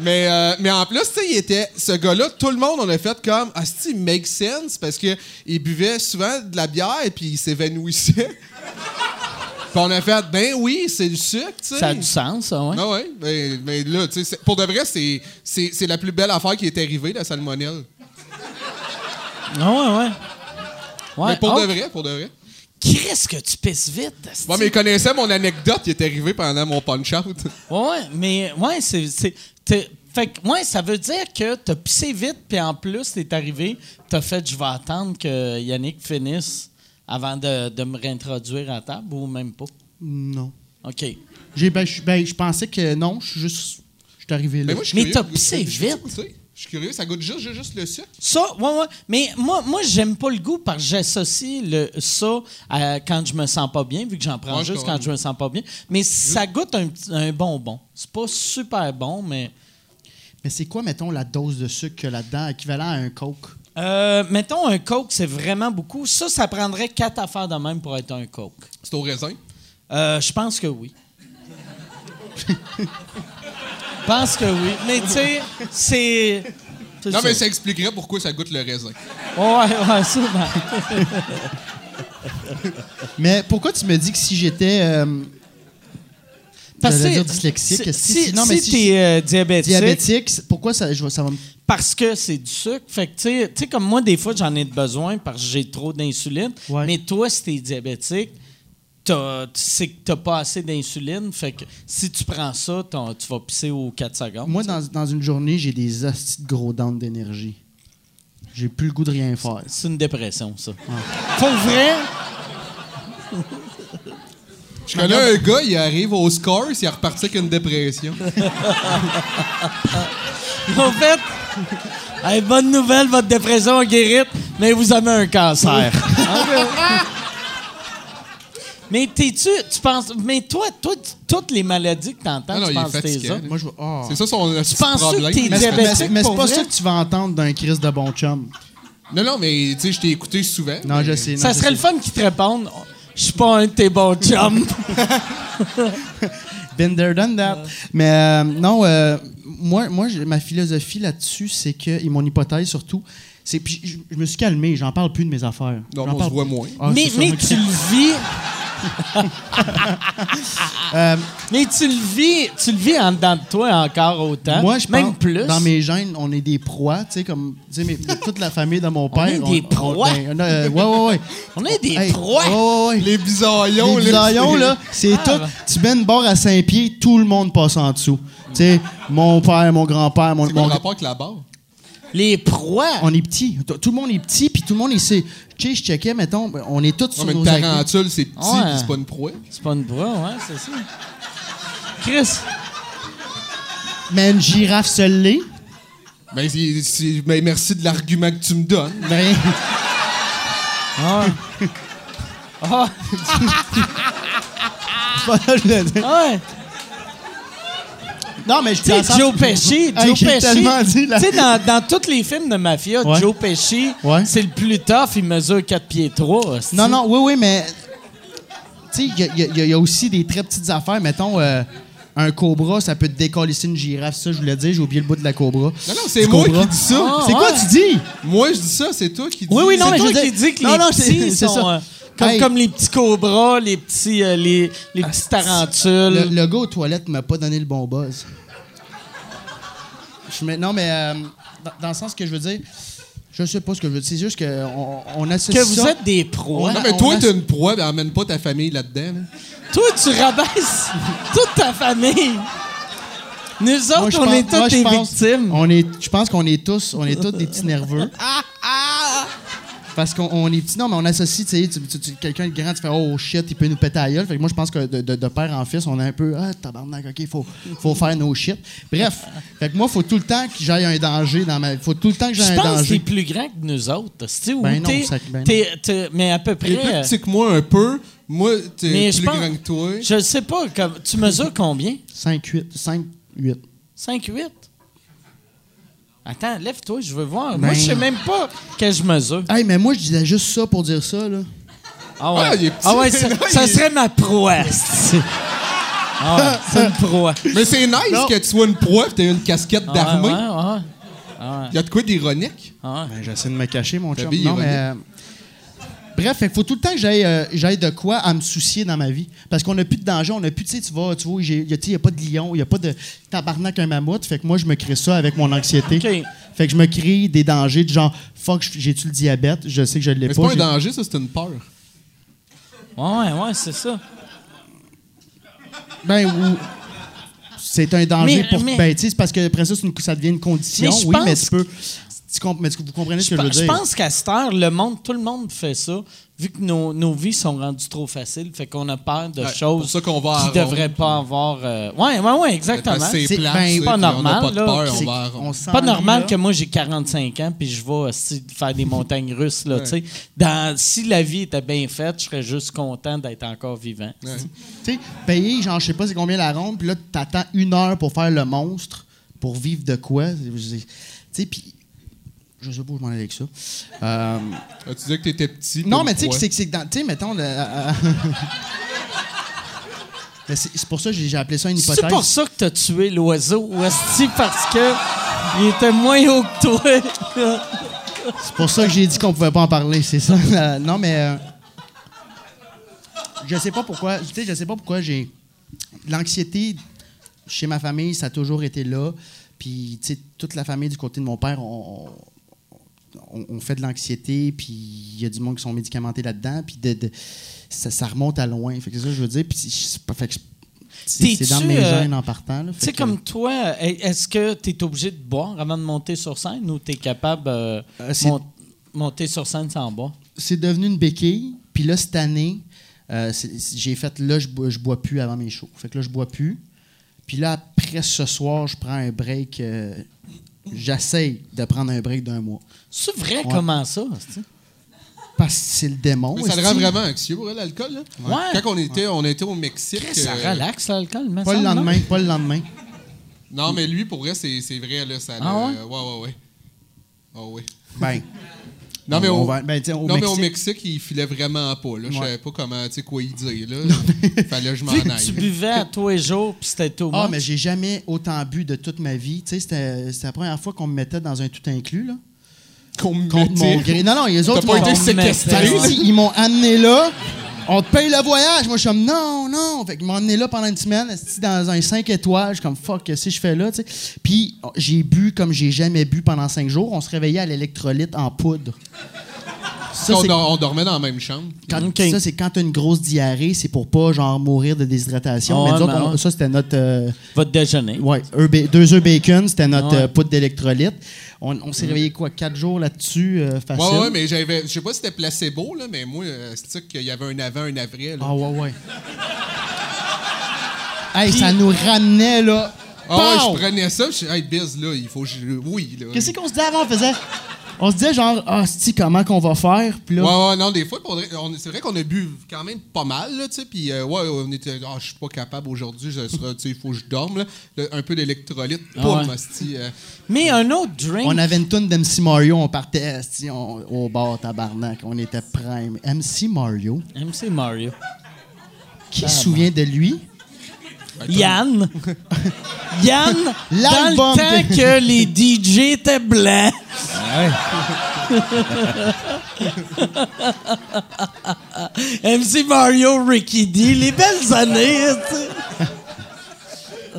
[SPEAKER 5] Mais, euh, mais en plus, tu sais, il était. Ce gars-là, tout le monde, on a fait comme Asti, it make sense parce que il buvait souvent de la bière et puis il s'évanouissait. puis on a fait Ben oui, c'est du sucre, tu sais.
[SPEAKER 1] Ça a du sens, ça, ouais.
[SPEAKER 5] Ah ouais, mais, mais là, tu sais, c'est- pour de vrai, c'est- c'est c'est la plus belle affaire qui est arrivée, la salmonelle.
[SPEAKER 1] Ah ouais, ouais. Ouais.
[SPEAKER 5] mais pour
[SPEAKER 1] oh,
[SPEAKER 5] de vrai, pour de vrai.
[SPEAKER 1] Chris, que tu pisses vite. esti.
[SPEAKER 5] Bon, mais il connaissait mon anecdote qui est arrivée pendant mon punch-out.
[SPEAKER 1] Ouais, ouais, mais ouais, c'est. c'est- t'es- Fait que, ouais, ça veut dire que t'as pissé vite, puis en plus, t'es arrivé, t'as fait, je vais attendre que Yannick finisse avant de, de me réintroduire à table, ou même pas.
[SPEAKER 4] Non.
[SPEAKER 1] OK.
[SPEAKER 4] J'ai, ben, je ben, je pensais que non, je suis juste. Je suis arrivé là.
[SPEAKER 5] Ben moi, je suis
[SPEAKER 1] Mais
[SPEAKER 5] curieux.
[SPEAKER 1] t'as pissé
[SPEAKER 5] Je suis-
[SPEAKER 1] vite.
[SPEAKER 5] tu sais, Je suis curieux, ça goûte juste, juste- juste le sucre.
[SPEAKER 1] Ça, ouais, ouais. Mais moi, moi j'aime pas le goût parce que j'associe le, ça à quand je me sens pas bien, vu que j'en prends
[SPEAKER 5] Ouais,
[SPEAKER 1] juste
[SPEAKER 5] quand
[SPEAKER 1] quand
[SPEAKER 5] même.
[SPEAKER 1] je me sens pas bien. Mais ça goûte un, petit- un bonbon. C'est pas super bon, mais.
[SPEAKER 4] Mais c'est quoi, mettons, la dose de sucre qu'il y a là-dedans, équivalent à un coke?
[SPEAKER 1] Euh, mettons un Coke, c'est vraiment beaucoup. Ça, ça prendrait quatre affaires de même pour être un Coke.
[SPEAKER 5] C'est au raisin.
[SPEAKER 1] Euh, je pense que oui. Je pense que oui. Mais tu sais, c'est.
[SPEAKER 5] Non, mais
[SPEAKER 1] ça.
[SPEAKER 5] ça expliquerait pourquoi ça goûte le raisin.
[SPEAKER 1] Ouais, ouais, souvent.
[SPEAKER 4] Mais pourquoi tu me dis que si j'étais. euh,
[SPEAKER 1] Parce
[SPEAKER 4] J'allais
[SPEAKER 1] que
[SPEAKER 4] dire dyslexique,
[SPEAKER 1] Si,
[SPEAKER 4] si-
[SPEAKER 1] si-
[SPEAKER 4] non, mais
[SPEAKER 1] si
[SPEAKER 4] si-
[SPEAKER 1] t'es euh, diabétique,
[SPEAKER 4] diabétique, c'est- pourquoi ça, je, vois- ça va me.
[SPEAKER 1] parce que c'est du sucre. Fait que, tu sais- tu sais, comme moi, des fois, j'en ai besoin parce que j'ai trop d'insuline.
[SPEAKER 4] Ouais.
[SPEAKER 1] Mais toi, si t'es diabétique, t'as- tu sais que t'as pas assez d'insuline. Fait que si tu prends ça, t'en- tu vas pisser aux 4 secondes.
[SPEAKER 4] Moi, dans, dans une journée, j'ai des hosties de gros dents d'énergie. J'ai plus le goût de rien faire.
[SPEAKER 1] C'est une dépression, ça. Pour vrai,
[SPEAKER 5] Je connais un gars, il arrive au Scars, il est reparti avec une dépression.
[SPEAKER 1] Ah. en fait, hey, bonne nouvelle, votre dépression est guérite, mais vous avez un cancer. mais t'es-tu, tu penses, mais toi, toi, tu- toutes les maladies que t'entends,
[SPEAKER 5] Ah non,
[SPEAKER 1] tu
[SPEAKER 5] il est
[SPEAKER 1] penses que t'es
[SPEAKER 5] fatigué.
[SPEAKER 1] ça.
[SPEAKER 4] Moi, je vois. ah.
[SPEAKER 5] C'est ça son petit
[SPEAKER 1] penses-tu que
[SPEAKER 5] problème.
[SPEAKER 1] t'es
[SPEAKER 4] Mais c'est- mais c'est
[SPEAKER 1] diabétique,
[SPEAKER 4] mais
[SPEAKER 1] pour
[SPEAKER 4] c'est pas
[SPEAKER 1] vrai?
[SPEAKER 4] ça que tu vas entendre d'un Chris de bon chum.
[SPEAKER 5] Non, non, mais tu sais, je t'ai écouté souvent.
[SPEAKER 4] Non,
[SPEAKER 5] mais-
[SPEAKER 4] je sais. non,
[SPEAKER 1] Ça
[SPEAKER 4] je
[SPEAKER 1] serait
[SPEAKER 4] sais.
[SPEAKER 1] le fun qu'ils te répondent. Je suis pas un de tes bons chums.
[SPEAKER 4] Ah, Been there, done that. Mais euh, non, euh, moi, moi j'ai- ma philosophie là-dessus, c'est que, et mon hypothèse surtout, c'est. Puis je, je me suis calmé, j'en parle plus de mes affaires.
[SPEAKER 5] Non,
[SPEAKER 4] J'en
[SPEAKER 5] mais on
[SPEAKER 4] parle
[SPEAKER 5] se voit
[SPEAKER 4] plus.
[SPEAKER 5] moins.
[SPEAKER 4] Ah,
[SPEAKER 1] mais
[SPEAKER 4] c'est ça,
[SPEAKER 1] mais
[SPEAKER 4] ok.
[SPEAKER 1] tu le vis.
[SPEAKER 4] Euh,
[SPEAKER 1] mais tu le vis, tu le vis en dedans de toi encore autant.
[SPEAKER 4] Moi, je
[SPEAKER 1] Hein? même
[SPEAKER 4] pense,
[SPEAKER 1] plus.
[SPEAKER 4] Dans mes gènes, on est des proies, tu sais, comme tu sais, mais toute la famille de mon père.
[SPEAKER 1] est des proies?
[SPEAKER 4] ben, euh, ouais, ouais, ouais.
[SPEAKER 1] On est des
[SPEAKER 4] Hey,
[SPEAKER 1] proies.
[SPEAKER 4] ouais, ouais, ouais.
[SPEAKER 5] Les bisaillons,
[SPEAKER 4] Les bisaillons,
[SPEAKER 5] c'est-
[SPEAKER 4] là, c'est
[SPEAKER 1] Ah,
[SPEAKER 4] tout. Tu mets une barre à cinq pieds, tout le monde passe en dessous. Tu sais, mon père, mon grand-père, mon,
[SPEAKER 5] C'est quoi
[SPEAKER 4] mon-
[SPEAKER 5] le rapport avec la barre?
[SPEAKER 1] Les proies.
[SPEAKER 4] on est petit. T- Tout le monde est petit, puis tout le monde est. c'est- Tu sais, je checkais, mettons, ben, on est tous
[SPEAKER 5] Non,
[SPEAKER 4] sur
[SPEAKER 5] mais
[SPEAKER 4] nos
[SPEAKER 5] une
[SPEAKER 4] acquis.
[SPEAKER 5] tarentule, c'est petit,
[SPEAKER 1] Ouais.
[SPEAKER 5] puis c'est pas une proie.
[SPEAKER 1] C'est pas une proie, ouais, c'est ça. Chris,
[SPEAKER 4] Mais une girafe seule l'est.
[SPEAKER 5] Ben, c'est- c'est- ben, merci de l'argument que tu me donnes.
[SPEAKER 4] Ben,
[SPEAKER 1] Ah. Ah,
[SPEAKER 4] c'est pas ça que je voulais dire.
[SPEAKER 1] ouais.
[SPEAKER 4] Non, mais je
[SPEAKER 1] Tu sais, Joe Pesci,
[SPEAKER 4] Hey,
[SPEAKER 1] Joe
[SPEAKER 4] j'ai tellement dit,
[SPEAKER 1] Pesci,
[SPEAKER 4] là.
[SPEAKER 1] tu sais, dans, dans tous les films de mafia,
[SPEAKER 4] Ouais.
[SPEAKER 1] Joe Pesci,
[SPEAKER 4] Ouais.
[SPEAKER 1] c'est le plus tough, il mesure 4 pieds 3.
[SPEAKER 4] Non, non, oui, oui, mais. Tu sais, il y a- il y, a- il y a aussi des très petites affaires. Mettons, euh, un cobra, ça peut te décalisser une girafe. Ça, je voulais dire, j'ai oublié le bout de la cobra.
[SPEAKER 5] Non, non,
[SPEAKER 4] Du
[SPEAKER 5] c'est moi
[SPEAKER 4] cobra.
[SPEAKER 5] qui dis ça.
[SPEAKER 1] Ah,
[SPEAKER 4] C'est quoi
[SPEAKER 1] ouais.
[SPEAKER 4] tu dis?
[SPEAKER 5] Moi, je dis ça, c'est toi qui dis
[SPEAKER 1] Oui, oui, non,
[SPEAKER 4] C'est
[SPEAKER 1] mais je
[SPEAKER 4] toi
[SPEAKER 1] veux
[SPEAKER 4] qui
[SPEAKER 1] dire,
[SPEAKER 4] dis que
[SPEAKER 1] non,
[SPEAKER 4] les
[SPEAKER 1] non,
[SPEAKER 4] petits
[SPEAKER 1] c'est- c'est
[SPEAKER 4] sont,
[SPEAKER 1] ça.
[SPEAKER 4] euh,
[SPEAKER 1] comme,
[SPEAKER 4] hey. Ah,
[SPEAKER 1] comme les petits cobras, les petits, euh, les, les petits tarentules.
[SPEAKER 4] Le, le gars aux toilettes m'a pas donné le bon buzz. Je me- non, mais euh, dans, dans le sens que je veux dire, je sais pas ce que je veux dire. C'est juste qu'on on associe
[SPEAKER 1] que vous
[SPEAKER 4] ça-
[SPEAKER 1] êtes des pros.
[SPEAKER 5] Non,
[SPEAKER 4] Ouais.
[SPEAKER 5] mais
[SPEAKER 4] on
[SPEAKER 5] toi,
[SPEAKER 4] a-
[SPEAKER 5] t'es une proie, ben emmène pas ta famille là-dedans. là.
[SPEAKER 1] Toi, tu rabaisses toute ta famille. Nous autres,
[SPEAKER 4] Moi, je
[SPEAKER 1] on
[SPEAKER 4] pense-
[SPEAKER 1] est tous
[SPEAKER 4] moi, je
[SPEAKER 1] des
[SPEAKER 4] pense-
[SPEAKER 1] victimes.
[SPEAKER 4] On est, je pense qu'on est tous, on est tous des petits nerveux. Parce qu'on on est petits. Non, mais on associe, tu sais, tu- tu- tu- quelqu'un de grand, tu fais oh shit, il peut nous péter à gueule. Fait que moi, je pense que de, de- de père en fils, on est un peu ah tabarnak, ok, faut, faut faire nos shit. Bref, fait que moi, faut tout le temps que j'aille un danger dans ma, faut tout le temps que
[SPEAKER 1] Je
[SPEAKER 4] j'aille un
[SPEAKER 1] pense que
[SPEAKER 4] danger.
[SPEAKER 1] t'es plus grand que nous autres. Tu sais, où
[SPEAKER 4] Ben non,
[SPEAKER 1] t'es-
[SPEAKER 4] sac- ben non.
[SPEAKER 1] t'es- t'es- mais à peu
[SPEAKER 5] T'es
[SPEAKER 1] près.
[SPEAKER 5] plus
[SPEAKER 1] euh,
[SPEAKER 5] petit que moi un peu. Moi, t'es
[SPEAKER 1] mais
[SPEAKER 5] plus
[SPEAKER 1] je pense-
[SPEAKER 5] grand que toi.
[SPEAKER 1] Je sais pas. comme- tu mesures combien?
[SPEAKER 4] 5, 8, 5, 8.
[SPEAKER 1] 5-8? Attends, lève-toi, je veux voir.
[SPEAKER 4] Ben-
[SPEAKER 1] Moi, je sais même pas que je mesure.
[SPEAKER 4] Hey, mais moi, je disais juste ça pour dire ça, là.
[SPEAKER 1] Ah ouais,
[SPEAKER 5] Ah, il est petit.
[SPEAKER 1] Ah ouais, ça,
[SPEAKER 5] Non, il
[SPEAKER 1] ça
[SPEAKER 5] est-
[SPEAKER 1] serait ma proie. esti. Ah ouais, c'est une proie.
[SPEAKER 5] Mais c'est nice que tu sois une proie pis t'aies une casquette d'armée.
[SPEAKER 1] Ah ouais, ouais, ouais.
[SPEAKER 5] Il y a de quoi d'ironique.
[SPEAKER 1] Ah ouais.
[SPEAKER 4] Ben, j'essaie de me cacher, mon chum.
[SPEAKER 5] bille
[SPEAKER 4] Non,
[SPEAKER 5] est
[SPEAKER 4] mais, euh, Bref, il faut tout le temps que j'aille, euh, j'aille de quoi à me soucier dans ma vie. Parce qu'on n'a plus de danger, on n'a plus, tu sais, tu vas, tu vois, il n'y a pas de lion, il n'y a pas de tabarnak un mammouth. Fait que moi, je me crée ça avec mon anxiété.
[SPEAKER 1] OK.
[SPEAKER 4] Fait que je me crée des dangers de genre, fuck, j'ai-tu le diabète? Je sais que je ne l'ai
[SPEAKER 5] Mais
[SPEAKER 4] pas.
[SPEAKER 5] c'est pas un
[SPEAKER 4] j'ai-
[SPEAKER 5] danger, ça, c'est une peur.
[SPEAKER 1] Ouais, ouais, ouais, c'est ça.
[SPEAKER 4] Ben, ou- C'est un danger
[SPEAKER 1] Mais-
[SPEAKER 4] pour.
[SPEAKER 1] mais-
[SPEAKER 4] ben, tu sais, c'est parce que après ça, c'est une- ça devient une condition.
[SPEAKER 1] Mais je
[SPEAKER 4] oui, mais
[SPEAKER 1] pense-
[SPEAKER 4] tu peux. tu comp- mais tu- vous comprenez ce
[SPEAKER 1] Je,
[SPEAKER 4] que je veux
[SPEAKER 1] pe- je
[SPEAKER 4] dire?
[SPEAKER 1] pense qu'à cette heure, le monde, tout le monde fait ça, vu que nos, nos vies sont rendues trop faciles, fait qu'on a peur de
[SPEAKER 5] Ouais,
[SPEAKER 1] choses
[SPEAKER 5] pour ça qu'on va à
[SPEAKER 1] qui
[SPEAKER 5] Rome.
[SPEAKER 1] devrait pas avoir. euh, Ouais, ouais, ouais, exactement.
[SPEAKER 5] Parce que C'est
[SPEAKER 4] C'est-
[SPEAKER 5] plat,
[SPEAKER 4] ben,
[SPEAKER 5] tu sais,
[SPEAKER 1] pas
[SPEAKER 5] puis
[SPEAKER 1] normal,
[SPEAKER 5] On a pas de
[SPEAKER 1] là.
[SPEAKER 5] peur,
[SPEAKER 4] C'est-
[SPEAKER 5] on va.
[SPEAKER 4] on s'en
[SPEAKER 1] pas
[SPEAKER 4] est
[SPEAKER 1] normal
[SPEAKER 4] là.
[SPEAKER 1] que moi j'ai 45 ans puis je vais aussi faire des montagnes russes là, tu sais. Dans- si la vie était bien faite, je serais juste content d'être encore vivant.
[SPEAKER 4] Tu sais, payer, genre, je sais pas c'est combien la ronde, puis là, t'attends une heure pour faire le monstre, pour vivre de quoi. Je- Tu sais, puis. Je sais pas où je m'en allais avec ça. Euh,
[SPEAKER 5] Tu disais que t'étais petit. puis
[SPEAKER 4] non,
[SPEAKER 5] une
[SPEAKER 4] mais tu sais, que
[SPEAKER 5] proie.
[SPEAKER 4] c'est que c'est que dans. Tu sais, mettons. le- euh, euh, Mais c'est c'est pour ça que j'ai j'ai appelé ça une hypothèse.
[SPEAKER 1] C'est pour ça que t'as tué l'oiseau ou est-ce parce que il était moins haut que toi?
[SPEAKER 4] C'est pour ça que j'ai dit qu'on pouvait pas en parler, c'est ça. Euh, non, mais euh, je sais pas pourquoi. Tu sais, je sais pas pourquoi j'ai l'anxiété chez ma famille, ça a toujours été là. Puis, tu sais, toute la famille du côté de mon père, on, on- on fait de l'anxiété, puis il y a du monde qui sont médicamentés là-dedans, puis de, de- ça, ça remonte à loin. Fait que c'est ça que je veux dire. Puis, c'est pas- fait que c'est c'est dans
[SPEAKER 1] T'es-tu,
[SPEAKER 4] mes
[SPEAKER 1] euh,
[SPEAKER 4] gènes en partant. là. Fait
[SPEAKER 1] Tu sais,
[SPEAKER 4] que-
[SPEAKER 1] comme toi, est-ce que tu es obligé de boire avant de monter sur scène ou tu es capable euh,
[SPEAKER 4] Euh, c'est-
[SPEAKER 1] mon- monter sur scène sans boire?
[SPEAKER 4] c'est devenu une béquille. Puis là, cette année, euh, c'est- c'est- j'ai fait là, je bois, je bois plus avant mes shows. Fait que là, je bois plus. Puis là, après ce soir, je prends un break. euh, J'essaye de prendre un break d'un mois.
[SPEAKER 1] C'est vrai,
[SPEAKER 4] Ouais.
[SPEAKER 1] comment ça? c'est-tu?
[SPEAKER 4] Parce que c'est le démon.
[SPEAKER 5] Mais ça le rend
[SPEAKER 4] est-ce-tu?
[SPEAKER 5] vraiment anxieux, pour elle, l'alcool. Là.
[SPEAKER 1] Ouais.
[SPEAKER 5] Quand on était, on était au Mexique.
[SPEAKER 1] Chris, Ça
[SPEAKER 5] euh,
[SPEAKER 1] relaxe l'alcool, mais
[SPEAKER 4] Pas
[SPEAKER 1] ça,
[SPEAKER 4] le
[SPEAKER 1] non?
[SPEAKER 4] lendemain, pas le lendemain.
[SPEAKER 5] Non, mais lui, pour vrai, c'est c'est vrai. Là, ça,
[SPEAKER 1] Ah
[SPEAKER 5] le- ouais, ouais, ouais. Ah ouais.
[SPEAKER 4] Ben,
[SPEAKER 5] Non, mais,
[SPEAKER 4] on
[SPEAKER 5] au,
[SPEAKER 4] va- ben, tu sais, au
[SPEAKER 5] non, mais
[SPEAKER 4] Mexique,
[SPEAKER 5] au Mexique, il filait vraiment pas. Là. Je
[SPEAKER 4] Ouais.
[SPEAKER 5] savais pas comment, tu sais, quoi il dire. Là. Fallait que je m'en
[SPEAKER 1] Vu que
[SPEAKER 5] aille.
[SPEAKER 1] tu buvais à tous les jours puis c'était tout.
[SPEAKER 4] Ah,
[SPEAKER 1] much.
[SPEAKER 4] mais j'ai jamais autant bu de toute ma vie. Tu sais, c'était c'était la première fois qu'on me mettait dans un tout inclus, là.
[SPEAKER 5] Qu'on me
[SPEAKER 4] Contre mon
[SPEAKER 5] mettait-
[SPEAKER 4] gré. Non, non, les
[SPEAKER 5] T'as
[SPEAKER 4] autres,
[SPEAKER 5] pas
[SPEAKER 4] ils m'ont-
[SPEAKER 5] été
[SPEAKER 1] on me mettait-
[SPEAKER 5] séquestré. là.
[SPEAKER 4] Asti, ils m'ont amené là. On te paye le voyage. Moi, je suis comme, non, non. Fait qu'ils m'ont amené là pendant une semaine, asti, dans un 5 étoiles. Je suis comme, fuck, qu'est-ce que je fais là, tu sais? Puis, j'ai bu comme j'ai jamais bu pendant 5 jours. On se réveillait à l'électrolyte en poudre. Ça,
[SPEAKER 5] on,
[SPEAKER 4] c'est
[SPEAKER 5] dor- on dormait dans la même chambre.
[SPEAKER 4] quand,
[SPEAKER 1] Ok.
[SPEAKER 4] ça, c'est quand t'as une grosse diarrhée, c'est pour pas, genre, mourir de déshydratation.
[SPEAKER 1] Ah
[SPEAKER 4] mais
[SPEAKER 1] ouais,
[SPEAKER 4] nous autres,
[SPEAKER 1] mais
[SPEAKER 4] on-
[SPEAKER 1] ouais.
[SPEAKER 4] ça, c'était notre... euh,
[SPEAKER 1] Votre déjeuner.
[SPEAKER 4] Ouais, œufs ba- deux œufs bacon, c'était notre
[SPEAKER 1] Ouais. Mm.
[SPEAKER 4] euh, poudre d'électrolyte. On, on s'est réveillé quoi, quatre jours là-dessus, euh, facile.
[SPEAKER 5] Ouais, ouais, mais j'avais. Je sais pas si c'était placebo, là, mais moi, euh, c'est ça qu'il y avait un avant, un après. Là.
[SPEAKER 4] Ah ouais, ouais. Hey, ça nous ramenait, là.
[SPEAKER 5] Ah ouais,
[SPEAKER 4] Pow!
[SPEAKER 5] je prenais ça, je suis hey, biz, là, il faut que je. Oui, là.
[SPEAKER 4] Qu'est-ce qu'on se disait avant? On faisait on se disait genre, ah, si comment qu'on va faire? Puis là,
[SPEAKER 5] Ouais, ouais, non, des fois, pour vrai, on- c'est vrai qu'on a bu quand même pas mal, là, tu sais, puis euh, ouais, on était, ah, je suis pas capable aujourd'hui, je serai- tu sais, il faut que je dorme, là. Le- un peu d'électrolyte,
[SPEAKER 4] Ah,
[SPEAKER 5] euh, pour
[SPEAKER 1] ouais. Mais un autre drink.
[SPEAKER 4] on avait une toune d'MC Mario, on partait asti, on- au bar tabarnak, on était prime. MC Mario,
[SPEAKER 1] MC Mario.
[SPEAKER 4] qui se souvient de lui?
[SPEAKER 1] Yann. Yann, dans le
[SPEAKER 4] L'album
[SPEAKER 1] temps
[SPEAKER 4] de-
[SPEAKER 1] que les DJ étaient blancs. MC Mario, Ricky D, les belles années. hein, tu sais.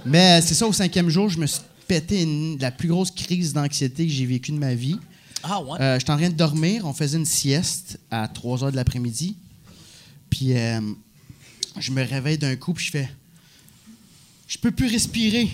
[SPEAKER 4] Mais euh, c'est ça, au cinquième jour, je me suis pété une- la plus grosse crise d'anxiété que j'ai vécue de ma vie.
[SPEAKER 1] Ah ouais?
[SPEAKER 4] Euh, J'étais en train de dormir, on faisait une sieste à 3 heures de l'après-midi. Puis euh, je me réveille d'un coup, puis je fais Je peux plus respirer.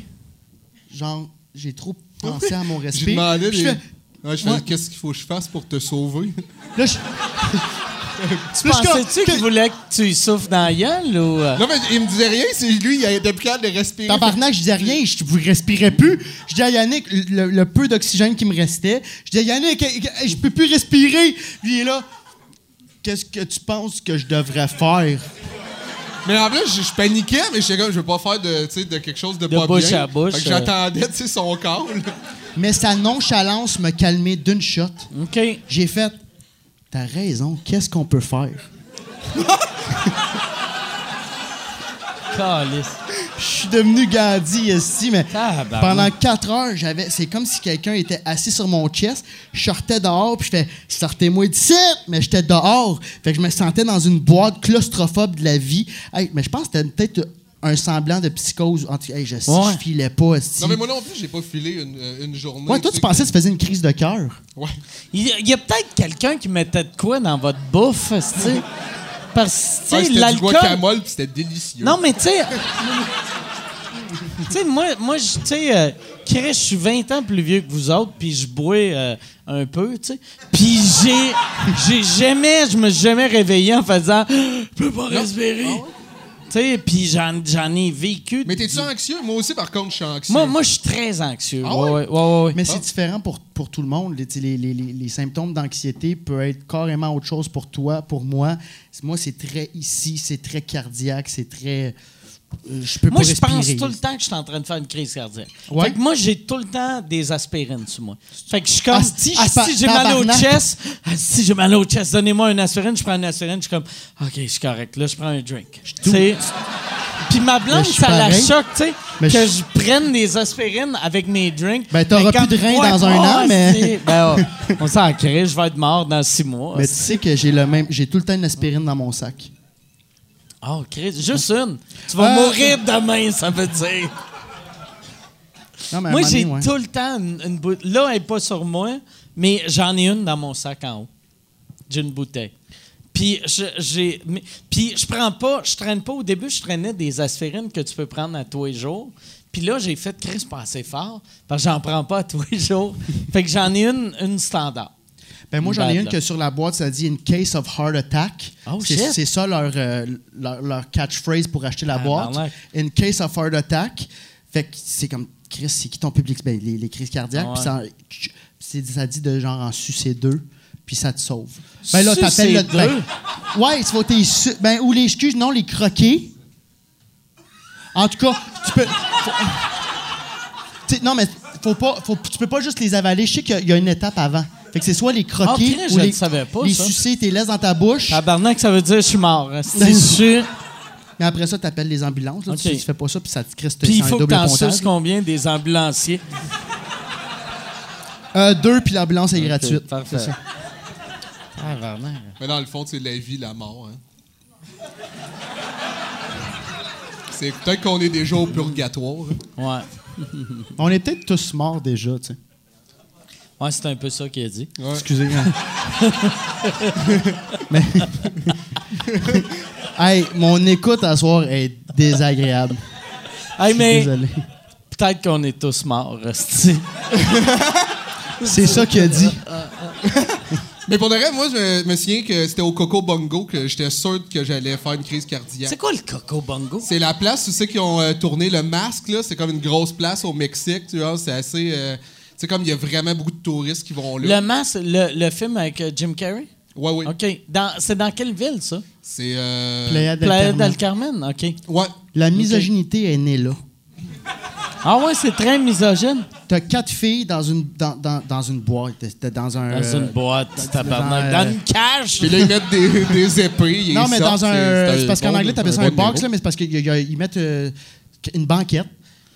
[SPEAKER 4] Genre, j'ai trop pensé à mon
[SPEAKER 5] J'ai
[SPEAKER 4] respect.
[SPEAKER 5] demandé
[SPEAKER 4] Puis je
[SPEAKER 5] des-
[SPEAKER 4] fais-
[SPEAKER 5] Ouais, je fais,
[SPEAKER 4] Ouais.
[SPEAKER 5] qu'est-ce qu'il faut que je fasse pour te sauver?
[SPEAKER 4] Là, je.
[SPEAKER 1] Tu
[SPEAKER 4] Là, je suis comme-
[SPEAKER 1] pensais-tu qu'il voulait que tu y souffles dans la gueule ou... euh?
[SPEAKER 5] Non, mais il me disait rien, c'est lui, il a été plus capable de respirer.
[SPEAKER 4] Tabarnak, je disais rien, je ne respirais plus. Je dis à Yannick, le, le peu d'oxygène qui me restait, je dis à Yannick, eh, eh, je peux plus respirer. Lui, il est là, qu'est-ce que tu penses que je devrais faire?
[SPEAKER 5] Mais en plus, je, je paniquais, mais j'étais comme, je veux pas faire de, tu sais, de quelque chose de,
[SPEAKER 1] De
[SPEAKER 5] pas
[SPEAKER 1] bouche
[SPEAKER 5] bien.
[SPEAKER 1] à bouche,
[SPEAKER 5] Fait que
[SPEAKER 1] euh.
[SPEAKER 5] j'attendais, tu sais, son corps, là.
[SPEAKER 4] Mais sa nonchalance me calmait d'une shot.
[SPEAKER 1] OK.
[SPEAKER 4] J'ai fait, t'as raison, qu'est-ce qu'on peut faire?
[SPEAKER 1] Calisse.
[SPEAKER 4] Je suis devenu Gandhi ici, mais
[SPEAKER 1] Tabarnak.
[SPEAKER 4] pendant quatre heures, j'avais. C'est comme si quelqu'un était assis sur mon chest. Je sortais dehors, puis je fais sortez-moi d'ici, mais j'étais dehors. Fait que je me sentais dans une boîte claustrophobe de la vie. Hey, mais je pense que c'était peut-être un semblant de psychose. En tout cas, hey, je, si
[SPEAKER 1] Ouais.
[SPEAKER 4] je filais pas. Si.
[SPEAKER 5] Non, mais moi non plus, j'ai pas filé une, euh, une journée.
[SPEAKER 4] ouais, toi, tu pensais que tu faisais une crise de cœur.
[SPEAKER 5] Ouais.
[SPEAKER 1] Il y a- il y a, peut-être quelqu'un qui mettait de quoi dans votre bouffe, tu sais. Parce que,
[SPEAKER 5] Ouais,
[SPEAKER 1] tu sais,
[SPEAKER 5] c'était du
[SPEAKER 1] l'alcool...
[SPEAKER 5] guacamole, puis c'était délicieux.
[SPEAKER 1] Non, mais tu sais. tu sais, moi, moi je- tu sais, euh, Chris, je suis 20 ans plus vieux que vous autres, puis je bois euh, un peu, tu sais. Puis j'ai, j'ai jamais, je me suis jamais réveillé en faisant, je peux pas respirer. Tu sais, puis j'en, j'en ai vécu.
[SPEAKER 5] Ah Mais t'es-tu anxieux? Moi aussi, par contre, je suis anxieux.
[SPEAKER 1] Moi, moi, je suis très anxieux.
[SPEAKER 5] Ah
[SPEAKER 1] ouais,
[SPEAKER 5] ouais?
[SPEAKER 1] ouais, ouais, ouais.
[SPEAKER 4] Mais c'est différent pour, pour tout le monde. Les, tu sais, les- les- les- les symptômes d'anxiété peuvent être carrément autre chose pour toi, pour moi. Moi, c'est très ici, c'est très cardiaque, c'est très. euh, Je peux
[SPEAKER 1] Moi,
[SPEAKER 4] pas
[SPEAKER 1] je pense
[SPEAKER 4] respirer.
[SPEAKER 1] tout le temps que je suis en train de faire une crise cardiaque.
[SPEAKER 4] Ouais.
[SPEAKER 1] Fait que moi, j'ai tout le temps des aspirines sur moi. Fait que je suis comme, Ah,
[SPEAKER 4] Asti,
[SPEAKER 1] si
[SPEAKER 4] je par-
[SPEAKER 1] j'ai mal au
[SPEAKER 4] tabarnak.
[SPEAKER 1] chest, Ah, si j'ai mal au chest, donnez-moi une aspirine, je prends une aspirine, je suis comme, OK, je suis correct, là, je prends un drink. Tu sais. Puis ma blonde,
[SPEAKER 4] Mais je suis
[SPEAKER 1] ça la
[SPEAKER 4] pareil.
[SPEAKER 1] choque, tu sais,
[SPEAKER 4] Mais
[SPEAKER 1] que
[SPEAKER 4] je-
[SPEAKER 1] je prenne des aspirines avec mes drinks.
[SPEAKER 4] Ben, t'auras
[SPEAKER 1] Mais comme-
[SPEAKER 4] plus de reins dans un an,
[SPEAKER 1] asti,
[SPEAKER 4] mais-
[SPEAKER 1] Ben, oh, on s'en crée, je vais être mort dans six mois.
[SPEAKER 4] Mais tu sais que j'ai le même, j'ai tout le temps une aspirine dans mon sac.
[SPEAKER 1] Oh, Chris, juste une. Tu vas
[SPEAKER 4] Euh,
[SPEAKER 1] mourir demain, ça veut dire.
[SPEAKER 4] Non, mais à
[SPEAKER 1] Moi,
[SPEAKER 4] un moment
[SPEAKER 1] j'ai
[SPEAKER 4] donné, ouais.
[SPEAKER 1] tout le temps une, une bouteille. Là, elle n'est pas sur moi, mais j'en ai une dans mon sac en haut. J'ai une bouteille. Puis je, j'ai, mais- puis je prends pas, je traîne pas. Au début, je traînais des aspirines que tu peux prendre à tous les jours. Puis là, j'ai fait Chris pas assez fort parce que j'en prends pas à tous les jours. fait que j'en ai une, une standard.
[SPEAKER 4] Ben, moi, j'en ai
[SPEAKER 1] Bad,
[SPEAKER 4] une
[SPEAKER 1] là.
[SPEAKER 4] que sur la boîte, ça dit une case of heart attack.
[SPEAKER 1] Oh,
[SPEAKER 4] c'est
[SPEAKER 1] shit.
[SPEAKER 4] c'est ça leur, euh, leur, leur catchphrase pour acheter la
[SPEAKER 1] Ah,
[SPEAKER 4] boîte.
[SPEAKER 1] barnac.
[SPEAKER 4] Une case of heart attack. Fait que c'est comme, Chris, c'est qui ton public? Ben, les, les crises cardiaques.
[SPEAKER 1] Ouais.
[SPEAKER 4] Puis ça, tch- c'est- ça dit de genre en sucer deux, puis ça te sauve. Ben là, t'appelles
[SPEAKER 1] Sucer
[SPEAKER 4] le. Ben, ouais, il faut tes su- Ben, ou les excuses, non, les croquer. En tout cas, tu peux. Tu sais, non, mais faut pas, faut, tu peux pas juste les avaler. Je sais qu'il y a- il y a une étape avant. Fait que c'est soit les croquer
[SPEAKER 1] Ah, Chris,
[SPEAKER 4] ou
[SPEAKER 1] je
[SPEAKER 4] les,
[SPEAKER 1] le savais pas,
[SPEAKER 4] les
[SPEAKER 1] ça.
[SPEAKER 4] sucer, t'es laisses dans ta bouche.
[SPEAKER 1] Tabarnak, ça veut dire je suis mort. hein. C'est sûr.
[SPEAKER 4] Mais après ça, t'appelles les ambulances. là. Tu-
[SPEAKER 1] Ok.
[SPEAKER 4] Tu, fais pas ça, puis ça te crisse
[SPEAKER 1] Puis il
[SPEAKER 4] un
[SPEAKER 1] faut que
[SPEAKER 4] double
[SPEAKER 1] t'en
[SPEAKER 4] pontage.
[SPEAKER 1] suces combien des ambulanciers?
[SPEAKER 4] Euh, deux, puis l'ambulance est gratuite.
[SPEAKER 1] parfait.
[SPEAKER 4] C'est ça.
[SPEAKER 5] Mais dans le fond, c'est la vie, la mort. Hein. C'est peut-être qu'on est déjà au purgatoire. hein.
[SPEAKER 1] Ouais.
[SPEAKER 4] On est peut-être tous morts déjà, tu sais.
[SPEAKER 1] Ouais, c'est un peu ça qu'il a dit.
[SPEAKER 5] Ouais.
[SPEAKER 4] Excusez. Mais. hey, mon écoute à soir est désagréable.
[SPEAKER 1] Hey,
[SPEAKER 4] Je suis
[SPEAKER 1] mais
[SPEAKER 4] Désolé.
[SPEAKER 1] peut-être qu'on est tous morts, esti.
[SPEAKER 4] C'est ça qu'il a dit.
[SPEAKER 5] Mais pour de vrai, moi, je me- me souviens que c'était au Coco Bongo que j'étais sûr que j'allais faire une crise
[SPEAKER 1] C'est
[SPEAKER 5] cardiaque.
[SPEAKER 1] quoi le coco bongo?
[SPEAKER 5] C'est la place où c'est qui ont euh, tourné le masque, là. C'est comme une grosse place au Mexique, tu vois. C'est assez. euh, tu sais, comme il y a vraiment beaucoup de touristes qui vont là.
[SPEAKER 1] Le masque, le, le film avec euh, Jim Carrey?
[SPEAKER 5] Ouais, oui.
[SPEAKER 1] OK. Dans- C'est dans quelle ville, ça?
[SPEAKER 5] C'est. euh,
[SPEAKER 4] Playa del
[SPEAKER 1] Playa
[SPEAKER 4] Carmen.
[SPEAKER 1] del Carmen, OK.
[SPEAKER 5] Ouais.
[SPEAKER 4] La misogynité est née là.
[SPEAKER 1] Ah ouais, c'est très misogyne.
[SPEAKER 4] T'as quatre filles dans une, dans, dans, dans une boîte. T'es Dans un.
[SPEAKER 1] Dans
[SPEAKER 4] euh,
[SPEAKER 1] une boîte, tabarnak.
[SPEAKER 4] dans, euh,
[SPEAKER 1] Dans une cage.
[SPEAKER 5] Puis là, ils mettent des, des épées. ils
[SPEAKER 4] Non, mais
[SPEAKER 5] sortent,
[SPEAKER 4] dans un. C'est parce qu'en
[SPEAKER 5] bon-
[SPEAKER 4] anglais, t'appelles ça un
[SPEAKER 5] bon
[SPEAKER 4] box,
[SPEAKER 5] numéro.
[SPEAKER 4] là, mais c'est parce qu'ils ils mettent euh, une banquette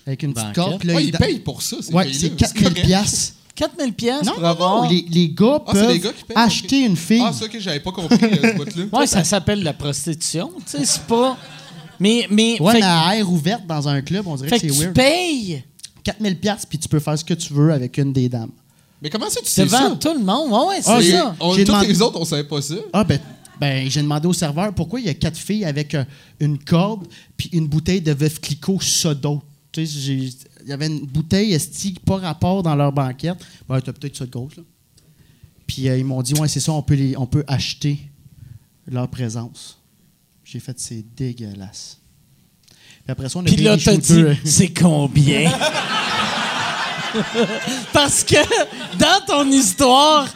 [SPEAKER 4] avec une petite
[SPEAKER 1] Banquette.
[SPEAKER 4] corde. puis là,
[SPEAKER 5] Ouais,
[SPEAKER 4] ils-
[SPEAKER 5] ils payent pour ça. ces
[SPEAKER 4] Ouais,
[SPEAKER 5] pays-là,
[SPEAKER 4] c'est 4000
[SPEAKER 5] correct.
[SPEAKER 4] piastres.
[SPEAKER 1] 4000 pièces
[SPEAKER 4] Non,
[SPEAKER 1] pour
[SPEAKER 4] non,
[SPEAKER 1] avoir...
[SPEAKER 4] non, les, les gars
[SPEAKER 5] Ah, c'est
[SPEAKER 4] peuvent
[SPEAKER 5] les gars qui payent,
[SPEAKER 4] acheter
[SPEAKER 5] ok.
[SPEAKER 4] une fille.
[SPEAKER 5] Ah, ça que j'avais pas compris, euh, ce bout-là.
[SPEAKER 1] Ouais, ça s'appelle la prostitution, tu sais, c'est pas... Mais, mais,
[SPEAKER 4] ouais,
[SPEAKER 1] fait,
[SPEAKER 4] mais à air ouverte dans un club, on dirait
[SPEAKER 1] fait
[SPEAKER 4] que
[SPEAKER 1] que
[SPEAKER 4] c'est
[SPEAKER 1] tu
[SPEAKER 4] weird.
[SPEAKER 1] payes
[SPEAKER 4] 4000 piastres, puis tu peux faire ce que tu veux avec une des dames.
[SPEAKER 5] Mais comment ça, tu sais
[SPEAKER 1] devant
[SPEAKER 5] ça?
[SPEAKER 1] tout le monde. Ouais, ouais, c'est
[SPEAKER 4] Ah,
[SPEAKER 5] Et
[SPEAKER 1] ça.
[SPEAKER 5] on-
[SPEAKER 4] J'ai
[SPEAKER 5] tous
[SPEAKER 4] demandé-
[SPEAKER 5] les autres, on savait pas ça.
[SPEAKER 4] Ah, ben, ben j'ai demandé au serveur pourquoi il y a quatre filles avec euh, une corde puis une bouteille de Veuve Clicquot soda. Tu sais, j'ai- il y avait une bouteille esti pas rapport dans leur banquette. Ben, t'as peut-être ça de gauche, là. Puis euh, ils m'ont dit, ouais, c'est ça, on peut, les, on peut acheter leur présence. J'ai fait, c'est dégueulasse. Puis après ça, on a
[SPEAKER 1] Puis
[SPEAKER 4] pris
[SPEAKER 1] là,
[SPEAKER 4] des
[SPEAKER 1] t'as dit,
[SPEAKER 4] shooters.
[SPEAKER 1] c'est combien? Parce que dans ton histoire,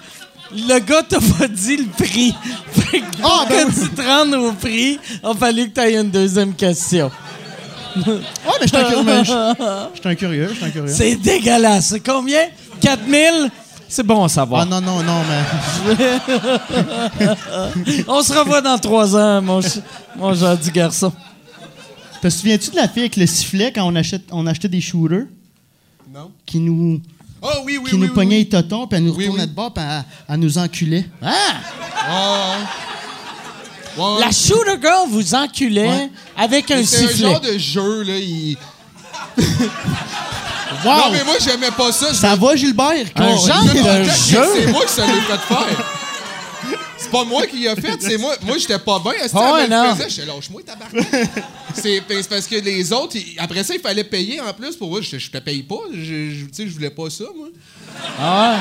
[SPEAKER 1] le gars t'a pas dit le prix. Fait que pour
[SPEAKER 4] Ah, ben
[SPEAKER 1] que
[SPEAKER 4] oui.
[SPEAKER 1] tu te rendes au prix, il fallu que t'ailles une deuxième question.
[SPEAKER 4] Ouais, Ah, mais je suis un curieux. mais je- Je suis un curieux, je suis un curieux.
[SPEAKER 1] C'est dégueulasse. C'est combien? 4000? C'est bon à
[SPEAKER 4] Ah
[SPEAKER 1] savoir.
[SPEAKER 4] non, non, non, mais.
[SPEAKER 1] On se revoit dans trois ans, mon, ch- mon gentil garçon.
[SPEAKER 4] Te souviens-tu de la fille avec le sifflet quand on, achète, on achetait des shooters
[SPEAKER 5] Non.
[SPEAKER 4] qui nous.
[SPEAKER 5] Ah oui, oui,
[SPEAKER 4] qui
[SPEAKER 5] oui.
[SPEAKER 4] nous
[SPEAKER 5] oui,
[SPEAKER 4] pognait
[SPEAKER 5] oui.
[SPEAKER 4] les totons, puis elle nous
[SPEAKER 5] Oui,
[SPEAKER 4] retournait
[SPEAKER 5] oui.
[SPEAKER 4] de bord, puis elle, elle nous enculait.
[SPEAKER 1] Ah!
[SPEAKER 5] Ah, ouais. Ouais, ouais.
[SPEAKER 1] La shooter girl vous enculait
[SPEAKER 4] Ouais.
[SPEAKER 1] avec un
[SPEAKER 5] C'est un
[SPEAKER 1] sifflet.
[SPEAKER 5] genre de jeu, là. il-
[SPEAKER 4] Wow!
[SPEAKER 5] Non, mais moi, j'aimais pas ça.
[SPEAKER 4] Ça va, Gilbert?
[SPEAKER 1] Un
[SPEAKER 4] Con-
[SPEAKER 1] genre
[SPEAKER 5] Je-
[SPEAKER 1] de
[SPEAKER 5] Attends,
[SPEAKER 1] jeu?
[SPEAKER 5] C'est moi qui ça l'ai fait faire. C'est pas moi qui l'a fait, c'est moi. Moi, j'étais pas bien. Est-ce que
[SPEAKER 1] Ah
[SPEAKER 5] elle
[SPEAKER 1] ouais,
[SPEAKER 5] me le
[SPEAKER 1] non.
[SPEAKER 5] faisait? J'étais lâche-moi, tabarnak. C'est ben, c'est parce que les autres, ils- après ça, il fallait payer en plus. Pour moi, je, je te paye pas. Je, je- tu sais, je voulais pas ça, moi.
[SPEAKER 4] Ah,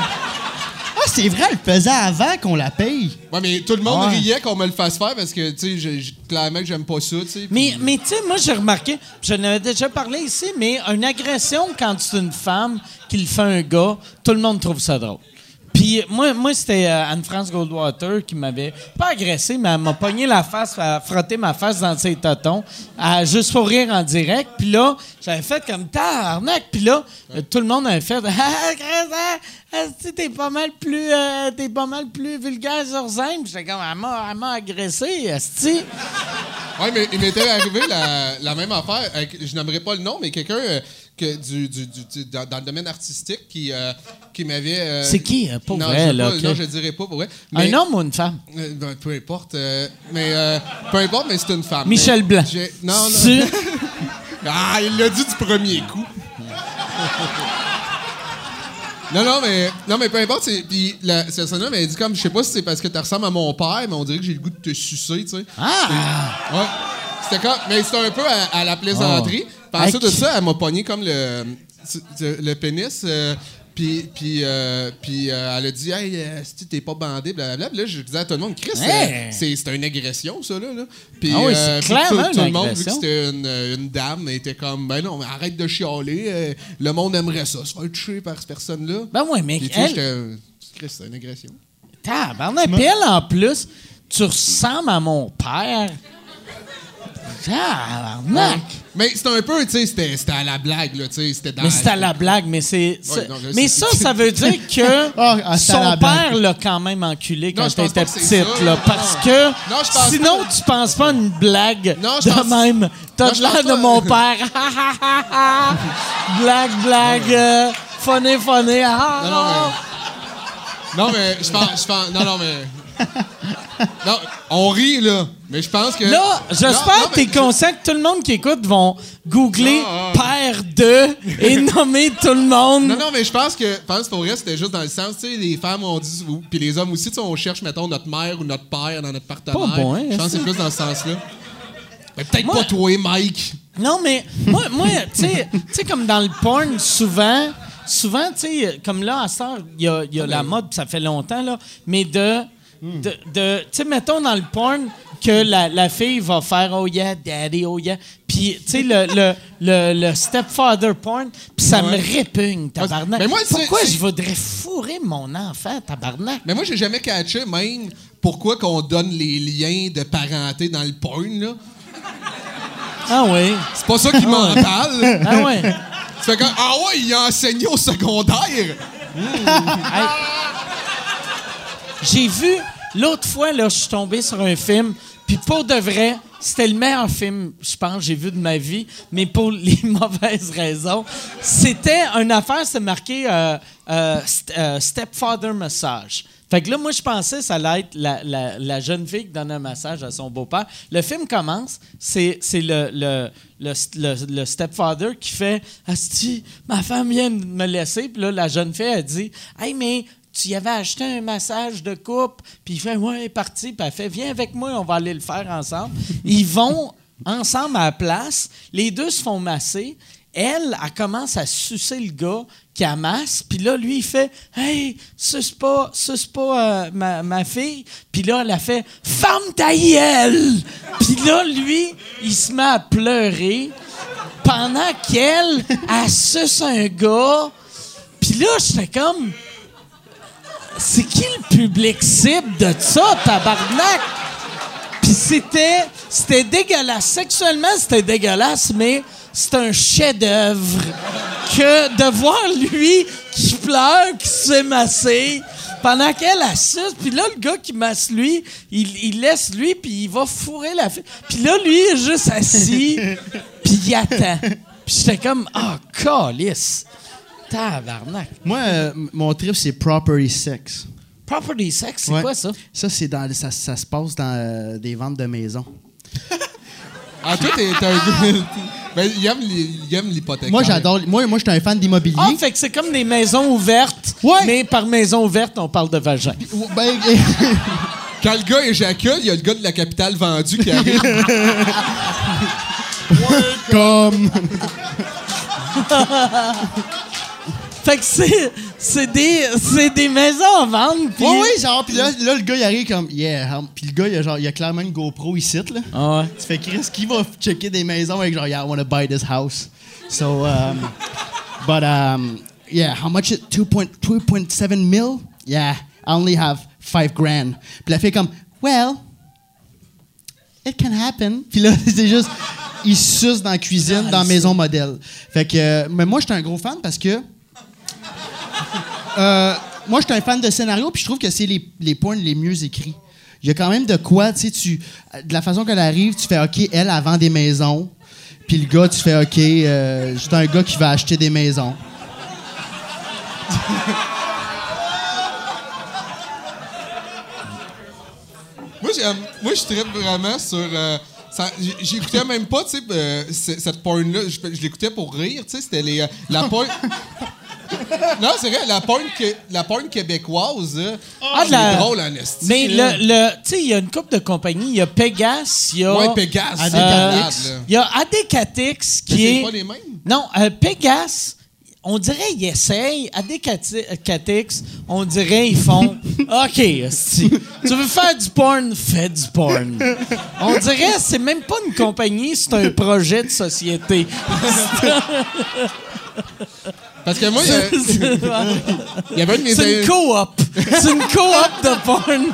[SPEAKER 4] c'est vrai, elle le faisait avant qu'on la paye.
[SPEAKER 5] Ouais, mais tout le monde
[SPEAKER 1] Ouais.
[SPEAKER 5] riait qu'on me le fasse faire parce que, tu sais, je- je- clairement que j'aime pas ça, tu sais.
[SPEAKER 1] Mais, mais tu sais, moi, j'ai remarqué, je n'avais déjà parlé ici, mais une agression quand c'est une femme qui le fait à un gars, tout le monde trouve ça drôle. Puis moi, moi c'était euh, Anne-France Goldwater qui m'avait pas agressé, mais elle m'a pogné la face, elle a frotté ma face dans ses totons, à juste pour rire en direct. Puis là, j'avais fait comme arnaque. Puis là, euh, tout le monde avait fait Ah, Chris, ah, asti, t'es pas mal plus euh, t'es pas mal plus vulgaire sur scène. Puis J'étais comme elle m'a- elle m'a agressé, asti.
[SPEAKER 5] Ouais, mais il m'était arrivé la, la même affaire. avec- je n'aimerais pas le nom, mais quelqu'un euh, que du, du- du- du- dans, dans le domaine artistique qui, euh, qui m'avait. euh,
[SPEAKER 1] C'est qui, euh, pour
[SPEAKER 5] non,
[SPEAKER 1] vrai,
[SPEAKER 5] je sais
[SPEAKER 1] là,
[SPEAKER 5] pas,
[SPEAKER 1] ok.
[SPEAKER 5] Non, je dirais pas pour vrai.
[SPEAKER 1] Un
[SPEAKER 5] Mais-
[SPEAKER 1] homme ou une femme?
[SPEAKER 5] Euh, ben, peu importe. euh, mais euh, peu importe, mais c'est une femme.
[SPEAKER 1] Michel
[SPEAKER 5] Mais
[SPEAKER 1] Blanc.
[SPEAKER 5] j'ai- Non, non.
[SPEAKER 1] Sur-
[SPEAKER 5] Ah, il l'a dit du premier coup. Non, non, mais, non, mais peu importe. c'est- Puis la cette personne-là m'a dit comme, je sais pas si c'est parce que tu ressembles à mon père, mais on dirait que j'ai le goût de te sucer, tu sais.
[SPEAKER 1] Ah!
[SPEAKER 5] Ouais. C'était comme. Mais c'était un peu à, à la plaisanterie.
[SPEAKER 1] Ah.
[SPEAKER 5] Puis ensuite de
[SPEAKER 1] Aïe.
[SPEAKER 5] ça, elle m'a pogné comme le, le pénis. euh, puis, puis, euh, puis euh, elle a dit, hey, euh, si t'es pas bandé, blablabla. Puis Là, je disais à tout le monde, Chris,
[SPEAKER 1] Hey!
[SPEAKER 5] euh, c'est c'est une agression, ça, là. là. Puis, euh,
[SPEAKER 1] Ah oui, c'est
[SPEAKER 5] puis
[SPEAKER 1] clairement
[SPEAKER 5] tout, tout le
[SPEAKER 1] une
[SPEAKER 5] monde, vu que
[SPEAKER 1] agression.
[SPEAKER 5] c'était euh, une, une dame, était comme, ben non, mais arrête de chialer. euh, le monde aimerait ça, se faire toucher par cette personne-là.
[SPEAKER 1] Ben ouais, mais
[SPEAKER 5] Puis, tu sais,
[SPEAKER 1] elle,
[SPEAKER 5] j'étais, Chris, c'est une agression.
[SPEAKER 1] tabarnak, puis elle, en plus, tu ressembles à mon père. Tabarnak!
[SPEAKER 5] Mais c'était un peu, tu sais, c'était c'était à la blague, là, tu sais. C'était dans
[SPEAKER 1] Mais c'est à la blague, mais c'est... c'est-
[SPEAKER 5] non, je
[SPEAKER 1] mais
[SPEAKER 5] sais.
[SPEAKER 1] ça, ça veut dire que
[SPEAKER 4] Ah, ah, c'est à
[SPEAKER 1] son
[SPEAKER 4] la blague.
[SPEAKER 1] père l'a quand même enculé
[SPEAKER 5] Non,
[SPEAKER 1] quand
[SPEAKER 5] je pense
[SPEAKER 1] t'étais
[SPEAKER 5] pas que c'est
[SPEAKER 1] petite,
[SPEAKER 5] ça.
[SPEAKER 1] là,
[SPEAKER 5] Non.
[SPEAKER 1] parce que
[SPEAKER 5] Non, je pense
[SPEAKER 1] sinon,
[SPEAKER 5] pas.
[SPEAKER 1] tu penses pas à une blague
[SPEAKER 5] Non, je
[SPEAKER 1] de
[SPEAKER 5] pense-
[SPEAKER 1] même.
[SPEAKER 5] Non,
[SPEAKER 1] T'as
[SPEAKER 5] je
[SPEAKER 1] de l'air
[SPEAKER 5] pense
[SPEAKER 1] de
[SPEAKER 5] pas.
[SPEAKER 1] mon père. blague, blague, euh, funny, funny. ah,
[SPEAKER 5] Non, non, mais. Non, mais je pense. Je pense non, non, mais. Non, on rit, là. Mais je pense que.
[SPEAKER 1] Là,
[SPEAKER 5] Non, non,
[SPEAKER 1] j'espère que
[SPEAKER 5] mais
[SPEAKER 1] t'es conscient que tout le monde qui écoute vont googler
[SPEAKER 5] Non, euh.
[SPEAKER 1] père de et nommer tout le monde.
[SPEAKER 5] Non, non, mais je pense que. Je pense que pour vrai, c'était juste dans le sens, tu sais, les femmes, on dit. ou- Puis les hommes aussi, tu sais, on cherche, mettons, notre mère ou notre père dans notre partenaire.
[SPEAKER 1] Pas bon, hein,
[SPEAKER 5] je pense que c'est
[SPEAKER 1] ça.
[SPEAKER 5] plus dans ce sens-là. Mais peut-être
[SPEAKER 1] Moi-
[SPEAKER 5] pas toi, Mike.
[SPEAKER 1] Non, mais moi, moi tu sais- tu sais, comme dans le porn, souvent, souvent, tu sais, comme là, à ça, il y a, il y a
[SPEAKER 5] Ben
[SPEAKER 1] la mode, ça fait longtemps, là, mais de.
[SPEAKER 5] Hmm.
[SPEAKER 1] De, de- tu sais, mettons dans le porn que la, la fille va faire Oh yeah, daddy, oh yeah. Puis Puis, tu sais, le, le, le, le stepfather porn, puis ça me répugne, tabarnak.
[SPEAKER 5] Mais moi, c'est-
[SPEAKER 1] Pourquoi
[SPEAKER 5] c'est-
[SPEAKER 1] je voudrais fourrer mon enfant, tabarnak?
[SPEAKER 5] Mais moi, j'ai jamais catché même pourquoi qu'on donne les liens de parenté dans le porn, là.
[SPEAKER 1] Ah oui.
[SPEAKER 5] C'est pas ça qui m'en parle.
[SPEAKER 1] Ah oui.
[SPEAKER 5] C'est fait que, ah ouais, il a enseigné au secondaire.
[SPEAKER 1] J'ai vu, l'autre fois, là, je suis tombé sur un film, puis pour de vrai, c'était le meilleur film, je pense, que j'ai vu de ma vie, mais pour les mauvaises raisons. C'était une affaire, c'est marqué euh, euh, st- euh, Stepfather Massage. Fait que là, moi, je pensais que ça allait être la, la- la jeune fille qui donne un massage à son beau-père. Le film commence, c'est c'est le, le, le, le- le stepfather qui fait Asti, ma femme vient de me laisser. Puis là, la jeune fille, elle dit Hey, mais tu y avais acheté un massage de couple, puis il fait Ouais, elle est parti, puis elle fait Viens avec moi, on va aller le faire ensemble. Ils vont ensemble à la place, les deux se font masser. Elle, elle commence à sucer le gars qui amasse, puis là, lui, il fait Hey, suce pas, suce pas euh, ma, ma fille. Puis là, elle a fait Femme ta gueule! Puis là, lui, il se met à pleurer pendant qu'elle, elle suce un gars. Puis là, j'étais comme c'est qui le public cible de ça, tabarnak? Puis c'était, c'était dégueulasse. Sexuellement, c'était dégueulasse, mais c'est un chef-d'œuvre. Que de voir lui qui pleure, qui se fait masser, pendant qu'elle assuste, puis là, le gars qui masse lui, il, il laisse lui, puis il va fourrer la fille. Puis là, lui, il est juste assis, puis il attend. Puis j'étais comme, ah, calice. Tabarnak.
[SPEAKER 4] Moi, euh, m- mon trip, c'est Property Sex.
[SPEAKER 1] Property sex, c'est
[SPEAKER 4] Ouais.
[SPEAKER 1] quoi ça?
[SPEAKER 4] Ça, c'est dans, ça, ça se passe dans euh, des ventes de maisons.
[SPEAKER 5] Ah, toi, t'es t'es un gars. Ben, il aime les- il aime l'hypothèque.
[SPEAKER 4] Moi, j'adore. Moi, moi je suis un fan d'immobilier.
[SPEAKER 1] Ah, fait que c'est comme des maisons ouvertes,
[SPEAKER 4] Ouais.
[SPEAKER 1] mais par maison ouverte, on parle de vagin.
[SPEAKER 4] Ben,
[SPEAKER 5] Quand le gars éjacule, il y a le gars de la capitale vendu qui arrive.
[SPEAKER 4] comme.
[SPEAKER 1] Fait que c'est, c'est, des, c'est des maisons à vendre. Pis...
[SPEAKER 4] Ouais, oui, genre, pis là, là, le gars, il arrive comme, yeah, hum. pis le gars, il a, genre, il a clairement une GoPro ici, là.
[SPEAKER 1] Ah ouais.
[SPEAKER 4] Tu fais, Chris, qui va checker des maisons avec, genre, yeah, I wanna buy this house. So, um, but, um, yeah, how much is 2.7 mil? Yeah, I only have 5 grand. Pis la fille, comme, well, it can happen. Puis là, c'est juste, il suce dans la cuisine, dans la maison modèle. Fait que, euh, mais moi, j'étais un gros fan parce que. euh, moi, j'étais un fan de scénario, puis je trouve que c'est les, les points les mieux écrits. Il y a quand même de quoi, tu sais, tu. De la façon qu'elle arrive, tu fais OK, elle, elle vend des maisons. Puis le gars, tu fais OK, euh, c'est un gars qui va acheter des maisons.
[SPEAKER 5] Moi, j'aime- moi, je tripe vraiment sur. euh, ça- j- J'écoutais même pas, tu sais, euh, c- cette porn-là. Je, je l'écoutais pour rire, tu sais. C'était les. euh, la porn. non, c'est vrai, la porn, que- la porn québécoise. là.
[SPEAKER 1] Ah,
[SPEAKER 5] C'est
[SPEAKER 1] de la-
[SPEAKER 5] drôle, en esti.
[SPEAKER 1] Mais
[SPEAKER 5] là.
[SPEAKER 1] le, le, tu sais, il y a une coupe de compagnies. Il y a Pegas, il y a.
[SPEAKER 5] Ouais, Pégase, c'est malade, là.
[SPEAKER 1] Euh, Il y a Adécatix qui
[SPEAKER 5] Mais c'est
[SPEAKER 1] est.
[SPEAKER 5] pas les mêmes?
[SPEAKER 1] Non, euh, Pegas. On dirait ils essayent. Adécatix, on dirait ils font. OK, esti, tu veux faire du porn, fais du porn. On dirait c'est même pas une compagnie, c'est un projet de société.
[SPEAKER 5] Parce que moi, il y a-
[SPEAKER 1] c'est
[SPEAKER 5] il y avait un de mes
[SPEAKER 1] une
[SPEAKER 5] amis-
[SPEAKER 1] coop. C'est une coop de porn.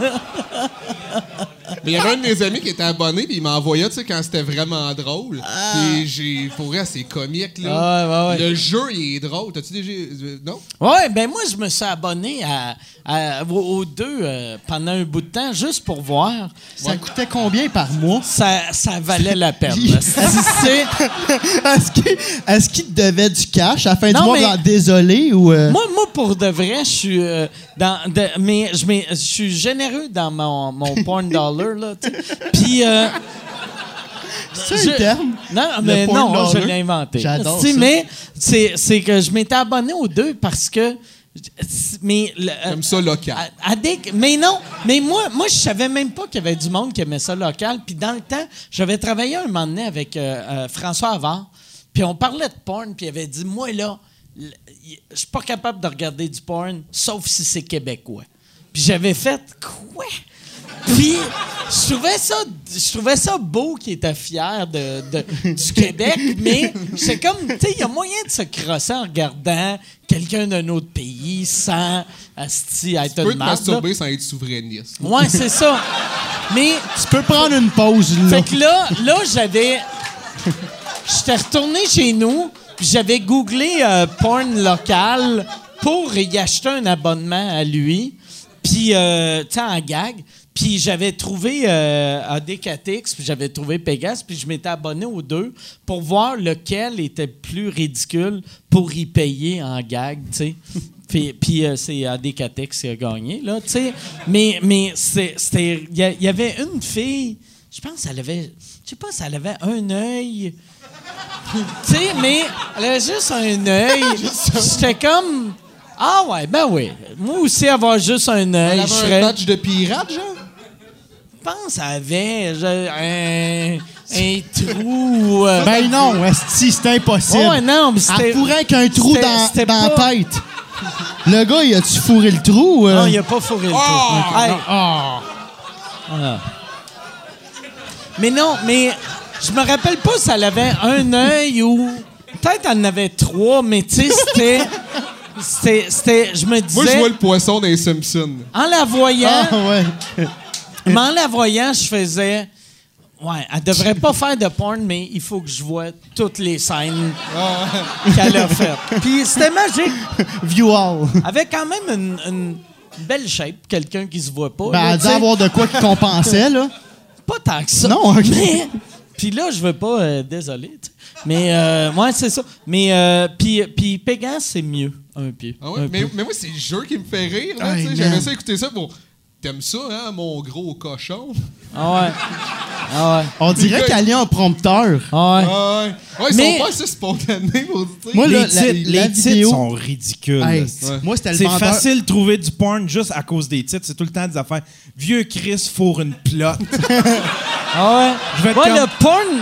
[SPEAKER 5] mais il y avait un de mes amis qui était abonné, puis il m'envoyait, tu sais, quand c'était vraiment drôle. Puis j'ai. Pour vrai, c'est comique, là.
[SPEAKER 1] Ah, ouais, ouais, ouais.
[SPEAKER 5] Le jeu, il est drôle. T'as-tu déjà. euh, Non?
[SPEAKER 1] Ouais, ben moi, je me suis abonné à, à- aux aux deux euh, pendant un bout de temps, juste pour voir.
[SPEAKER 4] Ça coûtait combien par mois?
[SPEAKER 1] Ça, ça valait la peine. là. C'est-
[SPEAKER 4] Est-ce qu'il est-ce qu'il te devait du cash à la fin
[SPEAKER 1] Non,
[SPEAKER 4] du mois?
[SPEAKER 1] mais-
[SPEAKER 4] genre, Désolé ou. euh,
[SPEAKER 1] Moi, moi, pour de vrai, je suis euh, dans, de- mais je m'ai- je suis généreux dans mon, mon porn dollar là. tu sais. Puis euh,
[SPEAKER 4] c'est un
[SPEAKER 1] je-
[SPEAKER 4] terme?
[SPEAKER 1] Non, mais
[SPEAKER 4] porn
[SPEAKER 1] non, je
[SPEAKER 4] dollar.
[SPEAKER 1] l'ai inventé.
[SPEAKER 4] J'adore
[SPEAKER 1] Tu sais,
[SPEAKER 4] ça.
[SPEAKER 1] Mais c'est c'est que je m'étais abonné aux deux parce que mais le- euh,
[SPEAKER 5] Comme ça, local.
[SPEAKER 1] à- à des- mais non, mais moi, moi je savais même pas qu'il y avait du monde qui aimait ça local. Puis dans le temps, j'avais travaillé un moment donné avec euh, euh, François Avant, puis on parlait de porn, puis il avait dit Moi, là, l- y- je suis pas capable de regarder du porn, sauf si c'est québécois. Puis j'avais fait Quoi Puis, je trouvais ça, je trouvais ça beau qu'il était fier de, de- du Québec, mais c'est comme, tu sais, il y a moyen de se crosser en regardant quelqu'un d'un autre pays sans asti, être
[SPEAKER 5] Tu peux
[SPEAKER 1] une
[SPEAKER 5] te
[SPEAKER 1] marde, là.
[SPEAKER 5] masturber sans être souverainiste.
[SPEAKER 1] Ouais, c'est ça. Mais
[SPEAKER 4] Tu peux prendre une pause, là.
[SPEAKER 1] fait que là, là j'avais. J'étais retourné chez nous, puis j'avais googlé euh, porn local pour y acheter un abonnement à lui, puis, euh, tu sais, en gag. Puis j'avais trouvé euh, ADKTX, puis j'avais trouvé Pegas, puis je m'étais abonné aux deux pour voir lequel était plus ridicule pour y payer en gag, tu sais. Puis, puis, euh, c'est ADKTX qui a gagné, là, tu sais. Mais, mais c'est- c'était. Il y a- il y avait une fille je pense qu'elle avait. Je sais pas si elle avait un œil. tu sais, mais elle avait juste un œil. J'étais comme. Ah ouais, ben oui. Moi aussi, avoir juste un œil,
[SPEAKER 5] Elle
[SPEAKER 1] je
[SPEAKER 5] avait un
[SPEAKER 1] serais.
[SPEAKER 5] badge de pirate, genre?
[SPEAKER 1] Je pense qu'elle avait je- un, un trou. euh,
[SPEAKER 4] Ben non, esti, c'est impossible.
[SPEAKER 1] Ouais, non, mais c'était-
[SPEAKER 4] Elle pourrait avec un trou
[SPEAKER 1] c'était-
[SPEAKER 4] dans,
[SPEAKER 1] c'était
[SPEAKER 4] dans
[SPEAKER 1] pas-
[SPEAKER 4] la tête. Le gars, il a-tu fourré le trou? euh?
[SPEAKER 1] Non, il a pas fourré le trou. Hey. Ah. Mais non, mais je me rappelle pas si elle avait un œil ou. Peut-être elle en avait trois, mais tu sais, c'était. c'était- C'était. Je me
[SPEAKER 5] Moi, je
[SPEAKER 1] disais.
[SPEAKER 5] vois le poisson dans les Simpsons.
[SPEAKER 1] En la voyant,
[SPEAKER 4] Ah, ouais.
[SPEAKER 1] mais en la voyant, je faisais. Ouais, elle devrait pas faire de porn, mais il faut que je vois toutes les scènes qu'elle a faites. Puis c'était magique.
[SPEAKER 4] View all.
[SPEAKER 1] Avec quand même une, une belle shape, quelqu'un qui se voit pas.
[SPEAKER 4] Ben,
[SPEAKER 1] là,
[SPEAKER 4] elle
[SPEAKER 1] tu
[SPEAKER 4] devait
[SPEAKER 1] sais.
[SPEAKER 4] avoir de quoi qui compensait, là.
[SPEAKER 1] Pas tant que ça.
[SPEAKER 4] Non, ok.
[SPEAKER 1] Mais- Puis là, je veux pas. euh, désolé. tu sais. Mais, euh, ouais, c'est ça. Mais, euh, puis, puis Pégase, c'est mieux. Un pied.
[SPEAKER 5] Ah ouais?
[SPEAKER 1] Un
[SPEAKER 5] mais,
[SPEAKER 1] peu.
[SPEAKER 5] mais moi, c'est le jeu qui me fait rire. là,
[SPEAKER 4] Hey,
[SPEAKER 5] tu sais. J'aimais
[SPEAKER 4] man.
[SPEAKER 5] ça écouter ça pour. T'aimes ça, hein, mon gros cochon?
[SPEAKER 1] Ah ouais. Ah ouais.
[SPEAKER 4] On dirait
[SPEAKER 5] gars,
[SPEAKER 4] qu'elle est en prompteur.
[SPEAKER 1] Ah ouais.
[SPEAKER 5] Ah ouais. Ouais, ils
[SPEAKER 1] Mais-
[SPEAKER 5] sont pas assez spontanés pour dire.
[SPEAKER 4] Moi,
[SPEAKER 3] les
[SPEAKER 4] là,
[SPEAKER 3] titres,
[SPEAKER 4] la,
[SPEAKER 3] les
[SPEAKER 4] la
[SPEAKER 3] titres
[SPEAKER 4] vidéo...
[SPEAKER 3] sont ridicules.
[SPEAKER 4] Hey,
[SPEAKER 3] là, c'est-
[SPEAKER 4] Moi, c'était le
[SPEAKER 3] C'est
[SPEAKER 4] vendeur...
[SPEAKER 3] facile de trouver du porn juste à cause des titres. C'est tout le temps des affaires. Vieux Chris fourre une plotte.
[SPEAKER 1] Ah
[SPEAKER 3] Je
[SPEAKER 1] ouais.
[SPEAKER 3] vais
[SPEAKER 1] Ouais,
[SPEAKER 3] comme-
[SPEAKER 1] le porn.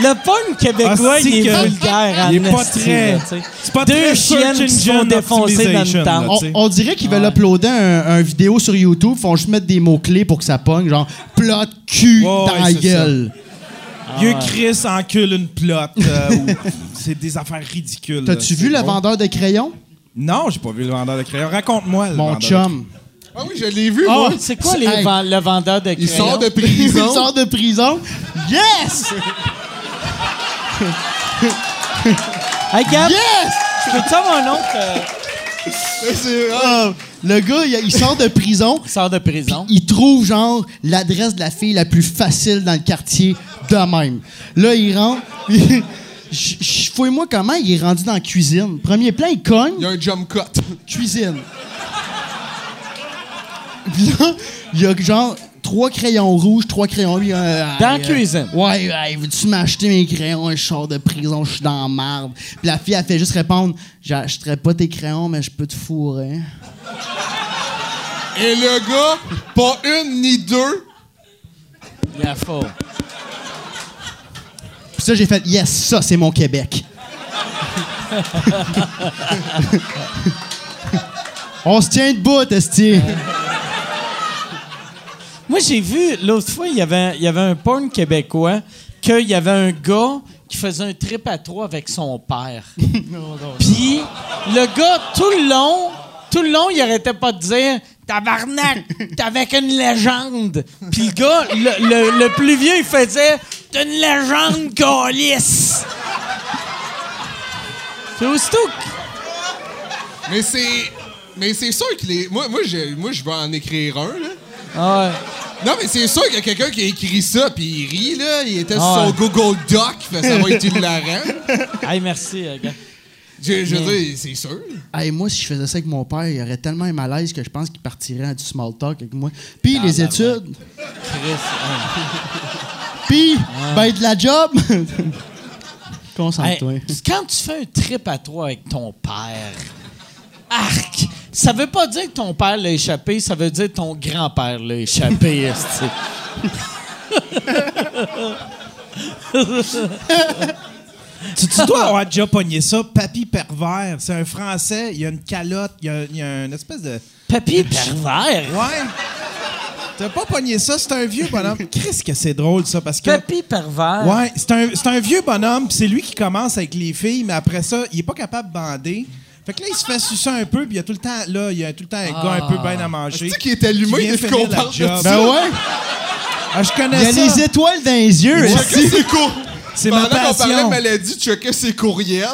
[SPEAKER 1] Le porn québécois,
[SPEAKER 3] Ah, c'est
[SPEAKER 1] il est
[SPEAKER 3] que-
[SPEAKER 1] vulgaire. en
[SPEAKER 3] Il est pas
[SPEAKER 1] esti,
[SPEAKER 3] très-
[SPEAKER 1] là, tu sais.
[SPEAKER 3] c'est pas
[SPEAKER 1] Deux
[SPEAKER 3] très
[SPEAKER 1] chiennes
[SPEAKER 3] search
[SPEAKER 1] qui se font
[SPEAKER 3] engine
[SPEAKER 1] défoncer dans le
[SPEAKER 3] optimisation,
[SPEAKER 1] temps.
[SPEAKER 3] là.
[SPEAKER 4] On,
[SPEAKER 3] tu sais.
[SPEAKER 4] on dirait qu'ils veulent uploader un, un vidéo sur YouTube, font juste mettre des mots-clés pour que ça pogne, genre plot cul
[SPEAKER 3] Ouais,
[SPEAKER 4] dans
[SPEAKER 3] ouais,
[SPEAKER 4] la
[SPEAKER 3] c'est
[SPEAKER 4] gueule.
[SPEAKER 3] Vieux Chris encule une plotte. euh, ou- C'est des affaires ridicules. là, c'est
[SPEAKER 4] T'as-tu vu le
[SPEAKER 3] drôle.
[SPEAKER 4] vendeur de crayons?
[SPEAKER 3] Non, j'ai pas vu le vendeur de crayons. Raconte-moi. le
[SPEAKER 4] Mon
[SPEAKER 3] vendeur de
[SPEAKER 4] chum.
[SPEAKER 5] Ah oui, je l'ai vu, moi.
[SPEAKER 1] C'est quoi les
[SPEAKER 4] Hey.
[SPEAKER 1] ven- le vendeur de crayons?
[SPEAKER 5] Il sort de
[SPEAKER 4] Il
[SPEAKER 5] prison.
[SPEAKER 4] sort de prison. Yes!
[SPEAKER 1] Hey, Gab,
[SPEAKER 4] Yes!
[SPEAKER 1] peux-tu avoir un autre? euh,
[SPEAKER 5] C'est-
[SPEAKER 4] Ah,
[SPEAKER 5] ah,
[SPEAKER 4] le gars, il, il sort de prison.
[SPEAKER 1] il sort de prison.
[SPEAKER 4] Il trouve, genre, l'adresse de la fille la plus facile dans le quartier de même. Là, il rentre. il- je- je- Fouille-moi comment il est rendu dans la cuisine. Premier plan, il cogne.
[SPEAKER 5] Il y a un jump cut.
[SPEAKER 4] cuisine. Puis là, il y a genre trois crayons rouges, trois crayons bleus. euh,
[SPEAKER 1] Dans
[SPEAKER 4] euh,
[SPEAKER 1] cuisine.
[SPEAKER 4] Ouais, ouais, veux-tu m'acheter mes crayons? Je sors de prison, je suis dans la marde. Puis la fille, elle fait juste répondre J'achèterai pas tes crayons, mais je peux te fourrer.
[SPEAKER 5] Et le gars, pas une ni deux.
[SPEAKER 1] Il a faux.
[SPEAKER 4] Puis ça, j'ai fait Yes, ça, c'est mon Québec. On se tient debout, Esti.
[SPEAKER 1] Moi, j'ai vu, l'autre fois, il y avait, il y avait un porn québécois qu'il y avait un gars qui faisait un trip à trois avec son père. Puis, le gars, tout le long, tout le long, il arrêtait pas de dire Tabarnak, t'es avec une légende. Puis le gars, le, le- le plus vieux, il faisait T'es une légende, Gaulis. C'est aussitôt que-
[SPEAKER 5] Mais c'est. Mais c'est sûr qu'il est. Moi, moi, je, moi, je vais en écrire un, là.
[SPEAKER 1] Ah ouais.
[SPEAKER 5] Non, mais c'est sûr qu'il y a quelqu'un qui a écrit ça, puis il rit, là. Il était
[SPEAKER 1] Ah ouais.
[SPEAKER 5] sur son Google Doc, fait ça va être hilarant.
[SPEAKER 1] Hey, merci, euh, gars.
[SPEAKER 5] Je, je veux dire, c'est sûr.
[SPEAKER 4] Hey, moi, si je faisais ça avec mon père, il aurait tellement un malaise que je pense qu'il partirait à du small talk avec moi. Puis les études. Puis, ben, de la job. Concentre-toi.
[SPEAKER 1] Hey, quand tu fais un trip à trois avec ton père, arc, ça veut pas dire que ton père l'a échappé, ça veut dire que ton grand-père l'a échappé. esti.
[SPEAKER 3] Tu, tu dois avoir déjà pogné ça, papy pervers. C'est un Français, il y a une calotte, il y a, il y a une espèce de.
[SPEAKER 1] Papier pervers.
[SPEAKER 3] Ouais! T'as pas pogné ça, c'est un vieux bonhomme. Qu'est-ce que c'est drôle, ça, parce que...
[SPEAKER 1] Papy pervers.
[SPEAKER 3] Ouais, c'est un, c'est un vieux bonhomme, puis c'est lui qui commence avec les filles, mais après ça, il est pas capable de bander. Fait que là, il se fait sucer un peu, puis il y a tout le temps, là, il y a tout le temps un gars un peu
[SPEAKER 1] Ah.
[SPEAKER 3] bien à manger.
[SPEAKER 5] Tu sais qu'il est allumé,
[SPEAKER 3] Ah, Qui vient
[SPEAKER 5] il est
[SPEAKER 3] finir la
[SPEAKER 5] content de
[SPEAKER 3] job.
[SPEAKER 5] ça.
[SPEAKER 3] Ben
[SPEAKER 4] ouais.
[SPEAKER 3] Ah, je
[SPEAKER 1] Il y
[SPEAKER 3] connais
[SPEAKER 1] a
[SPEAKER 3] ça.
[SPEAKER 1] les étoiles dans les yeux.
[SPEAKER 5] Il
[SPEAKER 1] est-ce que-
[SPEAKER 5] checkait ses cours.
[SPEAKER 3] C'est ma
[SPEAKER 5] Pendant qu'on parlait
[SPEAKER 3] passion.
[SPEAKER 5] de maladie, tu checkais ses courriels.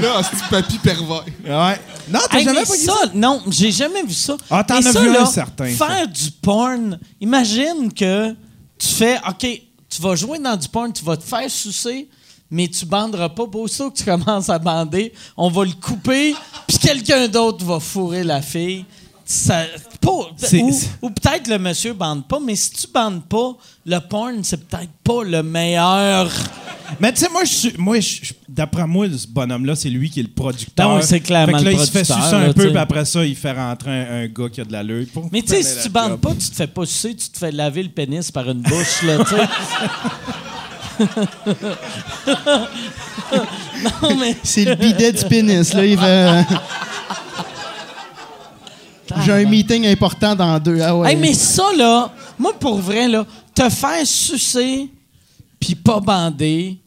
[SPEAKER 5] Là, c'est du papy pervers.
[SPEAKER 3] Ouais. Non, t'as
[SPEAKER 1] Hey,
[SPEAKER 3] jamais
[SPEAKER 1] mais
[SPEAKER 3] pas
[SPEAKER 1] ça, non, j'ai jamais vu ça.
[SPEAKER 3] Ah, t'en
[SPEAKER 1] Mais
[SPEAKER 3] as
[SPEAKER 1] ça,
[SPEAKER 3] vu un
[SPEAKER 1] là,
[SPEAKER 3] certain, ça.
[SPEAKER 1] Faire du porn, imagine que tu fais, OK, tu vas jouer dans du porn, tu vas te faire sucer, mais tu banderas pas. Pour ça que tu commences à bander, on va le couper, puis quelqu'un d'autre va fourrer la fille. Ça, pas-
[SPEAKER 3] C'est-
[SPEAKER 1] ou
[SPEAKER 3] c'est-
[SPEAKER 1] ou peut-être le monsieur bande pas, mais si tu bandes pas, le porn, c'est peut-être pas le meilleur.
[SPEAKER 3] Mais tu sais, moi, je suis- moi je- je- d'après moi, ce bonhomme-là, c'est lui qui est le producteur.
[SPEAKER 1] Ben oui, c'est clairement
[SPEAKER 3] Fait que là,
[SPEAKER 1] le
[SPEAKER 3] il se fait
[SPEAKER 1] producteur,
[SPEAKER 3] sucer
[SPEAKER 1] là,
[SPEAKER 3] un
[SPEAKER 1] tu sais.
[SPEAKER 3] peu, puis après ça, il fait rentrer un, un gars qui a de l'allure. pour
[SPEAKER 1] Mais tu sais,
[SPEAKER 3] faire
[SPEAKER 1] si
[SPEAKER 3] la
[SPEAKER 1] tu bandes
[SPEAKER 3] job.
[SPEAKER 1] pas, tu te fais pas sucer, tu te fais laver le pénis par une bouche, là, tu sais. non, mais.
[SPEAKER 4] C'est le bidet du pénis, là. Il va... J'ai un meeting important dans deux. Ah ouais.
[SPEAKER 1] Hey, mais ça, là, moi, pour vrai, là, te faire sucer, puis pas bander,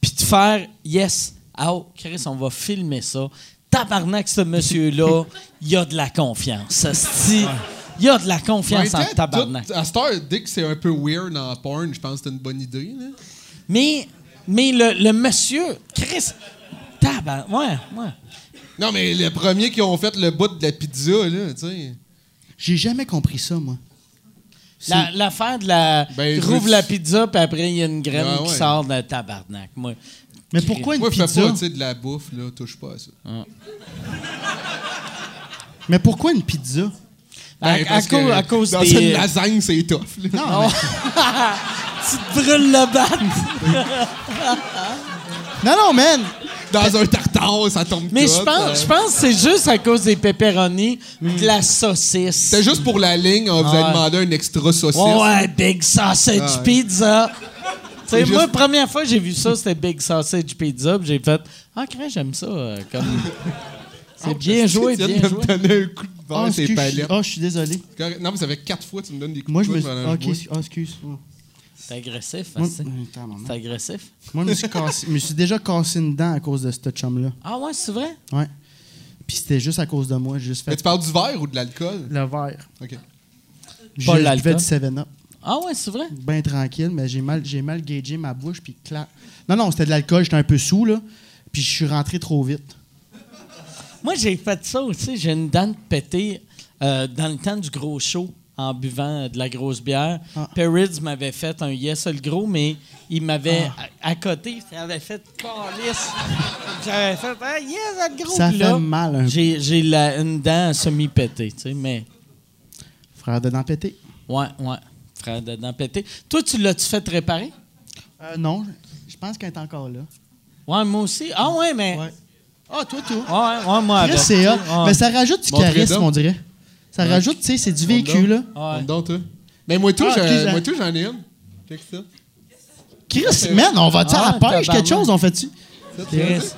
[SPEAKER 1] puis te faire yes, oh, Chris, on va filmer ça. Tabarnak, ce monsieur-là, il a de la confiance. asti. Il a de la confiance en
[SPEAKER 5] Mais t'as-
[SPEAKER 1] tabarnak.
[SPEAKER 5] tout- À cette heure, dès que c'est un peu weird en porn, je pense que c'est une bonne idée. Là.
[SPEAKER 1] Mais, mais le, le monsieur, Chris, tabarnak, ouais, ouais.
[SPEAKER 5] Non, mais les premiers qui ont fait le bout de la pizza, là, tu sais.
[SPEAKER 4] J'ai jamais compris ça, moi.
[SPEAKER 1] La- L'affaire de la.
[SPEAKER 5] Ben,
[SPEAKER 1] il
[SPEAKER 5] je- Ah,
[SPEAKER 1] rouvre la pizza, puis après, il y a une graine
[SPEAKER 5] Ouais,
[SPEAKER 1] qui
[SPEAKER 5] ouais.
[SPEAKER 1] sort de la tabarnak. Moi.
[SPEAKER 4] Mais pourquoi une
[SPEAKER 5] Moi, je fais
[SPEAKER 4] pizza?
[SPEAKER 5] pas, tu sais, de la bouffe, là, touche pas à ça.
[SPEAKER 4] Mais pourquoi une pizza?
[SPEAKER 1] À,
[SPEAKER 5] Ben,
[SPEAKER 1] à
[SPEAKER 5] parce
[SPEAKER 1] cause,
[SPEAKER 5] que
[SPEAKER 1] à cause
[SPEAKER 5] dans une
[SPEAKER 1] des.
[SPEAKER 5] lasagne, c'est tough, là.
[SPEAKER 4] Non,
[SPEAKER 1] Oh. tu te brûles le bat.
[SPEAKER 4] non, non, man!
[SPEAKER 5] Dans un tartare, ça tombe
[SPEAKER 1] Mais
[SPEAKER 5] tout,
[SPEAKER 1] je
[SPEAKER 5] euh.
[SPEAKER 1] pense, je pense que c'est juste à cause des pepperonis, de la saucisse.
[SPEAKER 5] C'était juste pour la ligne, on vous a
[SPEAKER 1] Ouais.
[SPEAKER 5] demandé un extra saucisse.
[SPEAKER 1] Ouais, ouais, Big Sausage
[SPEAKER 5] Ah ouais.
[SPEAKER 1] Pizza. Tu sais,
[SPEAKER 5] C'est
[SPEAKER 1] moi,
[SPEAKER 5] juste-
[SPEAKER 1] première fois que j'ai vu ça, c'était Big Sausage Pizza, puis j'ai fait Ah, crème, j'aime ça. euh, comme... C'est bien joué,
[SPEAKER 5] Ah, Tu viens
[SPEAKER 1] bien
[SPEAKER 5] de
[SPEAKER 1] joué.
[SPEAKER 5] me donner un coup de
[SPEAKER 4] Ah,
[SPEAKER 5] vent, tes
[SPEAKER 4] excuse, je suis-
[SPEAKER 5] palettes.
[SPEAKER 4] ah, je suis désolé.
[SPEAKER 5] Correct. Non, mais ça fait quatre fois que tu me donnes des coups
[SPEAKER 4] Moi,
[SPEAKER 5] de
[SPEAKER 4] je me suis.
[SPEAKER 5] coude pendant
[SPEAKER 4] ah,
[SPEAKER 5] le
[SPEAKER 4] Ok,
[SPEAKER 5] bois.
[SPEAKER 4] ah, excuse. Ah.
[SPEAKER 1] C'est agressif,
[SPEAKER 4] Moi,
[SPEAKER 1] assez.
[SPEAKER 4] Attends, maman.
[SPEAKER 1] C'est agressif.
[SPEAKER 4] Moi, je me suis, cassé- je me suis déjà cassé une dent à cause de ce chum-là.
[SPEAKER 1] Ah, ouais, c'est vrai?
[SPEAKER 4] Ouais. Puis c'était juste à cause de moi. J'ai juste
[SPEAKER 5] Mais tu
[SPEAKER 4] fait
[SPEAKER 5] parles du verre ou de l'alcool?
[SPEAKER 4] le verre.
[SPEAKER 5] OK.
[SPEAKER 4] J'ai
[SPEAKER 1] Pas
[SPEAKER 4] buvais
[SPEAKER 1] l'alcool.
[SPEAKER 4] du 7-Up.
[SPEAKER 1] Ah, ouais, c'est vrai?
[SPEAKER 4] Bien tranquille, mais j'ai mal, j'ai mal gagé ma bouche. Puis clac. Non, non, c'était de l'alcool. J'étais un peu sous, là. Puis je suis rentré trop vite.
[SPEAKER 1] Moi, j'ai fait ça aussi. J'ai une dent de pétée euh, dans le temps du gros show en buvant euh, de la grosse bière.
[SPEAKER 4] Ah.
[SPEAKER 1] Perrids m'avait fait un yes, le gros, mais il m'avait
[SPEAKER 4] Ah.
[SPEAKER 1] à, à côté. Il avait fait calice. J'avais fait ah, yes, le gros.
[SPEAKER 4] Ça
[SPEAKER 1] Puis
[SPEAKER 4] fait
[SPEAKER 1] là,
[SPEAKER 4] mal, un peu.
[SPEAKER 1] J'ai, j'ai la- une dent semi-pétée, tu sais, mais
[SPEAKER 4] Frère de dents pété.
[SPEAKER 1] ouais, ouais. Frère de dent pétée. Toi, tu l'as-tu fait réparer?
[SPEAKER 4] Euh, non, je- je pense qu'elle est encore là.
[SPEAKER 1] Ouais, moi aussi. Ah, ouais, mais. Ouais,
[SPEAKER 4] Ouais. Ah, toi, toi.
[SPEAKER 1] ouais, ouais, moi.
[SPEAKER 4] Chris,
[SPEAKER 1] avec.
[SPEAKER 4] c'est hot.
[SPEAKER 1] Ouais.
[SPEAKER 4] Mais ça rajoute du
[SPEAKER 5] Ah, Montrez
[SPEAKER 4] charisme,
[SPEAKER 5] donc.
[SPEAKER 4] on dirait. Ça rajoute, tu sais, c'est du vécu, là.
[SPEAKER 1] Ouais.
[SPEAKER 5] Donc, toi. Ah, Mais moi, tout,
[SPEAKER 4] Ah, ok,
[SPEAKER 5] j'ai-
[SPEAKER 4] j'ai-
[SPEAKER 5] moi, tout, j'en ai une. Check ça.
[SPEAKER 4] Chris, man, on va-tu à
[SPEAKER 1] Ah,
[SPEAKER 4] la pêche,
[SPEAKER 1] tabarnak.
[SPEAKER 4] quelque chose, on fait-tu?
[SPEAKER 5] Ça, tu Ah, vois
[SPEAKER 1] Chris.
[SPEAKER 5] ça?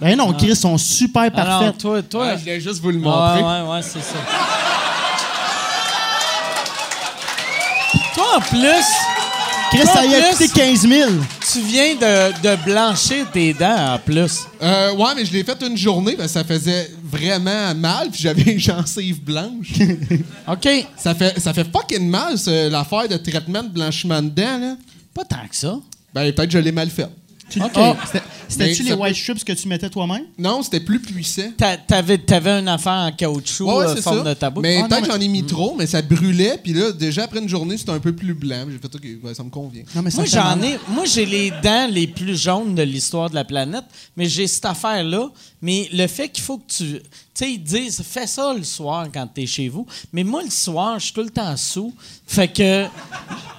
[SPEAKER 4] Ben non, Chris, sont super
[SPEAKER 1] Alors,
[SPEAKER 4] parfaits.
[SPEAKER 1] toi, toi.
[SPEAKER 5] Ah, je voulais juste vous le
[SPEAKER 1] Ouais,
[SPEAKER 5] montrer.
[SPEAKER 1] ouais, ouais, c'est ça. Toi, en plus,
[SPEAKER 4] Chris, ça y a
[SPEAKER 1] Toi,
[SPEAKER 4] coûté
[SPEAKER 1] Chris.
[SPEAKER 4] 15 000.
[SPEAKER 1] tu viens de, de blanchir tes dents, en plus.
[SPEAKER 5] Euh, ouais, mais je l'ai fait une journée parce que ça faisait vraiment mal, puis j'avais une gencive blanche.
[SPEAKER 1] OK.
[SPEAKER 5] ça, fait, ça fait fucking mal, ce- l'affaire de traitement de blanchiment de dents, là.
[SPEAKER 1] Pas tant que ça.
[SPEAKER 5] Ben, peut-être que je l'ai mal fait.
[SPEAKER 4] Tu-
[SPEAKER 1] Ok.
[SPEAKER 4] Ah, c'était-
[SPEAKER 5] Mais
[SPEAKER 4] C'était-tu les
[SPEAKER 5] ça peut-
[SPEAKER 4] white strips que tu mettais toi-même?
[SPEAKER 5] Non, c'était plus puissant.
[SPEAKER 1] T'a- T'avais, t'avais une affaire en caoutchouc,
[SPEAKER 5] Ouais, ouais,
[SPEAKER 1] euh,
[SPEAKER 5] c'est
[SPEAKER 1] forme
[SPEAKER 5] ça.
[SPEAKER 1] de tabou.
[SPEAKER 5] Mais
[SPEAKER 4] Ah,
[SPEAKER 5] peut-être
[SPEAKER 4] non,
[SPEAKER 5] que j'en ai
[SPEAKER 1] Mm.
[SPEAKER 5] mis trop, mais ça brûlait, puis là, déjà après une journée, c'était un peu plus blanc. J'ai fait, OK, ouais, ça me convient.
[SPEAKER 4] Non, mais ça
[SPEAKER 1] Moi,
[SPEAKER 4] fait
[SPEAKER 1] j'en
[SPEAKER 4] mal.
[SPEAKER 1] ai. Moi, j'ai les dents les plus jaunes de l'histoire de la planète, mais j'ai cette affaire-là. Mais le fait qu'il faut que tu. Tu sais, ils disent, fais ça le soir quand t'es chez vous. Mais moi, le soir, je suis tout le temps sous. Fait que.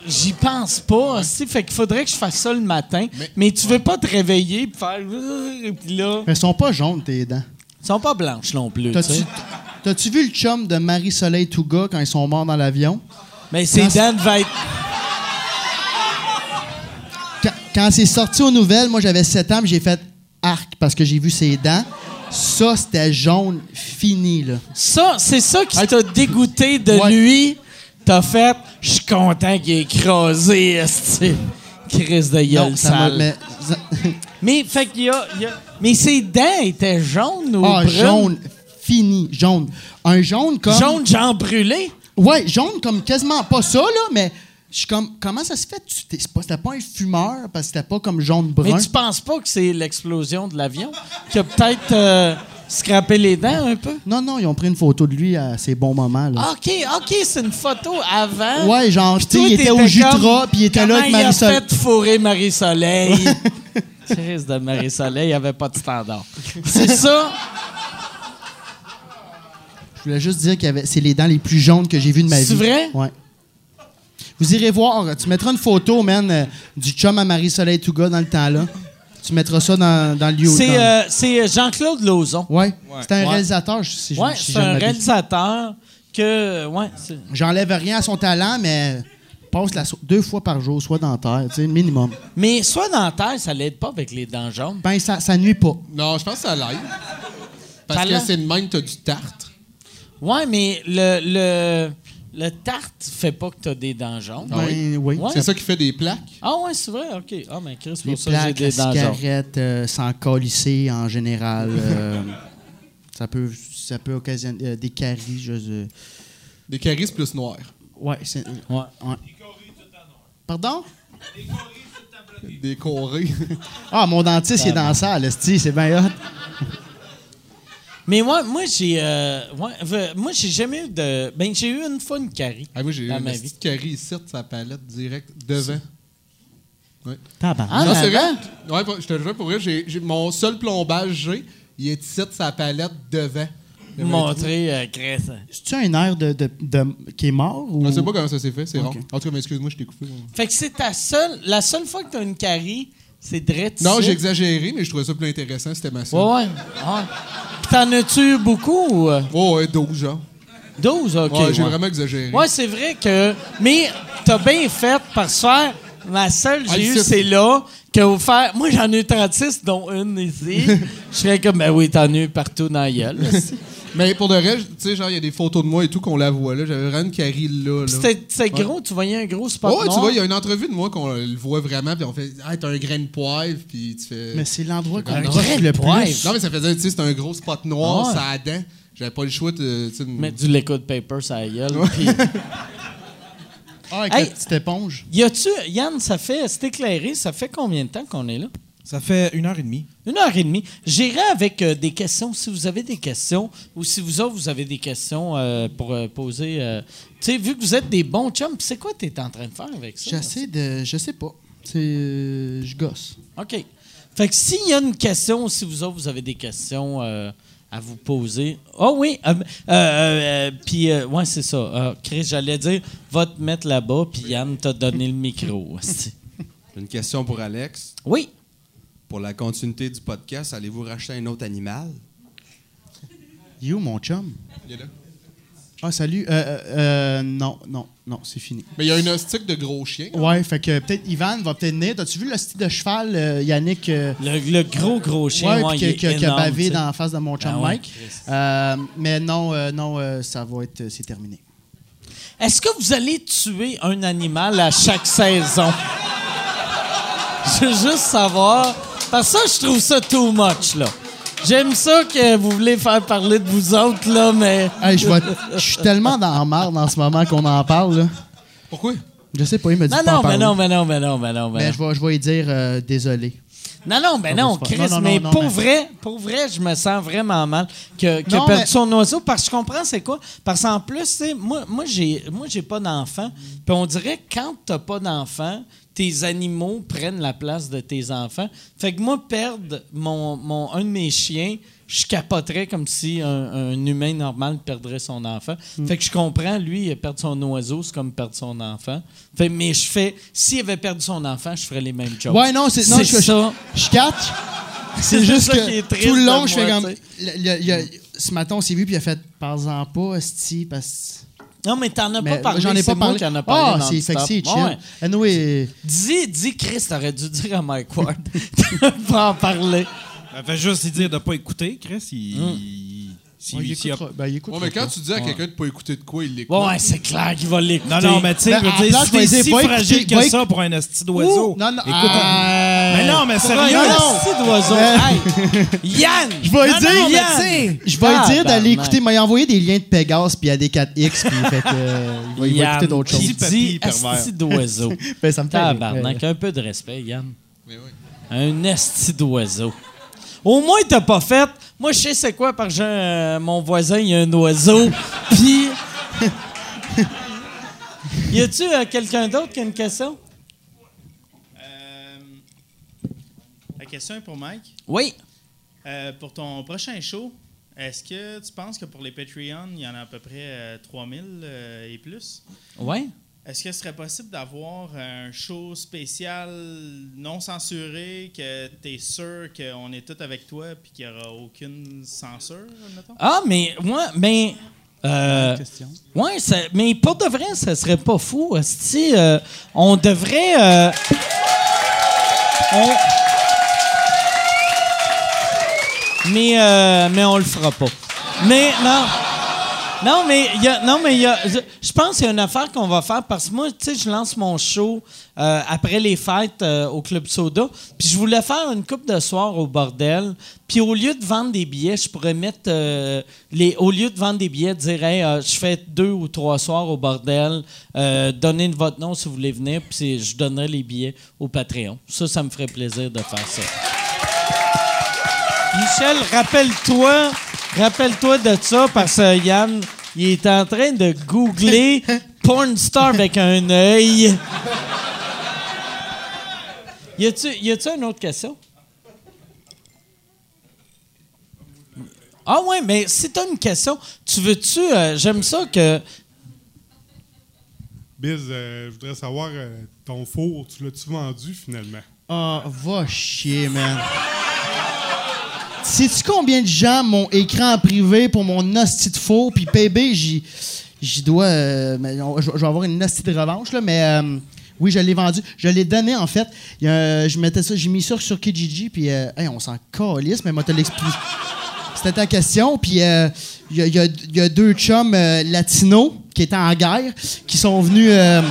[SPEAKER 1] J'y pense pas aussi. Fait qu'il faudrait que je fasse ça le matin. Mais,
[SPEAKER 5] Mais-
[SPEAKER 1] tu veux pas te réveiller pis faire. euh, Pis là.
[SPEAKER 4] Mais elles sont pas jaunes, tes dents.
[SPEAKER 1] Ils sont pas blanches non plus. tu
[SPEAKER 4] T'as-tu
[SPEAKER 1] sais.
[SPEAKER 4] t'as-tu vu le chum de Marie-Soleil Touga quand ils sont morts dans l'avion?
[SPEAKER 1] Mais ces dents devaient être.
[SPEAKER 4] Quand, quand c'est sorti aux nouvelles, moi, j'avais 7 ans, puis j'ai fait arc parce que j'ai vu ses dents. Ça, c'était jaune fini, là.
[SPEAKER 1] Ça, c'est ça qui t'a dégoûté de
[SPEAKER 4] Ouais.
[SPEAKER 1] lui. T'as fait, je suis content qu'il ait écrasé, esti. Crise de gueule
[SPEAKER 4] Non, ça m'a-
[SPEAKER 1] sale. Mais,
[SPEAKER 4] mais- ça-
[SPEAKER 1] fait qu'il y a, il y a- Mais ses dents étaient jaunes ou
[SPEAKER 4] Ah,
[SPEAKER 1] brunes?
[SPEAKER 4] jaune. Fini. Jaune. Un jaune comme.
[SPEAKER 1] Jaune, genre brûlé?
[SPEAKER 4] Ouais, jaune comme quasiment pas ça, là, mais je suis comme. Comment ça se fait? Tu t'es- c'est pas- C'était pas un fumeur parce que c'était pas comme jaune brun.
[SPEAKER 1] Mais tu penses pas que c'est l'explosion de l'avion qui a peut-être euh, scrapé les dents un peu?
[SPEAKER 4] Non, non, ils ont pris une photo de lui à ses bons moments, là.
[SPEAKER 1] OK, OK, c'est une photo avant.
[SPEAKER 4] Ouais, genre, tu sais, il
[SPEAKER 1] Toi,
[SPEAKER 4] était au
[SPEAKER 1] t'étais
[SPEAKER 4] Jutra,
[SPEAKER 1] comme,
[SPEAKER 4] puis il était là avec
[SPEAKER 1] comment Il a
[SPEAKER 4] Marisol.
[SPEAKER 1] fait fourrer Marie-Soleil. Crise de Marie-Soleil, il n'y avait pas de standard. C'est ça?
[SPEAKER 4] Je voulais juste dire que c'est les dents les plus jaunes que j'ai vues de ma vie.
[SPEAKER 1] C'est vrai?
[SPEAKER 4] Ouais. Vous irez voir. Tu mettras une photo, man, euh, du chum à Marie-Soleil Touga dans le temps-là. Tu mettras ça dans, dans le lieu.
[SPEAKER 1] C'est
[SPEAKER 4] dans-
[SPEAKER 1] euh, c'est, euh, Jean-Claude Lauzon.
[SPEAKER 4] Ouais. C'est un
[SPEAKER 1] Ouais.
[SPEAKER 4] réalisateur, je- si je
[SPEAKER 1] Ouais,
[SPEAKER 4] si
[SPEAKER 1] c'est
[SPEAKER 4] je ne
[SPEAKER 1] un
[SPEAKER 4] m'abuse.
[SPEAKER 1] réalisateur que. Ouais, c'est-
[SPEAKER 4] J'enlève rien à son talent, mais passe la so- deux fois par jour, soit dentaire, tu sais, minimum.
[SPEAKER 1] mais soit dentaire, ça l'aide pas avec les dents jaunes.
[SPEAKER 4] Ben, ça, ça nuit pas.
[SPEAKER 5] Non, je pense que ça l'aide. Parce
[SPEAKER 1] Ça
[SPEAKER 5] que
[SPEAKER 1] l'aide.
[SPEAKER 5] c'est le même, t'as du tartre.
[SPEAKER 1] Ouais, mais le, le, le tarte fait pas que tu as des dents jaunes.
[SPEAKER 5] Ah oui?
[SPEAKER 4] Ben, oui.
[SPEAKER 1] Ouais.
[SPEAKER 5] C'est ça qui fait des plaques.
[SPEAKER 1] Ah ouais, c'est vrai, ok. Ah, mais Chris,
[SPEAKER 4] Les
[SPEAKER 1] pour ça, j'ai
[SPEAKER 4] plaques, la
[SPEAKER 1] des dents jaunes.
[SPEAKER 4] cigarette, euh, sans colisser en général. euh, ça peut, ça peut occasionner euh, des caries. Je, je-
[SPEAKER 5] Des caries plus noires.
[SPEAKER 4] Ouais, c'est.
[SPEAKER 1] Ouais.
[SPEAKER 4] ouais. Pardon?
[SPEAKER 5] Des corées.
[SPEAKER 4] Ah, mon dentiste il est dans la salle, esti, c'est bien hot.
[SPEAKER 1] Mais moi, moi j'ai euh, ouais, v- moi j'ai jamais eu de ben j'ai eu une fois une carie.
[SPEAKER 5] ah, moi, j'ai eu
[SPEAKER 1] Dans
[SPEAKER 5] une
[SPEAKER 1] ma vie.
[SPEAKER 5] petite carie ici, de sa palette, direct devant.
[SPEAKER 4] Tabarnak.
[SPEAKER 1] Ah,
[SPEAKER 5] non, c'est
[SPEAKER 1] avant?
[SPEAKER 5] vrai. Ouais, pour- je te jure, pour vrai, j'ai, j'ai- mon seul plombage, j'ai, il est ici, de sa palette devant. J'avais un
[SPEAKER 1] Montrer euh, Chris.
[SPEAKER 4] C'est-tu un air de, de- de- qui est mort? Ou...
[SPEAKER 5] trou. Je sais pas comment ça s'est fait, c'est
[SPEAKER 4] Ok.
[SPEAKER 5] rare. En tout cas, mais excuse-moi, je t'ai coupé.
[SPEAKER 1] Fait que c'est ta seule la seule fois que tu as une carie, c'est drette.
[SPEAKER 5] Non,
[SPEAKER 1] ici.
[SPEAKER 5] j'ai exagéré, mais je trouvais ça plus intéressant, c'était ma seule.
[SPEAKER 1] Ouais ouais. ouais. Puis T'en as-tu eu beaucoup ou euh,
[SPEAKER 5] Oh, ouais, 12 genre.
[SPEAKER 1] 12 OK.
[SPEAKER 5] Ouais, j'ai
[SPEAKER 1] ouais.
[SPEAKER 5] vraiment exagéré.
[SPEAKER 1] Ouais, c'est vrai que mais t'as bien fait par se faire ma seule
[SPEAKER 5] Ah,
[SPEAKER 1] j'ai eu
[SPEAKER 5] c'est-
[SPEAKER 1] c'est là que vous faire moi j'en ai eu 36 dont une ici. Je serais comme ben oui, t'en as eu partout dans la gueule.
[SPEAKER 5] Mais pour de vrai, tu sais, genre, il y a des photos de moi et tout qu'on la voit, là. J'avais vraiment une carie là. là.
[SPEAKER 1] C'était c'était gros, tu voyais un gros spot
[SPEAKER 5] Ouais, tu
[SPEAKER 1] noir.
[SPEAKER 5] vois, il y a une entrevue de moi qu'on le voit vraiment, puis on fait Hey, t'as un grain de poivre, puis tu fais.
[SPEAKER 4] Mais c'est l'endroit qu'on
[SPEAKER 5] Un
[SPEAKER 4] brosse
[SPEAKER 1] vrai
[SPEAKER 4] le
[SPEAKER 1] poivre.
[SPEAKER 4] plus.
[SPEAKER 5] Non, mais ça faisait, tu sais, c'était un gros spot noir,
[SPEAKER 1] Ah ouais.
[SPEAKER 5] ça a dent. J'avais pas le choix de. tu sais, de-
[SPEAKER 1] Mettre du liquid paper sur la gueule. puis-
[SPEAKER 4] Ah, avec
[SPEAKER 1] Hey.
[SPEAKER 4] la petite éponge.
[SPEAKER 1] Y a-tu, Yann, ça fait, c'est éclairé, ça fait combien de temps qu'on est là?
[SPEAKER 3] Ça fait une heure et demie.
[SPEAKER 1] Une heure et demie. J'irai avec euh, des questions. Si vous avez des questions ou si vous autres, vous avez des questions euh, pour euh, poser. euh, tu sais, vu que vous êtes des bons chums, c'est quoi tu es en train de faire avec ça?
[SPEAKER 4] J'essaie de. Je sais pas. C'est. euh, je gosse.
[SPEAKER 1] OK. Fait que s'il y a une question ou si vous autres, vous avez des questions euh, à vous poser. Oh oui. euh, euh, euh, puis, euh, ouais, c'est ça. Euh, Chris, j'allais dire, va te mettre là-bas, puis Yann t'a donné le micro. hostie.
[SPEAKER 6] Une question pour Alex.
[SPEAKER 1] oui.
[SPEAKER 6] Pour la continuité du podcast, allez-vous racheter un autre animal?
[SPEAKER 4] You, mon chum.
[SPEAKER 5] Il est là.
[SPEAKER 4] Ah, salut. Euh, euh, euh, non, non, non, c'est fini.
[SPEAKER 5] Mais il y a une hostique de gros chien.
[SPEAKER 4] Ouais, fait que peut-être Ivan va peut-être venir. T'as-tu vu le style de cheval, euh, Yannick? euh,
[SPEAKER 1] Le, le gros, gros chien,
[SPEAKER 4] ouais,
[SPEAKER 1] ouais,
[SPEAKER 4] puis
[SPEAKER 1] il
[SPEAKER 4] que-
[SPEAKER 1] est
[SPEAKER 4] que- qui a,
[SPEAKER 1] énorme,
[SPEAKER 4] bavé
[SPEAKER 1] tu sais.
[SPEAKER 4] dans la face de mon chum
[SPEAKER 1] Ah ouais,
[SPEAKER 4] Mike.
[SPEAKER 1] Christ.
[SPEAKER 4] Euh, mais non, euh, non, euh, ça va être. euh, c'est terminé.
[SPEAKER 1] Est-ce que vous allez tuer un animal à chaque saison? Je veux juste savoir. Parce que ça, je trouve ça too much, là. J'aime ça que vous voulez faire parler de vous autres, là, mais...
[SPEAKER 4] Hey, je vais- je suis tellement dans la merde en ce moment qu'on en parle. là.
[SPEAKER 5] Pourquoi?
[SPEAKER 4] Je sais pas, il me dit
[SPEAKER 1] Non,
[SPEAKER 4] pas en
[SPEAKER 1] non, mais
[SPEAKER 4] parler.
[SPEAKER 1] non, mais non, mais non, mais non, mais
[SPEAKER 4] Mais
[SPEAKER 1] non.
[SPEAKER 4] je vais, je vais lui dire euh, désolé.
[SPEAKER 1] Non, non, mais
[SPEAKER 4] Ça va
[SPEAKER 1] non,
[SPEAKER 4] se faire.
[SPEAKER 1] Chris,
[SPEAKER 4] Non, non,
[SPEAKER 1] mais
[SPEAKER 4] non, non,
[SPEAKER 1] pour
[SPEAKER 4] mais-
[SPEAKER 1] vrai, pour vrai, je me sens vraiment mal que, que
[SPEAKER 4] Non,
[SPEAKER 1] perdu
[SPEAKER 4] mais-
[SPEAKER 1] son oiseau parce que je comprends c'est quoi. Parce qu'en plus, tu sais, moi, moi j'ai moi j'ai pas d'enfant. Puis on dirait que quand t'as pas d'enfant, tes animaux prennent la place de tes enfants. Fait que moi, perdre mon, mon un de mes chiens, je capoterais comme si un, un humain normal perdrait son enfant.
[SPEAKER 4] Mm.
[SPEAKER 1] Fait que je comprends, lui, perdre son oiseau, c'est comme perdre son enfant. Fait, mais je fais, s'il avait perdu son enfant, je ferais les mêmes choses.
[SPEAKER 4] Ouais, non, c'est. Non,
[SPEAKER 1] C'est
[SPEAKER 4] je, je-
[SPEAKER 1] ça.
[SPEAKER 4] je catch. C'est
[SPEAKER 1] C'est
[SPEAKER 4] juste
[SPEAKER 1] ça qui
[SPEAKER 4] que
[SPEAKER 1] est triste
[SPEAKER 4] tout le long,
[SPEAKER 1] de
[SPEAKER 4] je fais
[SPEAKER 1] moi,
[SPEAKER 4] comme.
[SPEAKER 1] tu
[SPEAKER 4] le- le- il y a- ce matin, on s'est vu, puis il a fait. Parle-en pas, Sti, parce que.
[SPEAKER 1] Non, mais t'en as
[SPEAKER 4] Mais
[SPEAKER 1] pas parlé.
[SPEAKER 4] J'en ai pas parlé.
[SPEAKER 1] Moi qui en a parlé
[SPEAKER 4] ah, c'est
[SPEAKER 1] non-stop.
[SPEAKER 4] sexy, chill.
[SPEAKER 1] Ouais.
[SPEAKER 4] Anyway,
[SPEAKER 1] Dis, dis, Chris, t'aurais dû dire à Mike Ward. de pas en parler. Hum.
[SPEAKER 3] Ça fait juste lui dire de pas écouter, Chris. Il, il- Si-
[SPEAKER 4] Ah, il
[SPEAKER 3] s'il y a-
[SPEAKER 4] écoutera- ben, il écoutera
[SPEAKER 5] Ouais, mais quand
[SPEAKER 4] pas.
[SPEAKER 5] tu dis à quelqu'un de pas écouter de quoi, il l'écoute.
[SPEAKER 1] Ouais, ouais, c'est clair qu'il va l'écouter.
[SPEAKER 3] Non, non, mais tu sais,
[SPEAKER 4] Ben,
[SPEAKER 3] je veux
[SPEAKER 4] à
[SPEAKER 3] dire,
[SPEAKER 4] place,
[SPEAKER 3] si t'es
[SPEAKER 4] vas-y,
[SPEAKER 3] si
[SPEAKER 4] va
[SPEAKER 3] fragile
[SPEAKER 4] écouter-
[SPEAKER 3] que
[SPEAKER 4] va
[SPEAKER 3] ça pour un asti d'oiseau.
[SPEAKER 4] Non, non,
[SPEAKER 3] Écoute,
[SPEAKER 4] ah,
[SPEAKER 3] Mais non, mais
[SPEAKER 1] Pour un
[SPEAKER 3] sérieux.
[SPEAKER 1] esti d'oiseau. Hey, Yann!
[SPEAKER 4] Je vais
[SPEAKER 1] Non,
[SPEAKER 4] lui dire,
[SPEAKER 1] non,
[SPEAKER 4] mais
[SPEAKER 1] Yann!
[SPEAKER 4] Je vais
[SPEAKER 1] Ah,
[SPEAKER 4] lui dire d'aller
[SPEAKER 1] ben,
[SPEAKER 4] écouter, il m'a envoyé des liens de Pégase puis AD4X, puis fait que, euh, il va, il va
[SPEAKER 1] Yann,
[SPEAKER 4] écouter d'autres
[SPEAKER 1] qui
[SPEAKER 4] choses.
[SPEAKER 3] Petit papy
[SPEAKER 1] dit
[SPEAKER 3] pervers.
[SPEAKER 1] esti d'oiseau.
[SPEAKER 4] Ben, ça me fait rire.
[SPEAKER 1] Tabarnak, un peu de respect, Yann.
[SPEAKER 5] Mais oui.
[SPEAKER 1] Un esti d'oiseau. Au moins, t'as pas fait. Moi, je sais c'est quoi, parce que j'ai un- mon voisin, il a un oiseau. Puis. y a-tu euh, quelqu'un d'autre qui a une question?
[SPEAKER 7] Euh, la question est pour Mike.
[SPEAKER 1] Oui.
[SPEAKER 7] Euh, pour ton prochain show, est-ce que tu penses que pour les Patreons, il y en a à peu près euh, 3000 euh, et plus?
[SPEAKER 1] Ouais.
[SPEAKER 7] Est-ce que ce serait possible d'avoir un show spécial non censuré, que tu es sûr qu'on est tous avec toi et qu'il n'y aura aucune censure, mettons?
[SPEAKER 1] Ah, mais moi, mais. Euh, ouais, ça- mais pour de vrai, ça serait pas fou. Si on devrait. euh, on- mais, euh, mais on le fera pas. Mais non. Non, mais il y a, non, mais il y a, je, je pense qu'il y a une affaire qu'on va faire parce que moi, tu sais, je lance mon show euh, après les fêtes euh, au Club Soda. Puis je voulais faire une coupe de soir au bordel. Puis au lieu de vendre des billets, je pourrais mettre euh, les, au lieu de vendre des billets, dire Hey, euh, je fais deux ou trois soirs au bordel. Euh, donnez votre nom si vous voulez venir. Puis c'est- je donnerai les billets au Patreon. Ça, ça me ferait plaisir de faire ça. Michel, rappelle-toi, rappelle-toi de ça parce que Yann, il est en train de googler porn star avec un œil. Y a-tu, y a-tu une autre question? Ah ouais, mais si t'as une question, tu veux-tu, euh, j'aime ça que,
[SPEAKER 8] Biz, euh, je voudrais savoir, euh, ton four, tu l'as-tu vendu finalement?
[SPEAKER 4] Ah, va chier, man. Sais-tu combien de gens m'ont écrit en privé pour mon hostie de faux? Puis PB, j'y, j'y dois. euh, mais on- je je vais avoir une hostie de revanche, là, mais euh, oui, je l'ai vendu. Je l'ai donné, en fait. Il y a un- je mettais ça, j'ai mis ça sur Kijiji, puis euh, hey, on s'en calisse, mais moi, te l'explique. C'était ta question. Puis euh, il y, a- il y a- il y a deux chums euh, latinos qui étaient en guerre, qui sont venus. euh,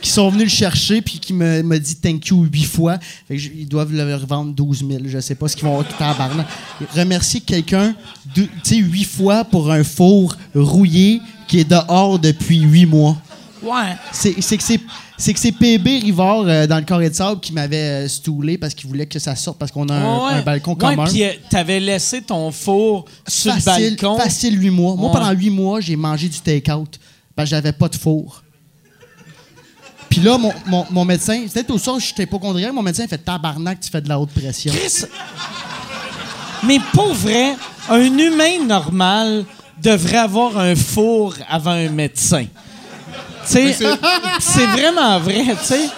[SPEAKER 4] qui sont venus le chercher puis qui me, me dit thank you huit fois. Fait que je- ils doivent le revendre 12 000. Je sais pas ce qu'ils vont tabarnak. Remercier quelqu'un deux- tu sais, huit fois pour un four rouillé qui est dehors depuis huit mois.
[SPEAKER 1] ouais,
[SPEAKER 4] C'est c'est que c'est. C'est que c'est PB Rivard euh, dans le corps de sable qui m'avait euh, stoulé parce qu'il voulait que ça sorte parce qu'on a un,
[SPEAKER 1] ouais,
[SPEAKER 4] un balcon
[SPEAKER 1] ouais,
[SPEAKER 4] commun.
[SPEAKER 1] Puis euh, t'avais laissé ton four sur
[SPEAKER 4] facile,
[SPEAKER 1] le balcon.
[SPEAKER 4] facile huit mois. Moi,
[SPEAKER 1] Ouais.
[SPEAKER 4] pendant huit mois, j'ai mangé du take-out. Ben, j'avais pas de four. Puis là, mon, mon, mon médecin, c'était au sort, j'étais pas hypocondriaque, mon médecin fait tabarnak, tu fais de la haute pression.
[SPEAKER 1] Chris, Mais pour vrai, un humain normal devrait avoir un four avant un médecin. Tu sais, c'est vraiment vrai, tu sais.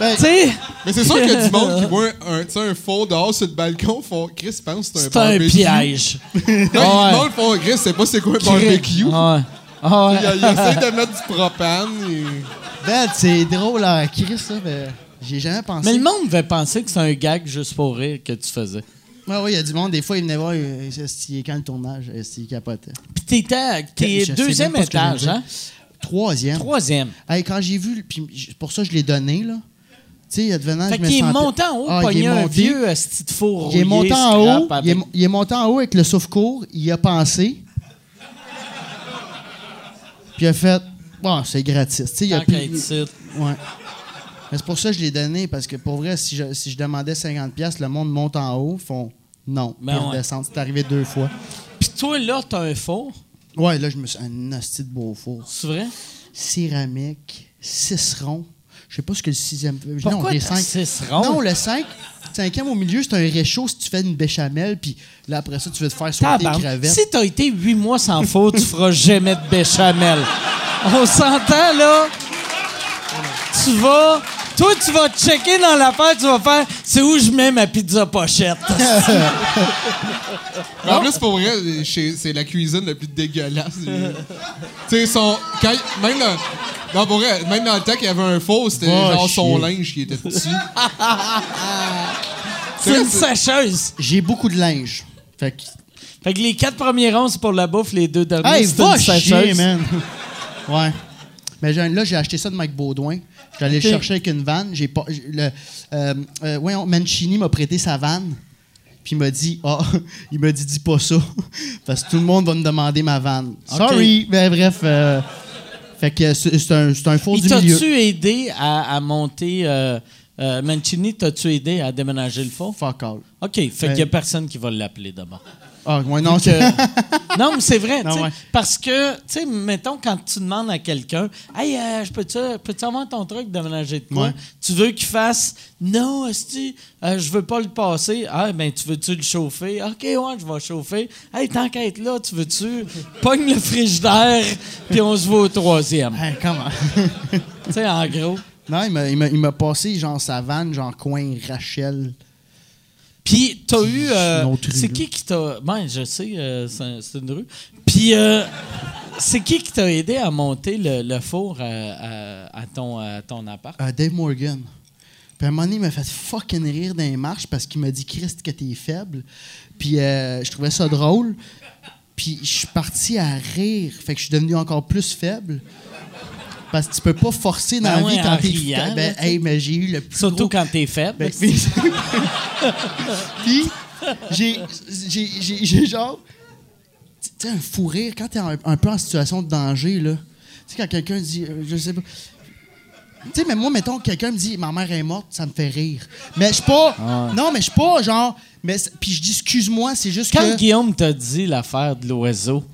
[SPEAKER 4] Ben-
[SPEAKER 1] Tu sais,
[SPEAKER 5] Mais c'est sûr qu'il y a du monde qui voit un, tu sais, un faux dehors sur le balcon, font Chris pense que c'est un
[SPEAKER 1] c'est un
[SPEAKER 5] barbecue.
[SPEAKER 1] piège.
[SPEAKER 5] Non,
[SPEAKER 1] Ouais.
[SPEAKER 5] le monde font Chris, c'est pas c'est quoi un barbecue.
[SPEAKER 1] Ouais. Ah ouais.
[SPEAKER 5] Il, il essaie de mettre du propane. et-
[SPEAKER 4] Ben, c'est drôle à Chris, ça, ben, j'ai jamais pensé.
[SPEAKER 1] Mais le monde devait penser que c'est un gag juste pour rire que tu faisais.
[SPEAKER 4] Ouais, ouais, il y a du monde, des fois, il venait voir, euh, est-ce qu'il est quand le tournage, est-ce qu'il capotait.
[SPEAKER 1] Puis t'étais,
[SPEAKER 4] Je
[SPEAKER 1] t'es
[SPEAKER 4] sais
[SPEAKER 1] deuxième
[SPEAKER 4] même pas ce que je viens de
[SPEAKER 1] étage,
[SPEAKER 4] dire.
[SPEAKER 1] hein?
[SPEAKER 4] Troisième.
[SPEAKER 1] Troisième.
[SPEAKER 4] Hey, quand j'ai vu, puis j- pour ça, je l'ai donné, là. Tu sais, advenant,
[SPEAKER 1] Fait
[SPEAKER 4] Ah, je me
[SPEAKER 1] qu'il est
[SPEAKER 4] sentais-
[SPEAKER 1] monté en haut,
[SPEAKER 4] Ah, il est
[SPEAKER 1] pogné un
[SPEAKER 4] monté.
[SPEAKER 1] vieux asti de four
[SPEAKER 4] Il est
[SPEAKER 1] rouillé,
[SPEAKER 4] monté en
[SPEAKER 1] scrap
[SPEAKER 4] haut. Il est,
[SPEAKER 1] avec-
[SPEAKER 4] il est monté en haut avec le sauf-cours. Il y a pensé. Puis il a fait. Bon, c'est gratis. Tu sais, il a
[SPEAKER 1] Tant qu'à
[SPEAKER 4] pris-
[SPEAKER 1] être ici.
[SPEAKER 4] Ouais. Mais c'est pour ça que je l'ai donné, parce que pour vrai, si je, si je demandais 50$, le monde monte en haut, font non,
[SPEAKER 1] Ben
[SPEAKER 4] puis
[SPEAKER 1] ouais.
[SPEAKER 4] redescendent. C'est arrivé deux fois.
[SPEAKER 1] Puis toi, là, t'as un four,
[SPEAKER 4] Ouais, là, je me suis. Un hostie de beau four.
[SPEAKER 1] c'est vrai?
[SPEAKER 4] Céramique, six ronds. Je sais pas ce que le sixième. non,
[SPEAKER 1] Pourquoi
[SPEAKER 4] les
[SPEAKER 1] t'as
[SPEAKER 4] cinq.
[SPEAKER 1] six ronds?
[SPEAKER 4] Non, le 5. Cinquième au milieu, c'est un réchaud si tu fais une béchamel, puis là, après ça, tu veux te faire sauter les
[SPEAKER 1] Tabarnak.
[SPEAKER 4] crevettes.
[SPEAKER 1] Si t'as été huit mois sans faute, tu feras jamais de béchamel. On s'entend, là? Tu vas... Toi, tu vas te checker dans l'affaire, tu vas faire « C'est où je mets ma pizza pochette?
[SPEAKER 5] Mais en plus, pour vrai, chez- c'est la cuisine la plus dégueulasse. tu sais, son. Quand, même dans. Non, pour vrai, même dans le temps qu'il y avait un faux, c'était
[SPEAKER 4] Va
[SPEAKER 5] genre son
[SPEAKER 4] chier.
[SPEAKER 5] linge qui était dessus. »
[SPEAKER 1] C'est une sécheuse.
[SPEAKER 4] J'ai beaucoup de linge. Fait que
[SPEAKER 1] Fait que les quatre premiers ronds, c'est pour la bouffe, les deux derniers,
[SPEAKER 4] Hey,
[SPEAKER 1] c'est
[SPEAKER 4] va
[SPEAKER 1] une
[SPEAKER 4] chier,
[SPEAKER 1] sécheuse.
[SPEAKER 4] man! ouais. Mais j'ai- là, j'ai acheté ça de Mike Baudouin. Je suis allé le chercher avec une vanne. J'ai pas, j'ai- le, euh, euh, voyons, Mancini m'a prêté sa vanne. Puis il m'a dit, ah, il m'a dit, dis pas ça. Parce que tout le monde va me demander ma vanne. Sorry! Mais bref, euh, fait que c'est c'est un, c'est un faux
[SPEAKER 1] Puis
[SPEAKER 4] du milieu.
[SPEAKER 1] t'as-tu aidé à, à monter... euh, euh, Mancini, t'as-tu aidé à déménager le faux?
[SPEAKER 4] Fuck all.
[SPEAKER 1] OK, fait qu'il y a
[SPEAKER 4] Ouais.
[SPEAKER 1] personne qui va l'appeler d'abord.
[SPEAKER 4] Ah, ouais, non,
[SPEAKER 1] Fait
[SPEAKER 4] c'est...
[SPEAKER 1] que- non, mais c'est vrai,
[SPEAKER 4] Non,
[SPEAKER 1] tu sais,
[SPEAKER 4] ouais.
[SPEAKER 1] parce que, tu sais, mettons, quand tu demandes à quelqu'un, « Hey, euh, je peux-tu peux avoir ton truc de ménager de quoi?
[SPEAKER 4] Ouais.
[SPEAKER 1] Tu veux qu'il fasse, « Non, esti, euh, je veux pas le passer. »« Ah, ben, tu veux-tu le chauffer? »« OK, ouais, je vais chauffer. »« Hey, t'enquêtes là, tu veux-tu? » Pogne le frigidaire, puis on se voit au troisième.
[SPEAKER 4] Hey, Hein, comment?
[SPEAKER 1] Tu sais, en gros.
[SPEAKER 4] non, il m'a, il, m'a, il m'a passé, genre, sa vanne, genre, coin Rachel.
[SPEAKER 1] Puis, t'as eu... euh,
[SPEAKER 4] Une autre rue,
[SPEAKER 1] c'est
[SPEAKER 4] là.
[SPEAKER 1] qui qui t'a... Ben, je sais, euh, c'est c'est une rue. Puis, euh, c'est qui qui t'a aidé à monter le, le four à, à- à ton, à ton appart?
[SPEAKER 4] Euh, Dave Morgan. Puis à un moment donné, il m'a fait fucking rire dans les marches parce qu'il m'a dit Christ que t'es faible. Puis euh, je trouvais ça drôle. Puis je suis parti à rire. Fait que je suis devenu encore plus faible. Parce que tu peux pas forcer dans
[SPEAKER 1] Ben
[SPEAKER 4] la vie
[SPEAKER 1] ouais, en
[SPEAKER 4] quand t'es
[SPEAKER 1] riant,
[SPEAKER 4] faible.
[SPEAKER 1] là,
[SPEAKER 4] Ben,
[SPEAKER 1] tu sais.
[SPEAKER 4] hey, mais j'ai eu le plus
[SPEAKER 1] Surtout
[SPEAKER 4] gros-
[SPEAKER 1] quand t'es faible.
[SPEAKER 4] ben, puis, puis j'ai, j'ai, j'ai, j'ai genre. Tu sais, un fou rire, quand t'es un, un peu en situation de danger, là. Tu sais, quand quelqu'un dit, euh, je sais pas. Tu sais, mais moi, mettons, quelqu'un me dit, ma mère est morte, ça me fait rire. Mais je suis pas. Non, mais je suis pas, genre. Mais, c'est- puis je dis, excuse-moi, c'est juste
[SPEAKER 1] quand
[SPEAKER 4] que.
[SPEAKER 1] Guillaume t'a dit l'affaire de l'oiseau,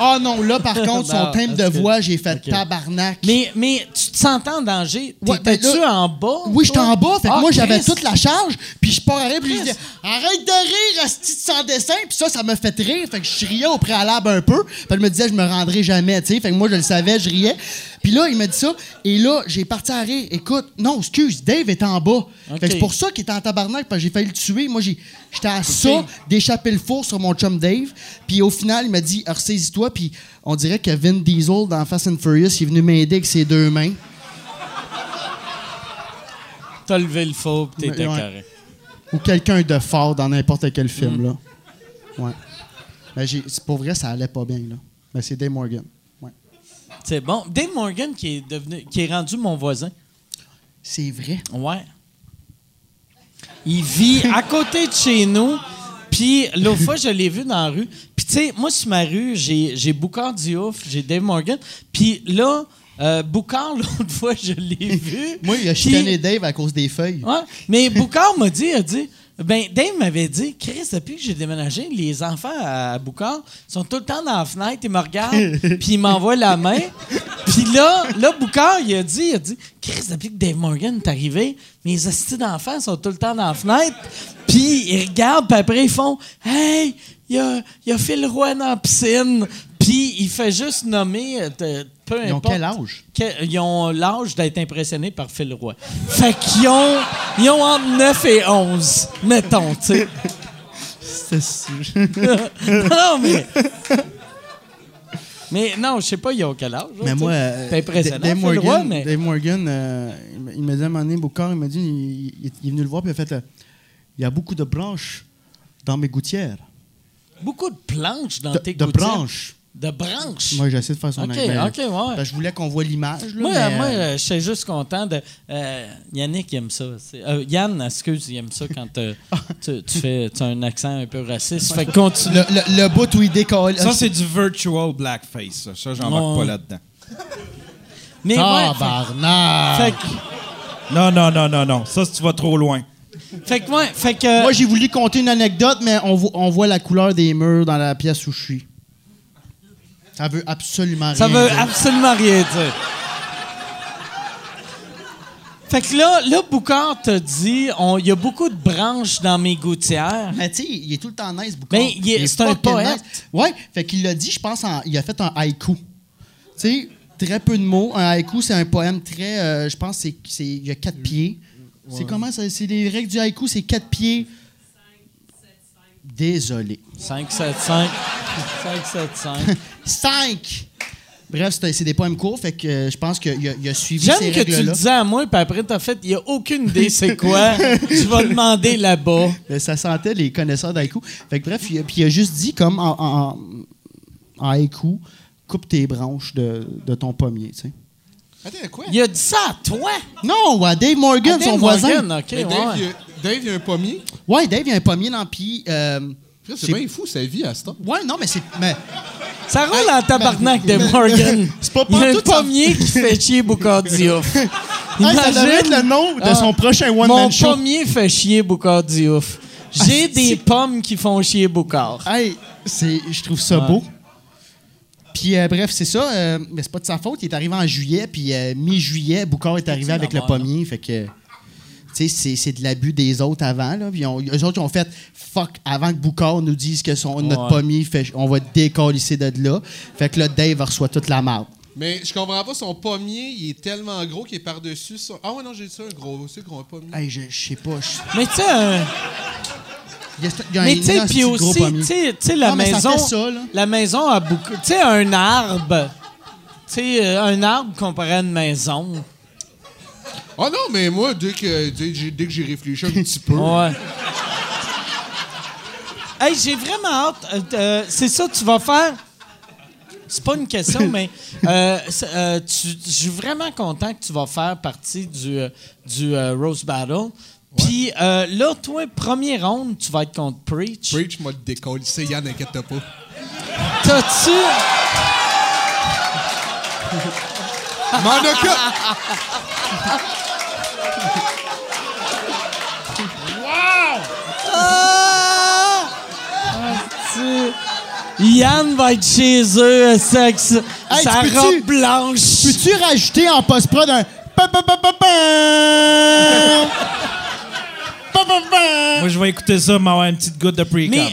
[SPEAKER 4] Ah non, là, par contre,
[SPEAKER 1] Non,
[SPEAKER 4] son timbre de
[SPEAKER 1] parce que-
[SPEAKER 4] voix, j'ai fait
[SPEAKER 1] Ok.
[SPEAKER 4] tabarnak.
[SPEAKER 1] mais, mais tu te sentais en danger?
[SPEAKER 4] Ouais,
[SPEAKER 1] T'étais-tu
[SPEAKER 4] ben là-
[SPEAKER 1] en bas?
[SPEAKER 4] Oui, j'étais
[SPEAKER 1] toi?
[SPEAKER 4] en bas. Fait que
[SPEAKER 1] Ah,
[SPEAKER 4] moi, j'avais
[SPEAKER 1] Christ.
[SPEAKER 4] toute la charge. Puis je pars à rire. Puis je
[SPEAKER 1] Chris.
[SPEAKER 4] dis Arrête de rire, Asti, de sans dessin. Puis ça, ça me fait rire. Fait que je riais au préalable un peu. Fait que je me disais Je me rendrai jamais. tu sais. Fait que moi, je le savais, je riais. Puis là, il m'a dit ça. Et là, j'ai parti à rire. Écoute, non, excuse, Dave est en bas.
[SPEAKER 1] Ok.
[SPEAKER 4] Fait que c'est pour ça qu'il était en tabarnak. Parce que j'ai failli le tuer. Moi, j'ai- j'étais à ça d'échapper le four sur mon chum Dave. Puis au final, il m'a dit Ah, Ressaisis-toi. Puis on dirait que Vin Diesel dans Fast and Furious, il est venu m'aider avec ses deux mains.
[SPEAKER 1] T'as levé le four, pis t'étais
[SPEAKER 4] Mais, ouais.
[SPEAKER 1] carré.
[SPEAKER 4] ou quelqu'un de fort dans n'importe quel film. Là. Ouais. Mais j'ai- c'est- pour vrai, ça allait pas bien. Là. Mais c'est Dave Morgan. Ouais.
[SPEAKER 1] C'est bon. Dave Morgan, qui est, devenu, qui est rendu mon voisin,
[SPEAKER 4] C'est vrai.
[SPEAKER 1] Ouais. Il vit à côté de chez nous. Puis l'autre fois, je l'ai vu dans la rue. Puis tu sais, moi, sur ma rue, j'ai j'ai Boucard Diouf, j'ai Dave Morgan. Puis là, euh, Boucard, l'autre fois, je l'ai vu.
[SPEAKER 4] Moi, il a
[SPEAKER 1] Puis-
[SPEAKER 4] chicané Dave à cause des feuilles.
[SPEAKER 1] Ouais, mais Boucard m'a dit, il a dit, ben Dave m'avait dit, Chris, depuis que j'ai déménagé, les enfants à Boucard sont tout le temps dans la fenêtre, ils me regardent, puis ils m'envoient la main. Puis là, là, Boucard, il a dit, il a dit, Chris, depuis que Dave Morgan est arrivé, mes assistés d'enfants sont tout le temps dans la fenêtre, puis ils regardent, puis après ils font, hey, il y a, il y a Phil Roy dans la piscine, puis il fait juste nommer, euh, de- peu
[SPEAKER 4] Ils ont
[SPEAKER 1] importe.
[SPEAKER 4] quel âge?
[SPEAKER 1] Que- ils ont l'âge d'être impressionnés par Phil Roy. Fait qu'ils ont, ils ont entre 9 et 11, mettons, tu sais.
[SPEAKER 4] Ah,
[SPEAKER 1] non, mais... Mais non, je sais pas, ils ont quel âge. là,
[SPEAKER 4] Mais
[SPEAKER 1] tu
[SPEAKER 4] moi,
[SPEAKER 1] sais.
[SPEAKER 4] euh,
[SPEAKER 1] c'est impressionnant,
[SPEAKER 4] Dave
[SPEAKER 1] Phil Roy,
[SPEAKER 4] Morgan,
[SPEAKER 1] mais...
[SPEAKER 4] Dave Morgan, euh, il m'a- il m'a dit à un moment donné, Boucard, il m'a dit, il, il- il est venu le voir, puis il a fait, euh, il y a beaucoup de branches dans mes gouttières.
[SPEAKER 1] Beaucoup de planches dans
[SPEAKER 4] De,
[SPEAKER 1] tes
[SPEAKER 4] de
[SPEAKER 1] gouttières.
[SPEAKER 4] branches.
[SPEAKER 1] De branches.
[SPEAKER 4] Moi, j'essaie de faire son
[SPEAKER 1] Ok,
[SPEAKER 4] accent.
[SPEAKER 1] ok, ouais.
[SPEAKER 4] Parce que Je voulais qu'on voit l'image. là,
[SPEAKER 1] Moi,
[SPEAKER 4] mais,
[SPEAKER 1] euh, moi,
[SPEAKER 4] euh,
[SPEAKER 1] euh, je suis juste content de. euh, Yannick il aime ça. C'est- euh, Yann, excuse, il aime ça quand euh, tu, tu fais tu as un accent un peu raciste. Fait que continue.
[SPEAKER 4] le, le, le bout où il décolle.
[SPEAKER 3] Ça, c'est du virtual blackface. Ça, ça j'embarque
[SPEAKER 1] Ouais.
[SPEAKER 3] pas là-dedans.
[SPEAKER 1] Mais ouais, fait-
[SPEAKER 4] Ah, Tabarnak!
[SPEAKER 1] fait que-
[SPEAKER 3] Non, non, non, non, non. Ça, si tu vas trop loin.
[SPEAKER 1] fait que ouais, fait que.
[SPEAKER 4] Moi, j'ai voulu compter une anecdote, mais on, vo- on voit la couleur des murs dans la pièce où je suis. Ça veut absolument
[SPEAKER 1] Ça
[SPEAKER 4] rien
[SPEAKER 1] veut
[SPEAKER 4] dire.
[SPEAKER 1] absolument rien dire. Fait que là, là, Boucard te dit, on- il y a beaucoup de branches dans mes gouttières.
[SPEAKER 4] Mais tu sais, il est tout le temps nice, Boucard.
[SPEAKER 1] Mais il est- c'est un
[SPEAKER 4] fucking
[SPEAKER 1] poète.
[SPEAKER 4] Ouais, fait qu'il l'a dit, je pense, en- il a fait un haïku. Tu sais, très peu de mots. Un haïku, c'est un poème très... euh, je pense c'est c'est- il y a quatre pieds. C'est comment ça? C'est les règles du haïku, c'est quatre pieds. Désolé.
[SPEAKER 1] 5, 7, 5. 5, 7, 5.
[SPEAKER 4] 5. Bref, c'était- c'est des poèmes courts, fait que euh, je pense qu'il a, il a suivi
[SPEAKER 1] J'aime
[SPEAKER 4] ces
[SPEAKER 1] que tu le
[SPEAKER 4] règles-là.
[SPEAKER 1] disais à moi, puis après, t'as fait, il n'y a aucune idée c'est quoi. tu vas demander là-bas.
[SPEAKER 4] Mais Euh, ça sentait les connaisseurs d'haïku. Fait que bref, il a, puis il a juste dit comme en, en- en haïku, coupe tes branches de, de ton pommier, tu sais.
[SPEAKER 5] Attends, quoi?
[SPEAKER 1] Il a dit ça à toi.
[SPEAKER 4] Non, à Dave Morgan,
[SPEAKER 1] À Ah, Dave
[SPEAKER 4] son
[SPEAKER 1] Morgan,
[SPEAKER 4] voisin.
[SPEAKER 1] OK,
[SPEAKER 5] Mais Dave,
[SPEAKER 1] ouais.
[SPEAKER 5] il y a- Dave, il y a un pommier.
[SPEAKER 4] Ouais, Dave, il a un pommier dans le pied. euh,
[SPEAKER 5] C'est
[SPEAKER 4] C'est-
[SPEAKER 5] bien fou, sa vie à ce temps.
[SPEAKER 4] ouais, non, mais c'est. mais-
[SPEAKER 1] Ça roule en tabarnak de Morgan.
[SPEAKER 4] C'est pas
[SPEAKER 1] Il y a un
[SPEAKER 4] pantoute ça-
[SPEAKER 1] pommier qui fait chier Boucardiouf.
[SPEAKER 4] Hey, ça devrait être le nom de son prochain
[SPEAKER 1] Mon
[SPEAKER 4] one-man show.
[SPEAKER 1] pommier fait chier Boucardiouf. J'ai
[SPEAKER 4] Ah,
[SPEAKER 1] des
[SPEAKER 4] c'est-
[SPEAKER 1] pommes qui font chier Boucard.
[SPEAKER 4] Hey, c'est, je trouve ça beau. Puis euh, bref, c'est ça. euh, mais c'est pas de sa faute. Il est arrivé en juillet, puis euh, mi-juillet, Boucard est arrivé avec le pommier. Fait que, tu sais, c'est, c'est de l'abus des autres avant. Là, puis ils ont- eux autres, ils ont fait fuck avant que Boucard nous dise que son, notre
[SPEAKER 1] Ouais.
[SPEAKER 4] pommier, fait, on va décalisser de là. Fait que là, Dave reçoit toute la marde.
[SPEAKER 5] Mais je comprends pas, son pommier, il est tellement gros qu'il est par-dessus. son- Ah ouais, non, j'ai dit ça, un gros, c'est gros un pommier.
[SPEAKER 4] Hey, je, je sais pas. je-
[SPEAKER 1] Mais tu sais, un-
[SPEAKER 4] il y a- Ben, il y a un
[SPEAKER 1] mais tu sais,
[SPEAKER 4] nasty
[SPEAKER 1] puis
[SPEAKER 4] gros
[SPEAKER 1] aussi,
[SPEAKER 4] pommier.
[SPEAKER 1] tu sais, tu sais, la
[SPEAKER 4] Non, mais ça
[SPEAKER 1] maison,
[SPEAKER 4] fait ça, là.
[SPEAKER 1] la maison a beaucoup, tu sais, un arbre, tu sais, euh, un arbre comparé à une maison.
[SPEAKER 5] Ah non, mais moi, dès que, dès, que j'ai- dès que j'ai réfléchi un petit peu.
[SPEAKER 1] Ouais. Hey, j'ai vraiment hâte. euh, euh, c'est ça, tu vas faire. C'est pas une question, mais euh, c'est, euh, tu- je suis vraiment content que tu vas faire partie du, euh, du euh, Rose Battle. Puis euh, là, toi, premier round, tu vas être contre Preach.
[SPEAKER 5] Preach m'a décollissé, Yann, inquiète-toi pas.
[SPEAKER 1] T'as-tu.
[SPEAKER 5] M'en occupe!
[SPEAKER 1] Ah! Asti. Yann va être chez eux, euh, sexe.
[SPEAKER 4] Hey,
[SPEAKER 1] sa
[SPEAKER 4] tu peux-tu-
[SPEAKER 1] robe blanche.
[SPEAKER 4] Peux-tu rajouter en post-prod un. pa- pa- pa- pa- pa- Pa- pa- pa-
[SPEAKER 7] Moi, je vais écouter ça, m'avoir une petite goutte de pre
[SPEAKER 1] Mais,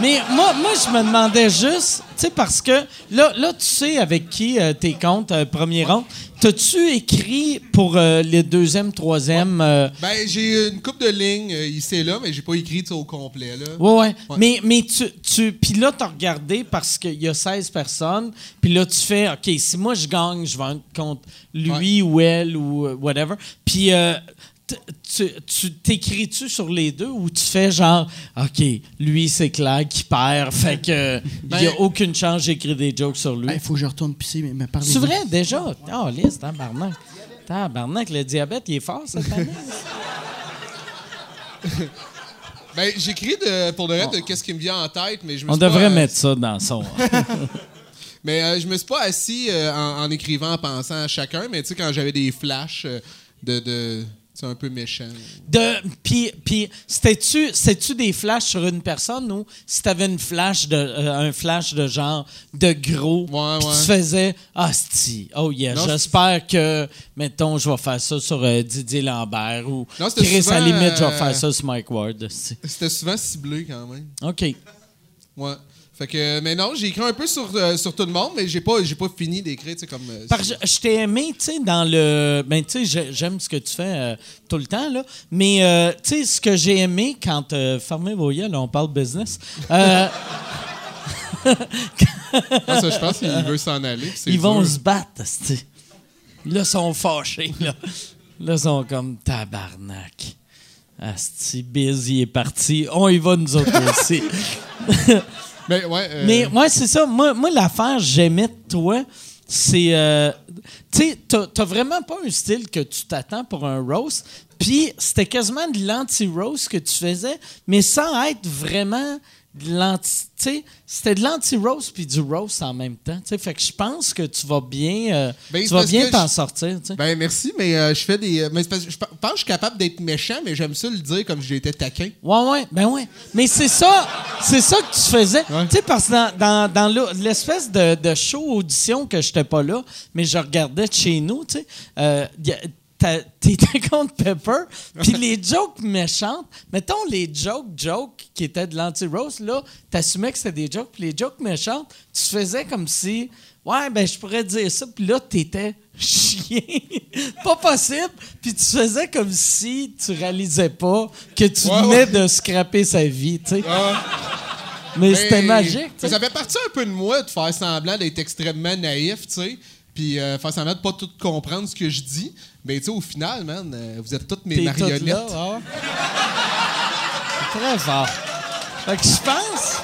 [SPEAKER 1] mais moi, moi, je me demandais juste, tu sais, parce que là, là, tu sais avec qui euh, tes comptes, euh, premier rang. T'as-tu écrit pour euh, les deuxième, troisième? euh,
[SPEAKER 5] Ben, j'ai une coupe de lignes euh, ici et là, mais j'ai pas écrit tu sais, au complet, là.
[SPEAKER 1] ouais, ouais.
[SPEAKER 5] Ouais.
[SPEAKER 1] Mais, mais tu. tu puis là, t'as regardé parce qu'il y a 16 personnes. Puis là, tu fais, OK, si moi je gagne, je vais être contre lui ou elle ou euh, whatever. Puis. euh, t- tu tu- t'écris-tu sur les deux ou tu fais genre, OK, lui, c'est clair qu'il perd, fait que il n'y
[SPEAKER 5] Ben-
[SPEAKER 1] a aucune chance, j'écris des jokes sur lui.
[SPEAKER 4] Il faut que je retourne pisser, mais, mais parlez
[SPEAKER 1] C'est vrai, déjà? Ah, oh, liste, tabarnak. Tabarnak, le diabète, il est fort, cette année.
[SPEAKER 5] Ben, j'écris de- pour le reste de qu'est-ce qui me vient en tête, mais je me
[SPEAKER 1] On
[SPEAKER 5] suis pas,
[SPEAKER 1] devrait
[SPEAKER 5] euh,
[SPEAKER 1] mettre ça dans son...
[SPEAKER 5] Mais euh, je me suis pas assis euh, en, en écrivant, en pensant à chacun, mais tu sais, quand j'avais des flashs euh, de. de tu sais, un peu méchant.
[SPEAKER 1] De, puis, puis c'était-tu, c'était-tu des flashs sur une personne ou si t'avais une flash de, euh, un flash de genre de gros,
[SPEAKER 5] Ouais,
[SPEAKER 1] puis
[SPEAKER 5] ouais.
[SPEAKER 1] tu faisais « Ah, c'ti, oh yeah,
[SPEAKER 5] Non,
[SPEAKER 1] j'espère que, mettons, je vais faire ça sur euh, Didier Lambert ou
[SPEAKER 5] Non, c'était
[SPEAKER 1] Chris, à la
[SPEAKER 5] souvent,
[SPEAKER 1] limite, je vais
[SPEAKER 5] euh,
[SPEAKER 1] faire ça sur Mike Ward. c'ti.
[SPEAKER 5] C'était souvent ciblé quand même.
[SPEAKER 1] OK.
[SPEAKER 5] Ouais. Fait que, mais non, j'ai écrit un peu sur, euh, sur tout le monde, mais j'ai pas, j'ai pas fini d'écrire, tu sais, comme. euh,
[SPEAKER 1] Parce
[SPEAKER 5] sur-
[SPEAKER 1] que je t'ai aimé, tu sais, dans le. Ben, tu sais, j'ai- j'aime ce que tu fais euh, tout le temps, là. Mais, euh, tu sais, ce que j'ai aimé quand. euh, fermez vos yeux, là, on parle business. Euh,
[SPEAKER 5] Ah, ça, je pense qu'il veut s'en aller. puis c'est
[SPEAKER 1] ils vont
[SPEAKER 5] dur.
[SPEAKER 1] se battre, tu sais. Là, ils sont fâchés, là. Là, ils sont comme tabarnak. Asti, Biz, il est parti. On y va, nous autres aussi.
[SPEAKER 5] Mais ouais. euh,
[SPEAKER 1] Mais ouais, c'est ça. Moi, moi l'affaire que j'aimais de toi, c'est. euh, tu sais, t'as t'as vraiment pas un style que tu t'attends pour un roast. Puis c'était quasiment de l'anti-roast que tu faisais, mais sans être vraiment de l'anti. Tu sais, c'était de l'anti-roast puis du roast en même temps. Tu sais, fait que je pense que tu vas bien euh,
[SPEAKER 5] Ben,
[SPEAKER 1] tu
[SPEAKER 5] c'est
[SPEAKER 1] vas
[SPEAKER 5] parce
[SPEAKER 1] bien
[SPEAKER 5] que
[SPEAKER 1] t'en
[SPEAKER 5] je-
[SPEAKER 1] sortir. tu sais.
[SPEAKER 5] Ben merci, mais euh, je fais des. euh, mais c'est parce que je pe- pense que je suis capable d'être méchant, mais j'aime ça le dire comme si j'étais taquin.
[SPEAKER 1] Ouais, ouais, ben ouais. Mais c'est ça, c'est ça que tu faisais.
[SPEAKER 5] Ouais.
[SPEAKER 1] Tu sais, parce que dans, dans, dans le- l'espèce de, de show audition que j'étais pas là, mais je regardais de chez nous, tu sais, euh, y a- t'as- t'étais contre Pepper, puis les jokes méchantes, mettons les jokes jokes qui étaient de l'anti-rose, là, t'assumais que c'était des jokes, puis les jokes méchantes, tu faisais comme si, ouais, ben je pourrais dire ça, puis là, t'étais chien. pas possible. Puis tu faisais comme si tu réalisais pas que tu
[SPEAKER 5] Ouais,
[SPEAKER 1] venais
[SPEAKER 5] ouais.
[SPEAKER 1] de scraper sa vie, tu sais. Mais
[SPEAKER 9] Ben,
[SPEAKER 1] c'était magique, tu sais.
[SPEAKER 9] Ah. Ça fait partie un peu de moi de faire semblant d'être extrêmement naïf, tu sais. Puis euh, faire semblant de pas tout comprendre ce que je dis. Mais tu sais, au final, man, euh, vous êtes toutes mes
[SPEAKER 1] T'es toute
[SPEAKER 9] marionnettes.
[SPEAKER 1] là, ouais, ouais. C'est Très fort. Fait que je pense.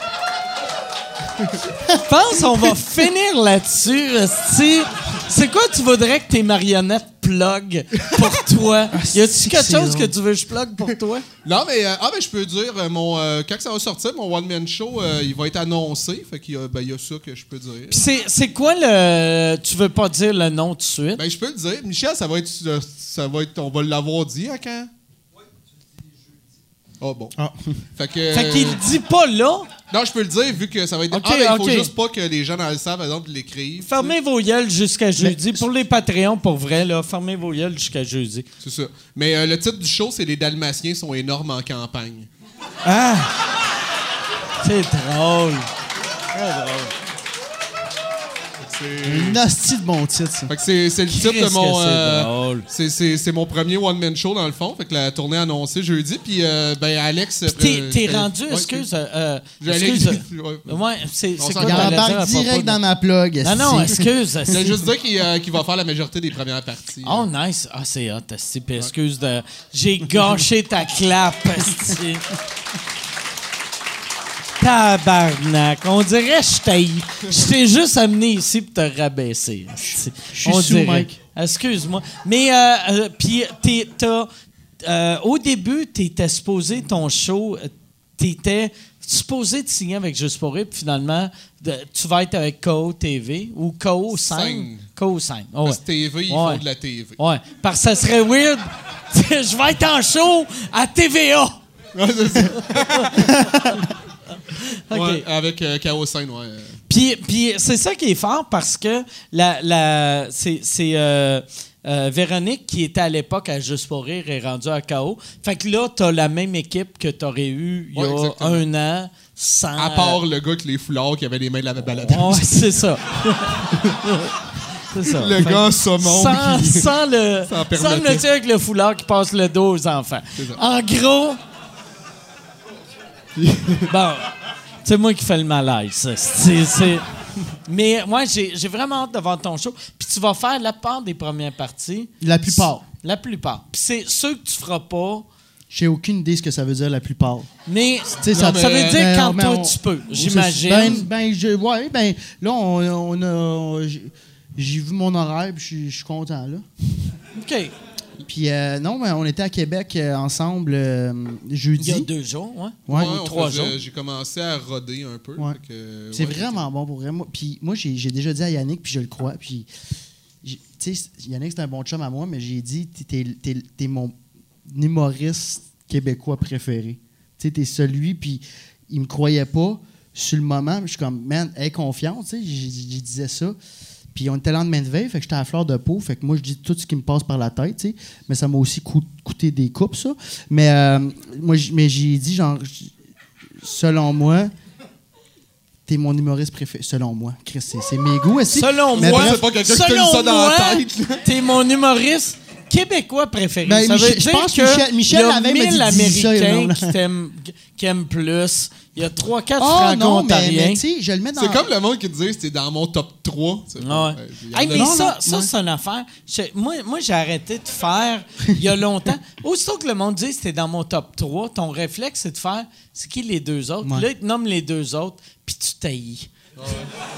[SPEAKER 1] Je pense qu'on va finir là-dessus. esti. C'est quoi tu voudrais que tes marionnettes plug pour toi?
[SPEAKER 9] Ah,
[SPEAKER 1] Y a-tu quelque chose que tu veux que je plug pour toi?
[SPEAKER 9] Non, mais, euh, ah, mais je peux dire, euh, mon, euh, quand ça va sortir, mon one-man show, euh, il va être annoncé. Fait qu'il y, a- ben, il y a ça que je peux dire.
[SPEAKER 1] Puis c'est, c'est quoi le. Tu veux pas dire le nom tout de suite?
[SPEAKER 9] Ben, je peux le dire. Michel, ça va être. euh, Ça va être on va l'avoir dit à quand? Ah bon. Fait que.
[SPEAKER 1] fait qu'il le dit pas là.
[SPEAKER 9] Non, je peux le dire vu que ça va être.
[SPEAKER 1] Ok,
[SPEAKER 9] ah, ben, il faut
[SPEAKER 1] ok.
[SPEAKER 9] juste pas que les gens dans le salle, par exemple, l'écrivent.
[SPEAKER 1] Fermez vos gueules jusqu'à jeudi. Pour les Patreons, pour vrai, là, fermez vos gueules jusqu'à jeudi.
[SPEAKER 9] C'est ça. Mais euh, le titre du show, c'est Les Dalmatiens sont énormes en campagne.
[SPEAKER 1] Ah! C'est drôle.
[SPEAKER 4] Un hostie de bon titre, ça.
[SPEAKER 9] Fait que c'est c'est le titre
[SPEAKER 1] Christ
[SPEAKER 9] de
[SPEAKER 1] que
[SPEAKER 9] mon.
[SPEAKER 1] c'est
[SPEAKER 9] euh,
[SPEAKER 1] drôle.
[SPEAKER 9] c'est- c'est c'est mon premier one-man show, dans le fond. Fait que la tournée annoncée jeudi. Puis, euh, ben, Alex.
[SPEAKER 1] Puis t'es,
[SPEAKER 9] euh,
[SPEAKER 1] t'es
[SPEAKER 9] euh,
[SPEAKER 1] rendu,
[SPEAKER 9] ouais,
[SPEAKER 1] excuse. euh, euh,
[SPEAKER 9] J'allais-
[SPEAKER 1] excuse.
[SPEAKER 9] Ouais.
[SPEAKER 1] euh, Ouais, c'est,
[SPEAKER 9] On
[SPEAKER 1] c'est
[SPEAKER 9] s'en
[SPEAKER 1] quoi
[SPEAKER 4] Il
[SPEAKER 9] garde.
[SPEAKER 1] t'allais dire à
[SPEAKER 4] embarque
[SPEAKER 1] propos
[SPEAKER 4] direct
[SPEAKER 1] de-
[SPEAKER 4] dans ma plug.
[SPEAKER 1] Non,
[SPEAKER 4] esti.
[SPEAKER 1] non, excuse.
[SPEAKER 9] Je voulais
[SPEAKER 1] esti.
[SPEAKER 9] juste dire qu'il euh, qu'il va faire la majorité des premières parties.
[SPEAKER 1] Oh, nice. Ah, c'est hot, esti. Puis excuse de. J'ai gâché ta clap, esti. Tabarnak. On dirait que je t'ai. Je t'ai juste amené ici pour te rabaisser. esti.
[SPEAKER 4] suis
[SPEAKER 1] On
[SPEAKER 4] sous,
[SPEAKER 1] dirait.
[SPEAKER 4] Mike.
[SPEAKER 1] Excuse-moi. Mais, euh, euh, puis, t'es- t'as- euh, au début, t'étais supposé ton show. euh, T'étais supposé te signer avec Juste pour rire, puis finalement, de- tu vas être avec KO TV ou KO 5.
[SPEAKER 9] Scène.
[SPEAKER 1] KO 5. Oh,
[SPEAKER 9] Parce
[SPEAKER 1] ouais.
[SPEAKER 9] que TV, ils
[SPEAKER 1] Ouais.
[SPEAKER 9] font de la TV.
[SPEAKER 1] Ouais, parce que ça serait weird. je vais être en show à TVA. OK.
[SPEAKER 9] Ouais, avec euh, Chaos Scène, ouais. euh.
[SPEAKER 1] Puis, puis c'est ça qui est fort parce que la, la, c'est, c'est, euh, euh, Véronique qui était à l'époque à Juste pour rire est rendue à KO. Fait que là, t'as la même équipe que t'aurais eu il y
[SPEAKER 9] Ouais,
[SPEAKER 1] a
[SPEAKER 9] exactement.
[SPEAKER 1] un an sans.
[SPEAKER 9] À part le gars avec les foulards qui avait les mains de la balade.
[SPEAKER 1] Ah. Ouais, c'est ça. c'est ça.
[SPEAKER 9] Le
[SPEAKER 1] Fait que-
[SPEAKER 9] gars saumon.
[SPEAKER 1] sans,
[SPEAKER 9] qui-
[SPEAKER 1] sans le,
[SPEAKER 9] Sans
[SPEAKER 1] sans,
[SPEAKER 9] permettre.
[SPEAKER 1] le monsieur avec le foulard qui passe le dos aux enfants.
[SPEAKER 9] ça.
[SPEAKER 1] En gros. bon, c'est moi qui fais le malaise. ça. C'est- c'est- Mais moi, j'ai j'ai vraiment hâte de voir ton show. Puis tu vas faire la part des premières parties.
[SPEAKER 4] La plupart.
[SPEAKER 1] La plupart. Puis c'est ceux que tu feras pas.
[SPEAKER 4] J'ai aucune idée ce que ça veut dire la plupart.
[SPEAKER 1] Mais
[SPEAKER 4] sais,
[SPEAKER 1] ça,
[SPEAKER 4] ça-
[SPEAKER 1] veut
[SPEAKER 4] mais-
[SPEAKER 1] dire
[SPEAKER 4] mais-
[SPEAKER 1] quand
[SPEAKER 4] mais
[SPEAKER 1] toi
[SPEAKER 4] on-
[SPEAKER 1] tu peux,
[SPEAKER 4] Ben,
[SPEAKER 1] j'imagine.
[SPEAKER 4] ben, je, ouais, ben, là, on, on a. j'ai- J'ai vu mon horaire, puis je suis- je suis content, là.
[SPEAKER 1] OK.
[SPEAKER 4] Puis, euh, non, mais on était à Québec euh, ensemble euh,
[SPEAKER 1] Il
[SPEAKER 4] jeudi.
[SPEAKER 1] y a deux jours, ouais.
[SPEAKER 4] Ouais.
[SPEAKER 9] Ouais, on
[SPEAKER 1] trois
[SPEAKER 9] faisait-
[SPEAKER 1] jours.
[SPEAKER 9] euh, J'ai commencé à roder un peu.
[SPEAKER 4] Ouais.
[SPEAKER 9] fait que,
[SPEAKER 4] C'est
[SPEAKER 9] Euh, ouais,
[SPEAKER 4] vraiment bon pour vrai. Moi, Puis moi, j'ai j'ai déjà dit à Yannick, puis je le crois. Puis, j'ai- tu sais, Yannick, c'est un bon chum à moi, mais j'ai dit, t'es- t'es t'es- t'es mon humoriste québécois préféré. Tu sais, t'es celui, puis il me croyait pas. Sur le moment, je suis comme, man, aie confiance, tu sais, j'ai- j'ai- j'ai disais ça. Puis on était lendemain de veille, fait que j'étais à fleur de peau, fait que moi, je dis tout ce qui me passe par la tête, tu sais. Mais ça m'a aussi coût- coûté des coupes, ça. Mais euh, moi, j'- mais j'ai dit, genre, j'- selon moi, T'es mon humoriste préféré, selon moi. Chris, c'est c'est mes goûts. est-ce que-
[SPEAKER 1] Selon
[SPEAKER 4] Mais
[SPEAKER 1] moi,
[SPEAKER 4] bref,
[SPEAKER 9] c'est pas quelqu'un qui te
[SPEAKER 1] selon
[SPEAKER 9] met ça dans
[SPEAKER 1] moi,
[SPEAKER 9] la tête,
[SPEAKER 1] t'es mon humoriste québécois préféré.
[SPEAKER 4] Ben,
[SPEAKER 1] ça veut
[SPEAKER 4] Michel- je
[SPEAKER 1] dire
[SPEAKER 4] pense que
[SPEAKER 1] que
[SPEAKER 4] Michel- Michel
[SPEAKER 1] il y a
[SPEAKER 4] l'avait,
[SPEAKER 1] 1000
[SPEAKER 4] m'a dit, dis ça,
[SPEAKER 1] Américains
[SPEAKER 4] non, là.
[SPEAKER 1] qui t'aiment, qui aiment plus. Il y a 3-4
[SPEAKER 4] Ah non, mais, mais
[SPEAKER 1] Franco-Ontariens.
[SPEAKER 4] tu sais, je le mets dans.
[SPEAKER 9] C'est comme le monde qui te dit c'était dans mon top 3. tu sais.
[SPEAKER 1] Ah ouais.
[SPEAKER 9] Ouais, il y en
[SPEAKER 1] Hey,
[SPEAKER 9] a-
[SPEAKER 1] mais
[SPEAKER 4] Non,
[SPEAKER 1] ça,
[SPEAKER 4] non,
[SPEAKER 1] ça
[SPEAKER 4] ouais.
[SPEAKER 1] c'est une affaire. Je- moi, moi j'ai arrêté de faire il y a longtemps. Aussitôt que le monde dit c'était dans mon top 3, ton réflexe, c'est de faire c'est qui les deux autres.
[SPEAKER 4] Ouais.
[SPEAKER 1] Là, ils te nomment les deux autres, puis tu taillis.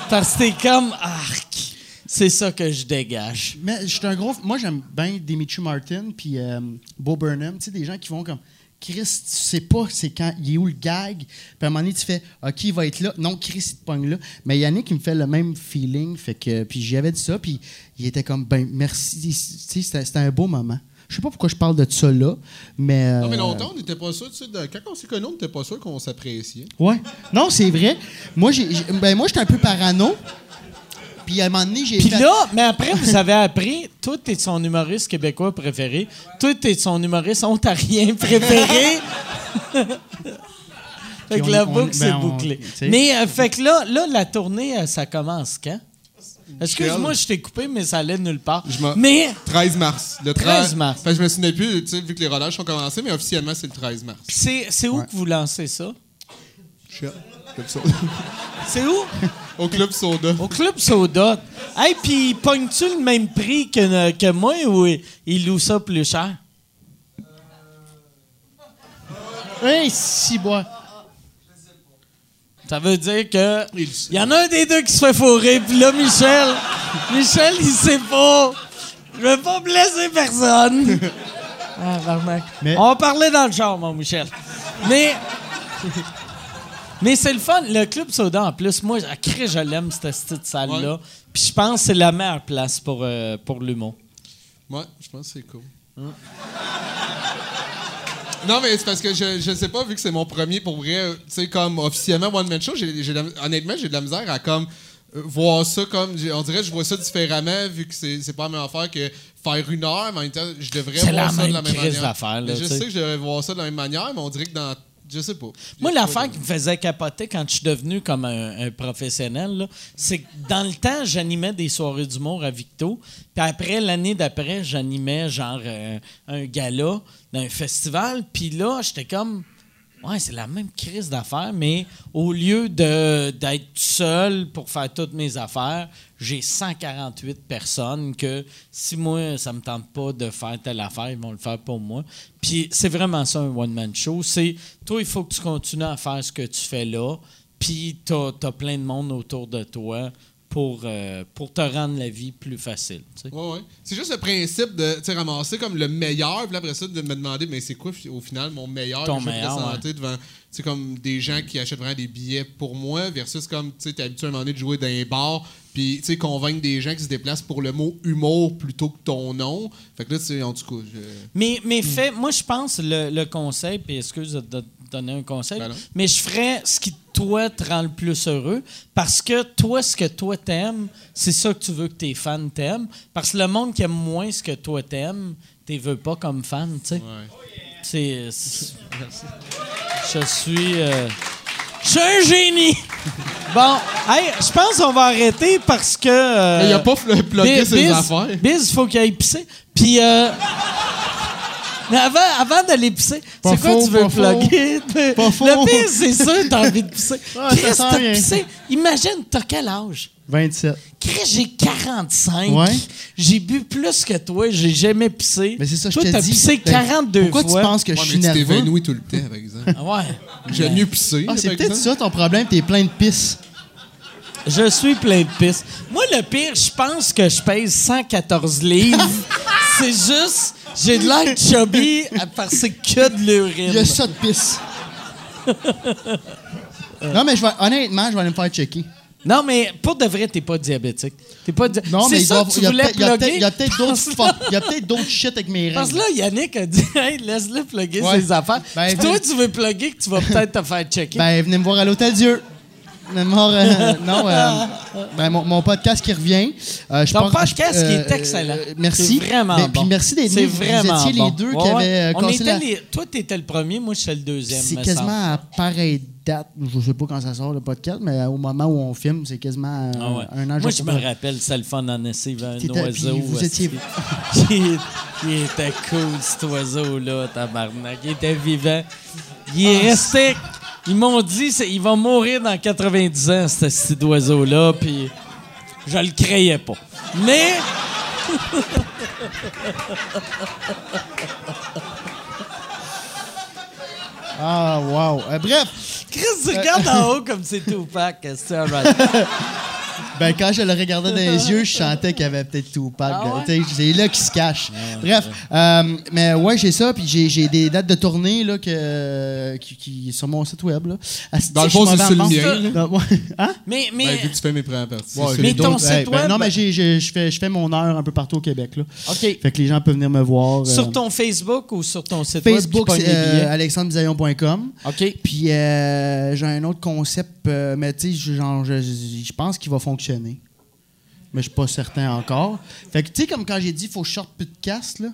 [SPEAKER 1] Parce que t'es comme arc. C'est ça que je dégage.
[SPEAKER 4] Mais je suis un gros. Moi, j'aime bien Dimitri Martin puis euh, Bo Burnham. Tu sais, des gens qui vont comme. Chris, tu sais pas c'est quand il est où le gag. Puis à un moment donné, tu fais OK, il va être là. Non, Chris, il te pogne là. Mais Yannick, il me fait le même feeling. Fait que. Puis j'y avais dit ça. Puis il était comme ben merci. Tu sais, c'était c'était un beau moment. Je sais pas pourquoi je parle de ça là, mais.
[SPEAKER 9] Non, mais
[SPEAKER 4] euh,
[SPEAKER 9] longtemps, on n'était pas sûr. tu sais, de- Quand on s'est connus, on n'était pas sûr qu'on s'appréciait.
[SPEAKER 4] Ouais. Non, c'est vrai. Moi, j'ai, j'ai- ben, moi, j'étais un peu parano. Puis à un moment donné, j'ai.
[SPEAKER 1] Puis
[SPEAKER 4] fait-
[SPEAKER 1] là, mais après, vous avez appris, toi, t'es son humoriste québécois préféré, toi, t'es son humoriste ontarien préféré. fait
[SPEAKER 4] Puis
[SPEAKER 1] que
[SPEAKER 4] on-
[SPEAKER 1] la
[SPEAKER 4] on-
[SPEAKER 1] boucle,
[SPEAKER 4] ben,
[SPEAKER 1] c'est
[SPEAKER 4] on-
[SPEAKER 1] bouclé.
[SPEAKER 4] tu sais.
[SPEAKER 1] Mais euh, fait que là, là, la tournée, euh, ça commence quand? Excuse-moi, je t'ai coupé, mais ça allait nulle part.
[SPEAKER 9] Je m'en-
[SPEAKER 1] Mais
[SPEAKER 9] 13 mars. Le
[SPEAKER 1] 13 mars.
[SPEAKER 9] Fait que je me souvenais plus, tu sais, vu que les relâches ont commencé, mais officiellement, c'est le 13 mars.
[SPEAKER 1] c'est c'est où que vous lancez ça?
[SPEAKER 5] Club Soda.
[SPEAKER 1] C'est où?
[SPEAKER 5] Au Club Soda.
[SPEAKER 1] Au Club Soda. Hey, puis pognes-tu le même prix que, que moi ou il loue ça plus cher?
[SPEAKER 4] Hey, si bois.
[SPEAKER 1] Ça veut dire que. Il y en a un des deux qui se fait fourrer, puis là, Michel. Michel, il sait pas. Je veux pas blesser personne. Ah, barnac.
[SPEAKER 4] Mais-
[SPEAKER 1] On parlait dans le char, mon Michel. Mais. Mais c'est le fun. Le Club Soda, en plus, moi, à crée, je l'aime, cette petite salle-là. Puis je pense que c'est la meilleure place pour, euh, pour l'humour.
[SPEAKER 5] Ouais, je pense que c'est cool.
[SPEAKER 1] Hein?
[SPEAKER 5] Non, mais c'est parce que je, je sais pas, vu que c'est mon premier pour vrai, euh, tu sais, comme officiellement One Man Show, j'ai- j'ai de la- honnêtement, j'ai de la misère à comme euh, voir ça comme. j'ai- On dirait que je vois ça différemment, vu que c'est c'est pas la même affaire que faire une heure, mais en même temps, je devrais
[SPEAKER 1] C'est
[SPEAKER 5] voir
[SPEAKER 1] la
[SPEAKER 5] ça de
[SPEAKER 1] même
[SPEAKER 5] la même
[SPEAKER 1] crise
[SPEAKER 5] manière.
[SPEAKER 1] d'affaires, là,
[SPEAKER 5] Mais je
[SPEAKER 1] tu sais.
[SPEAKER 5] sais que je devrais voir ça de la même manière, mais on dirait que dans. Je sais pas.
[SPEAKER 1] Moi, l'affaire qui me faisait capoter quand je suis devenu comme un, un professionnel, là, c'est que dans le temps, j'animais des soirées d'humour à Victo. Puis après, l'année d'après, j'animais genre euh, un gala d'un festival. Puis là, j'étais comme. Ouais, c'est la même crise d'affaires, mais au lieu de- d'être seul pour faire toutes mes affaires, j'ai 148 personnes que si moi, ça me tente pas de faire telle affaire, ils vont le faire pour moi. Puis c'est vraiment ça, un one-man show. C'est toi, il faut que tu continues à faire ce que tu fais là, puis t'as as plein de monde autour de toi pour, euh, pour te rendre la vie plus facile. tu sais.
[SPEAKER 5] Ouais, ouais. C'est juste le principe de tu sais, ramasser comme le meilleur, puis là, après ça, de me demander, mais c'est quoi fi- au final mon meilleur
[SPEAKER 1] Ton
[SPEAKER 5] que je vais
[SPEAKER 1] meilleur,
[SPEAKER 5] présenter devant tu sais, comme des gens qui achètent vraiment des billets pour moi, versus comme tu sais, t'es habitué à un moment donné de jouer dans un bar, puis tu sais, convaincre des gens qui se déplacent pour le mot humour plutôt que ton nom. Fait que là, tu sais, en tout cas,
[SPEAKER 4] Euh,
[SPEAKER 5] je-
[SPEAKER 1] Mais, mais fais, moi, je pense le, le conseil, puis excuse de te donner un conseil,
[SPEAKER 5] Ben non.
[SPEAKER 1] mais je ferais ce qui, toi, te rend le plus heureux parce que toi, ce que toi t'aimes, c'est ça que tu veux que tes fans t'aiment. Parce que le monde qui aime moins ce que toi t'aimes, t'es veux pas comme fan, tu sais. C'est. c'est- Je suis. euh, je suis un génie! Bon, hey, je pense qu'on va arrêter parce que. euh,
[SPEAKER 5] Mais il a pas fl-
[SPEAKER 1] Biz,
[SPEAKER 5] plugué ses
[SPEAKER 1] Biz,
[SPEAKER 5] affaires.
[SPEAKER 1] Biz, faut qu'il aille pisser. Puis, euh, mais avant, avant d'aller pisser, c'est quoi
[SPEAKER 4] faux,
[SPEAKER 1] tu veux
[SPEAKER 4] pas
[SPEAKER 1] plugger? Le
[SPEAKER 4] faux.
[SPEAKER 1] pire, c'est sûr, t'as envie de pisser.
[SPEAKER 4] Ah, ça
[SPEAKER 1] Chris,
[SPEAKER 4] sent
[SPEAKER 1] t'as
[SPEAKER 4] rien.
[SPEAKER 1] pissé. Imagine, t'as quel âge?
[SPEAKER 4] 27.
[SPEAKER 1] Chris, j'ai 45.
[SPEAKER 4] Ouais.
[SPEAKER 1] J'ai bu plus que toi, j'ai jamais pissé.
[SPEAKER 4] Mais c'est ça, je
[SPEAKER 1] Toi,
[SPEAKER 4] te
[SPEAKER 1] t'as
[SPEAKER 4] dis.
[SPEAKER 1] pissé
[SPEAKER 4] T'as-
[SPEAKER 1] 42
[SPEAKER 4] Pourquoi
[SPEAKER 1] fois.
[SPEAKER 4] tu penses que
[SPEAKER 5] Ouais,
[SPEAKER 4] je
[SPEAKER 5] mais
[SPEAKER 4] suis
[SPEAKER 5] tu
[SPEAKER 4] nerveux?
[SPEAKER 5] t'évanouis tout le temps, par exemple.
[SPEAKER 1] Ah Ouais.
[SPEAKER 5] J'aime mieux pisser.
[SPEAKER 4] Ah,
[SPEAKER 5] par
[SPEAKER 4] c'est peut-être
[SPEAKER 5] exemple.
[SPEAKER 4] ça ton problème, t'es plein de pisse.
[SPEAKER 1] Je suis plein de pisse. Moi, le pire, je pense que je pèse 114 livres. c'est juste, j'ai de l'air chubby à- parce que c'est que de l'urine.
[SPEAKER 4] Il y a ça de pisse. non, mais je vais, honnêtement, je vais aller me faire checker.
[SPEAKER 1] Non, mais pour de vrai, t'es pas diabétique. T'es pas di-
[SPEAKER 4] Non,
[SPEAKER 1] C'est
[SPEAKER 4] mais il
[SPEAKER 1] ça
[SPEAKER 4] doit-
[SPEAKER 1] que tu
[SPEAKER 4] il y a
[SPEAKER 1] voulais
[SPEAKER 4] peut-être- il y a peut-être il y a
[SPEAKER 1] plugger?
[SPEAKER 4] peut-être d'autres
[SPEAKER 1] Parce
[SPEAKER 4] fuck-
[SPEAKER 1] là-
[SPEAKER 4] il y a peut-être d'autres shit avec mes
[SPEAKER 1] Parce
[SPEAKER 4] règles.
[SPEAKER 1] que là, Yannick a dit, hey, laisse-le plugger
[SPEAKER 4] Ouais.
[SPEAKER 1] ses affaires.
[SPEAKER 4] Ben,
[SPEAKER 1] Puis toi,
[SPEAKER 4] oui.
[SPEAKER 1] tu veux plugger que tu vas peut-être te faire checker.
[SPEAKER 4] Ben, venez me voir à l'Hôtel Dieu. Venez me voir, euh, non, euh, ben, mon, mon podcast qui revient. Euh, je
[SPEAKER 1] Ton
[SPEAKER 4] pars-
[SPEAKER 1] podcast
[SPEAKER 4] euh,
[SPEAKER 1] qui est excellent.
[SPEAKER 4] euh, merci.
[SPEAKER 1] C'est vraiment
[SPEAKER 4] Mais-
[SPEAKER 1] bon.
[SPEAKER 4] Puis merci d'être
[SPEAKER 1] C'est
[SPEAKER 4] venus.
[SPEAKER 1] vraiment
[SPEAKER 4] Vous étiez
[SPEAKER 1] bon.
[SPEAKER 4] les deux
[SPEAKER 1] Ouais,
[SPEAKER 4] qui
[SPEAKER 1] ouais.
[SPEAKER 4] avaient euh,
[SPEAKER 1] On
[SPEAKER 4] cassé
[SPEAKER 1] était
[SPEAKER 4] la...
[SPEAKER 1] les- Toi, t'étais le premier, moi, je suis le deuxième.
[SPEAKER 4] C'est
[SPEAKER 1] me semble.
[SPEAKER 4] quasiment à pareille date. Je sais pas quand ça sort le podcast, mais au moment où on filme, c'est quasiment euh,
[SPEAKER 1] Ah ouais.
[SPEAKER 4] un an.
[SPEAKER 1] Moi,
[SPEAKER 4] sais
[SPEAKER 1] je
[SPEAKER 4] pas.
[SPEAKER 1] me rappelle, c'est le fun en essai, il y avait
[SPEAKER 4] T'étais-
[SPEAKER 1] un oiseau.
[SPEAKER 4] puis vous
[SPEAKER 1] aussi,
[SPEAKER 4] étiez-
[SPEAKER 1] qui, qui était cool, cet oiseau-là, tabarnak. Il était vivant. Il
[SPEAKER 4] Ah,
[SPEAKER 1] est resté. Ils m'ont dit, c'est- il va mourir dans 90 ans, cet petit oiseau-là, puis je le créais pas. Mais.
[SPEAKER 4] Ah, wow. Euh, bref,
[SPEAKER 1] Chris, tu regardes en haut comme c'est Tupac. C'est un rat.
[SPEAKER 4] ben, quand je le regardais dans les yeux, je sentais qu'il y avait peut-être tout
[SPEAKER 1] Ah ouais?
[SPEAKER 4] C'est là qu'il se cache. bref, euh, mais ouais, j'ai ça, puis j'ai- j'ai des dates de tournée là, que, qui, qui sont sur mon site web. Là. Asti,
[SPEAKER 5] Dans le
[SPEAKER 4] je
[SPEAKER 5] fond,
[SPEAKER 4] m'en
[SPEAKER 5] c'est
[SPEAKER 4] vais
[SPEAKER 5] sur le
[SPEAKER 4] en
[SPEAKER 5] mien,
[SPEAKER 4] France, là. Non, ouais. Hein?
[SPEAKER 1] Mais, mais,
[SPEAKER 5] Ben, vu que tu fais mes premières parties.
[SPEAKER 4] Ouais,
[SPEAKER 5] c'est
[SPEAKER 1] mais
[SPEAKER 5] les
[SPEAKER 1] ton
[SPEAKER 5] d'autres.
[SPEAKER 1] site
[SPEAKER 4] Hey, ben,
[SPEAKER 1] web.
[SPEAKER 4] non, mais j'ai- j'ai- je fais, je fais mon heure un peu partout au Québec. Là.
[SPEAKER 1] OK.
[SPEAKER 4] Fait que les gens peuvent venir me voir. euh,
[SPEAKER 1] Sur ton Facebook ou sur ton site
[SPEAKER 4] Facebook,
[SPEAKER 1] web?
[SPEAKER 4] c'est
[SPEAKER 1] qui pogne les billets?
[SPEAKER 4] euh, alexandrebisaillon.com.
[SPEAKER 1] OK.
[SPEAKER 4] Puis euh, j'ai un autre concept, euh, mais tu sais, je- genre, je, je- je pense qu'il va fonctionner. Mais je suis pas certain encore. Fait que tu sais, comme quand j'ai dit, il faut que je sorte plus de casse, là.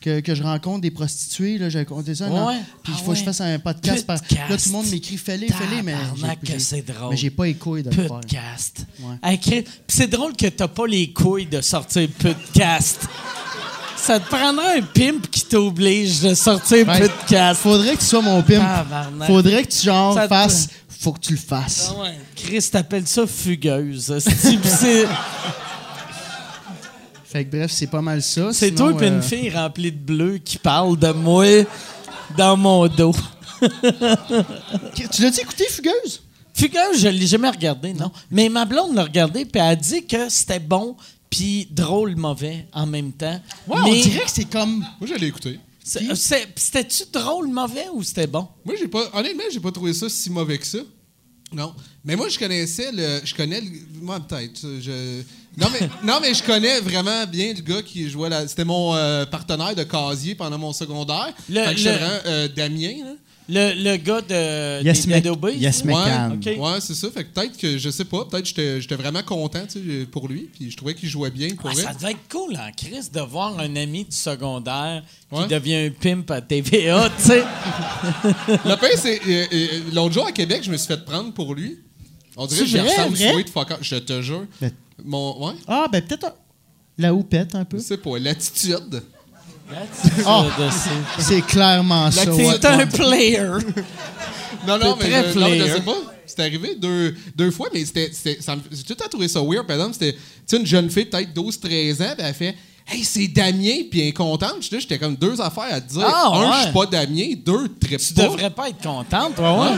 [SPEAKER 4] Que, que je rencontre des prostituées, là, j'ai raconté ça. non?
[SPEAKER 1] Ouais.
[SPEAKER 4] Puis il
[SPEAKER 1] Ah
[SPEAKER 4] faut que je
[SPEAKER 1] ouais.
[SPEAKER 4] fasse un podcast. par-
[SPEAKER 1] Putcast.
[SPEAKER 4] Là, tout le monde m'écrit fais-les, fais-les, mais. j'ai-
[SPEAKER 1] Tabarnak que
[SPEAKER 4] j'ai-
[SPEAKER 1] c'est drôle.
[SPEAKER 4] Mais j'ai pas les couilles de le faire.
[SPEAKER 1] Podcast.
[SPEAKER 4] Ouais.
[SPEAKER 1] Hey, Chris, pis c'est drôle que t'as pas les couilles de sortir podcast. Ça te prendrait un pimp qui t'oblige de sortir
[SPEAKER 4] Ouais.
[SPEAKER 1] plus de casse.
[SPEAKER 4] Faudrait que tu sois mon pimp.
[SPEAKER 1] Tabarnak.
[SPEAKER 4] Faudrait que tu genre
[SPEAKER 1] Ça te-
[SPEAKER 4] fasses. Faut que tu le fasses.
[SPEAKER 1] Ah ouais. Chris t'appelle ça fugueuse. C'est- C'est
[SPEAKER 4] Fait que bref, c'est pas mal ça.
[SPEAKER 1] c'est
[SPEAKER 4] Sinon,
[SPEAKER 1] toi et
[SPEAKER 4] euh,
[SPEAKER 1] une fille remplie de bleu qui parle de moi dans mon dos.
[SPEAKER 4] Tu l'as-tu écouté, Fugueuse?
[SPEAKER 1] Fugueuse, je l'ai jamais regardé, non. Mais ma blonde l'a regardé puis elle a dit que c'était bon puis drôle mauvais en même temps.
[SPEAKER 4] Ouais,
[SPEAKER 1] Mais
[SPEAKER 4] on dirait que c'est comme.
[SPEAKER 9] Moi, j'allais écouter.
[SPEAKER 1] c'est- c'est- c'était-tu drôle mauvais ou c'était bon?
[SPEAKER 9] Moi, j'ai pas. Honnêtement, j'ai pas trouvé ça si mauvais que ça. Non. Mais moi, je connaissais le. Je connais le. Moi, peut-être. Je... Non, mais, non, mais je connais vraiment bien le gars qui jouait là. C'était mon euh, partenaire de casier pendant mon secondaire.
[SPEAKER 1] Le-
[SPEAKER 9] Fait que j'étais
[SPEAKER 1] le-
[SPEAKER 9] vraiment, euh, Damien, là.
[SPEAKER 1] Le, le gars de
[SPEAKER 4] Yes,
[SPEAKER 1] des
[SPEAKER 4] mec.
[SPEAKER 1] Dead Obeys,
[SPEAKER 4] Yes,
[SPEAKER 1] là?
[SPEAKER 4] mec.
[SPEAKER 9] Ouais,
[SPEAKER 4] Mécan.
[SPEAKER 1] OK.
[SPEAKER 9] ouais c'est ça. Fait que peut-être que, je sais pas, peut-être que j'étais- j'étais vraiment content tu sais, pour lui. Puis je trouvais qu'il jouait bien pour
[SPEAKER 1] Ah,
[SPEAKER 9] vrai.
[SPEAKER 1] ça devait être cool en crise de voir un ami du secondaire
[SPEAKER 9] Ouais.
[SPEAKER 1] qui devient un pimp à TVA, tu sais.
[SPEAKER 9] Le pire, c'est. euh, euh, L'autre jour à Québec, je me suis fait prendre pour lui. On dirait
[SPEAKER 4] C'est
[SPEAKER 9] que j'y
[SPEAKER 4] vrai,
[SPEAKER 9] ressemble
[SPEAKER 4] vrai?
[SPEAKER 9] sweet fucker. Je te jure.
[SPEAKER 4] Mais-
[SPEAKER 9] Mon. Ouais,
[SPEAKER 4] Ah, ben peut-être un- la houppette un peu.
[SPEAKER 9] je sais pas. L'attitude.
[SPEAKER 4] Ah.
[SPEAKER 1] De ces-
[SPEAKER 4] C'est clairement ça. ouais.
[SPEAKER 1] C'est un player.
[SPEAKER 9] Non, non,
[SPEAKER 1] T'es
[SPEAKER 9] mais
[SPEAKER 1] très
[SPEAKER 9] je, non, je
[SPEAKER 1] player.
[SPEAKER 9] sais pas. C'est arrivé deux, deux fois, mais c'était. c'était- ça me- J'ai tout le temps trouvé ça weird. Par exemple, c'était tu sais, une jeune fille, peut-être 12-13 ans, puis elle fait Hey, c'est Damien, puis elle est contente. J'étais là, J'étais comme deux affaires à te dire.
[SPEAKER 1] Ah,
[SPEAKER 9] Un, je
[SPEAKER 1] ouais.
[SPEAKER 9] suis pas Damien. Deux, tripe
[SPEAKER 1] tu
[SPEAKER 9] pas.
[SPEAKER 1] devrais pas être contente, toi, ouais.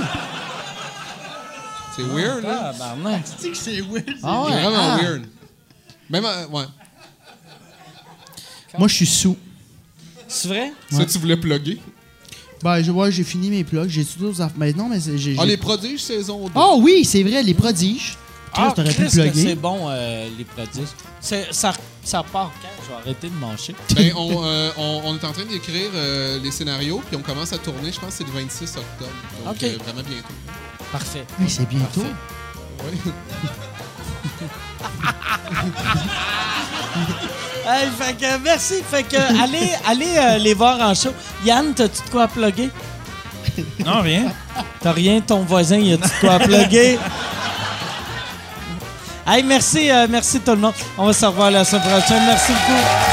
[SPEAKER 9] C'est weird, là.
[SPEAKER 1] Tabarnak.
[SPEAKER 4] Tu sais que c'est weird.
[SPEAKER 1] Ah ouais,
[SPEAKER 9] C'est vraiment
[SPEAKER 1] ah.
[SPEAKER 9] weird. Même, euh, ouais.
[SPEAKER 4] Moi, je suis sous.
[SPEAKER 1] C'est vrai?
[SPEAKER 9] Ça, tu voulais plugger.
[SPEAKER 4] Ben, je vois, j'ai fini mes plugs. J'ai tout d'autres affaires. Mais non, mais c'est- j'ai.
[SPEAKER 9] Ah,
[SPEAKER 4] j'ai-
[SPEAKER 9] les prodiges saison 2.
[SPEAKER 4] Ah oui, c'est vrai, les prodiges.
[SPEAKER 1] Ah,
[SPEAKER 4] Chris, t'aurais pu
[SPEAKER 1] Christ, que c'est
[SPEAKER 4] plugger.
[SPEAKER 1] bon, euh, les prodiges. C'est- Ça, ça part quand? Je vais arrêter de manger.
[SPEAKER 9] Ben, on, euh, on, on est en train d'écrire euh, les scénarios, puis on commence à tourner, je pense que c'est le 26 octobre. Donc,
[SPEAKER 1] Ok.
[SPEAKER 9] euh, vraiment bientôt.
[SPEAKER 1] Parfait.
[SPEAKER 4] Hey, c'est bientôt.
[SPEAKER 1] Parfait. Hey, fait que, merci. Fait que, allez, allez euh, les voir en show. Yann, t'as-tu de quoi à plugger?
[SPEAKER 10] Non, rien.
[SPEAKER 1] T'as rien, ton voisin, il a tout quoi à plugger? Hey, merci, euh, merci tout le monde. On va se revoir la semaine prochaine. Merci beaucoup.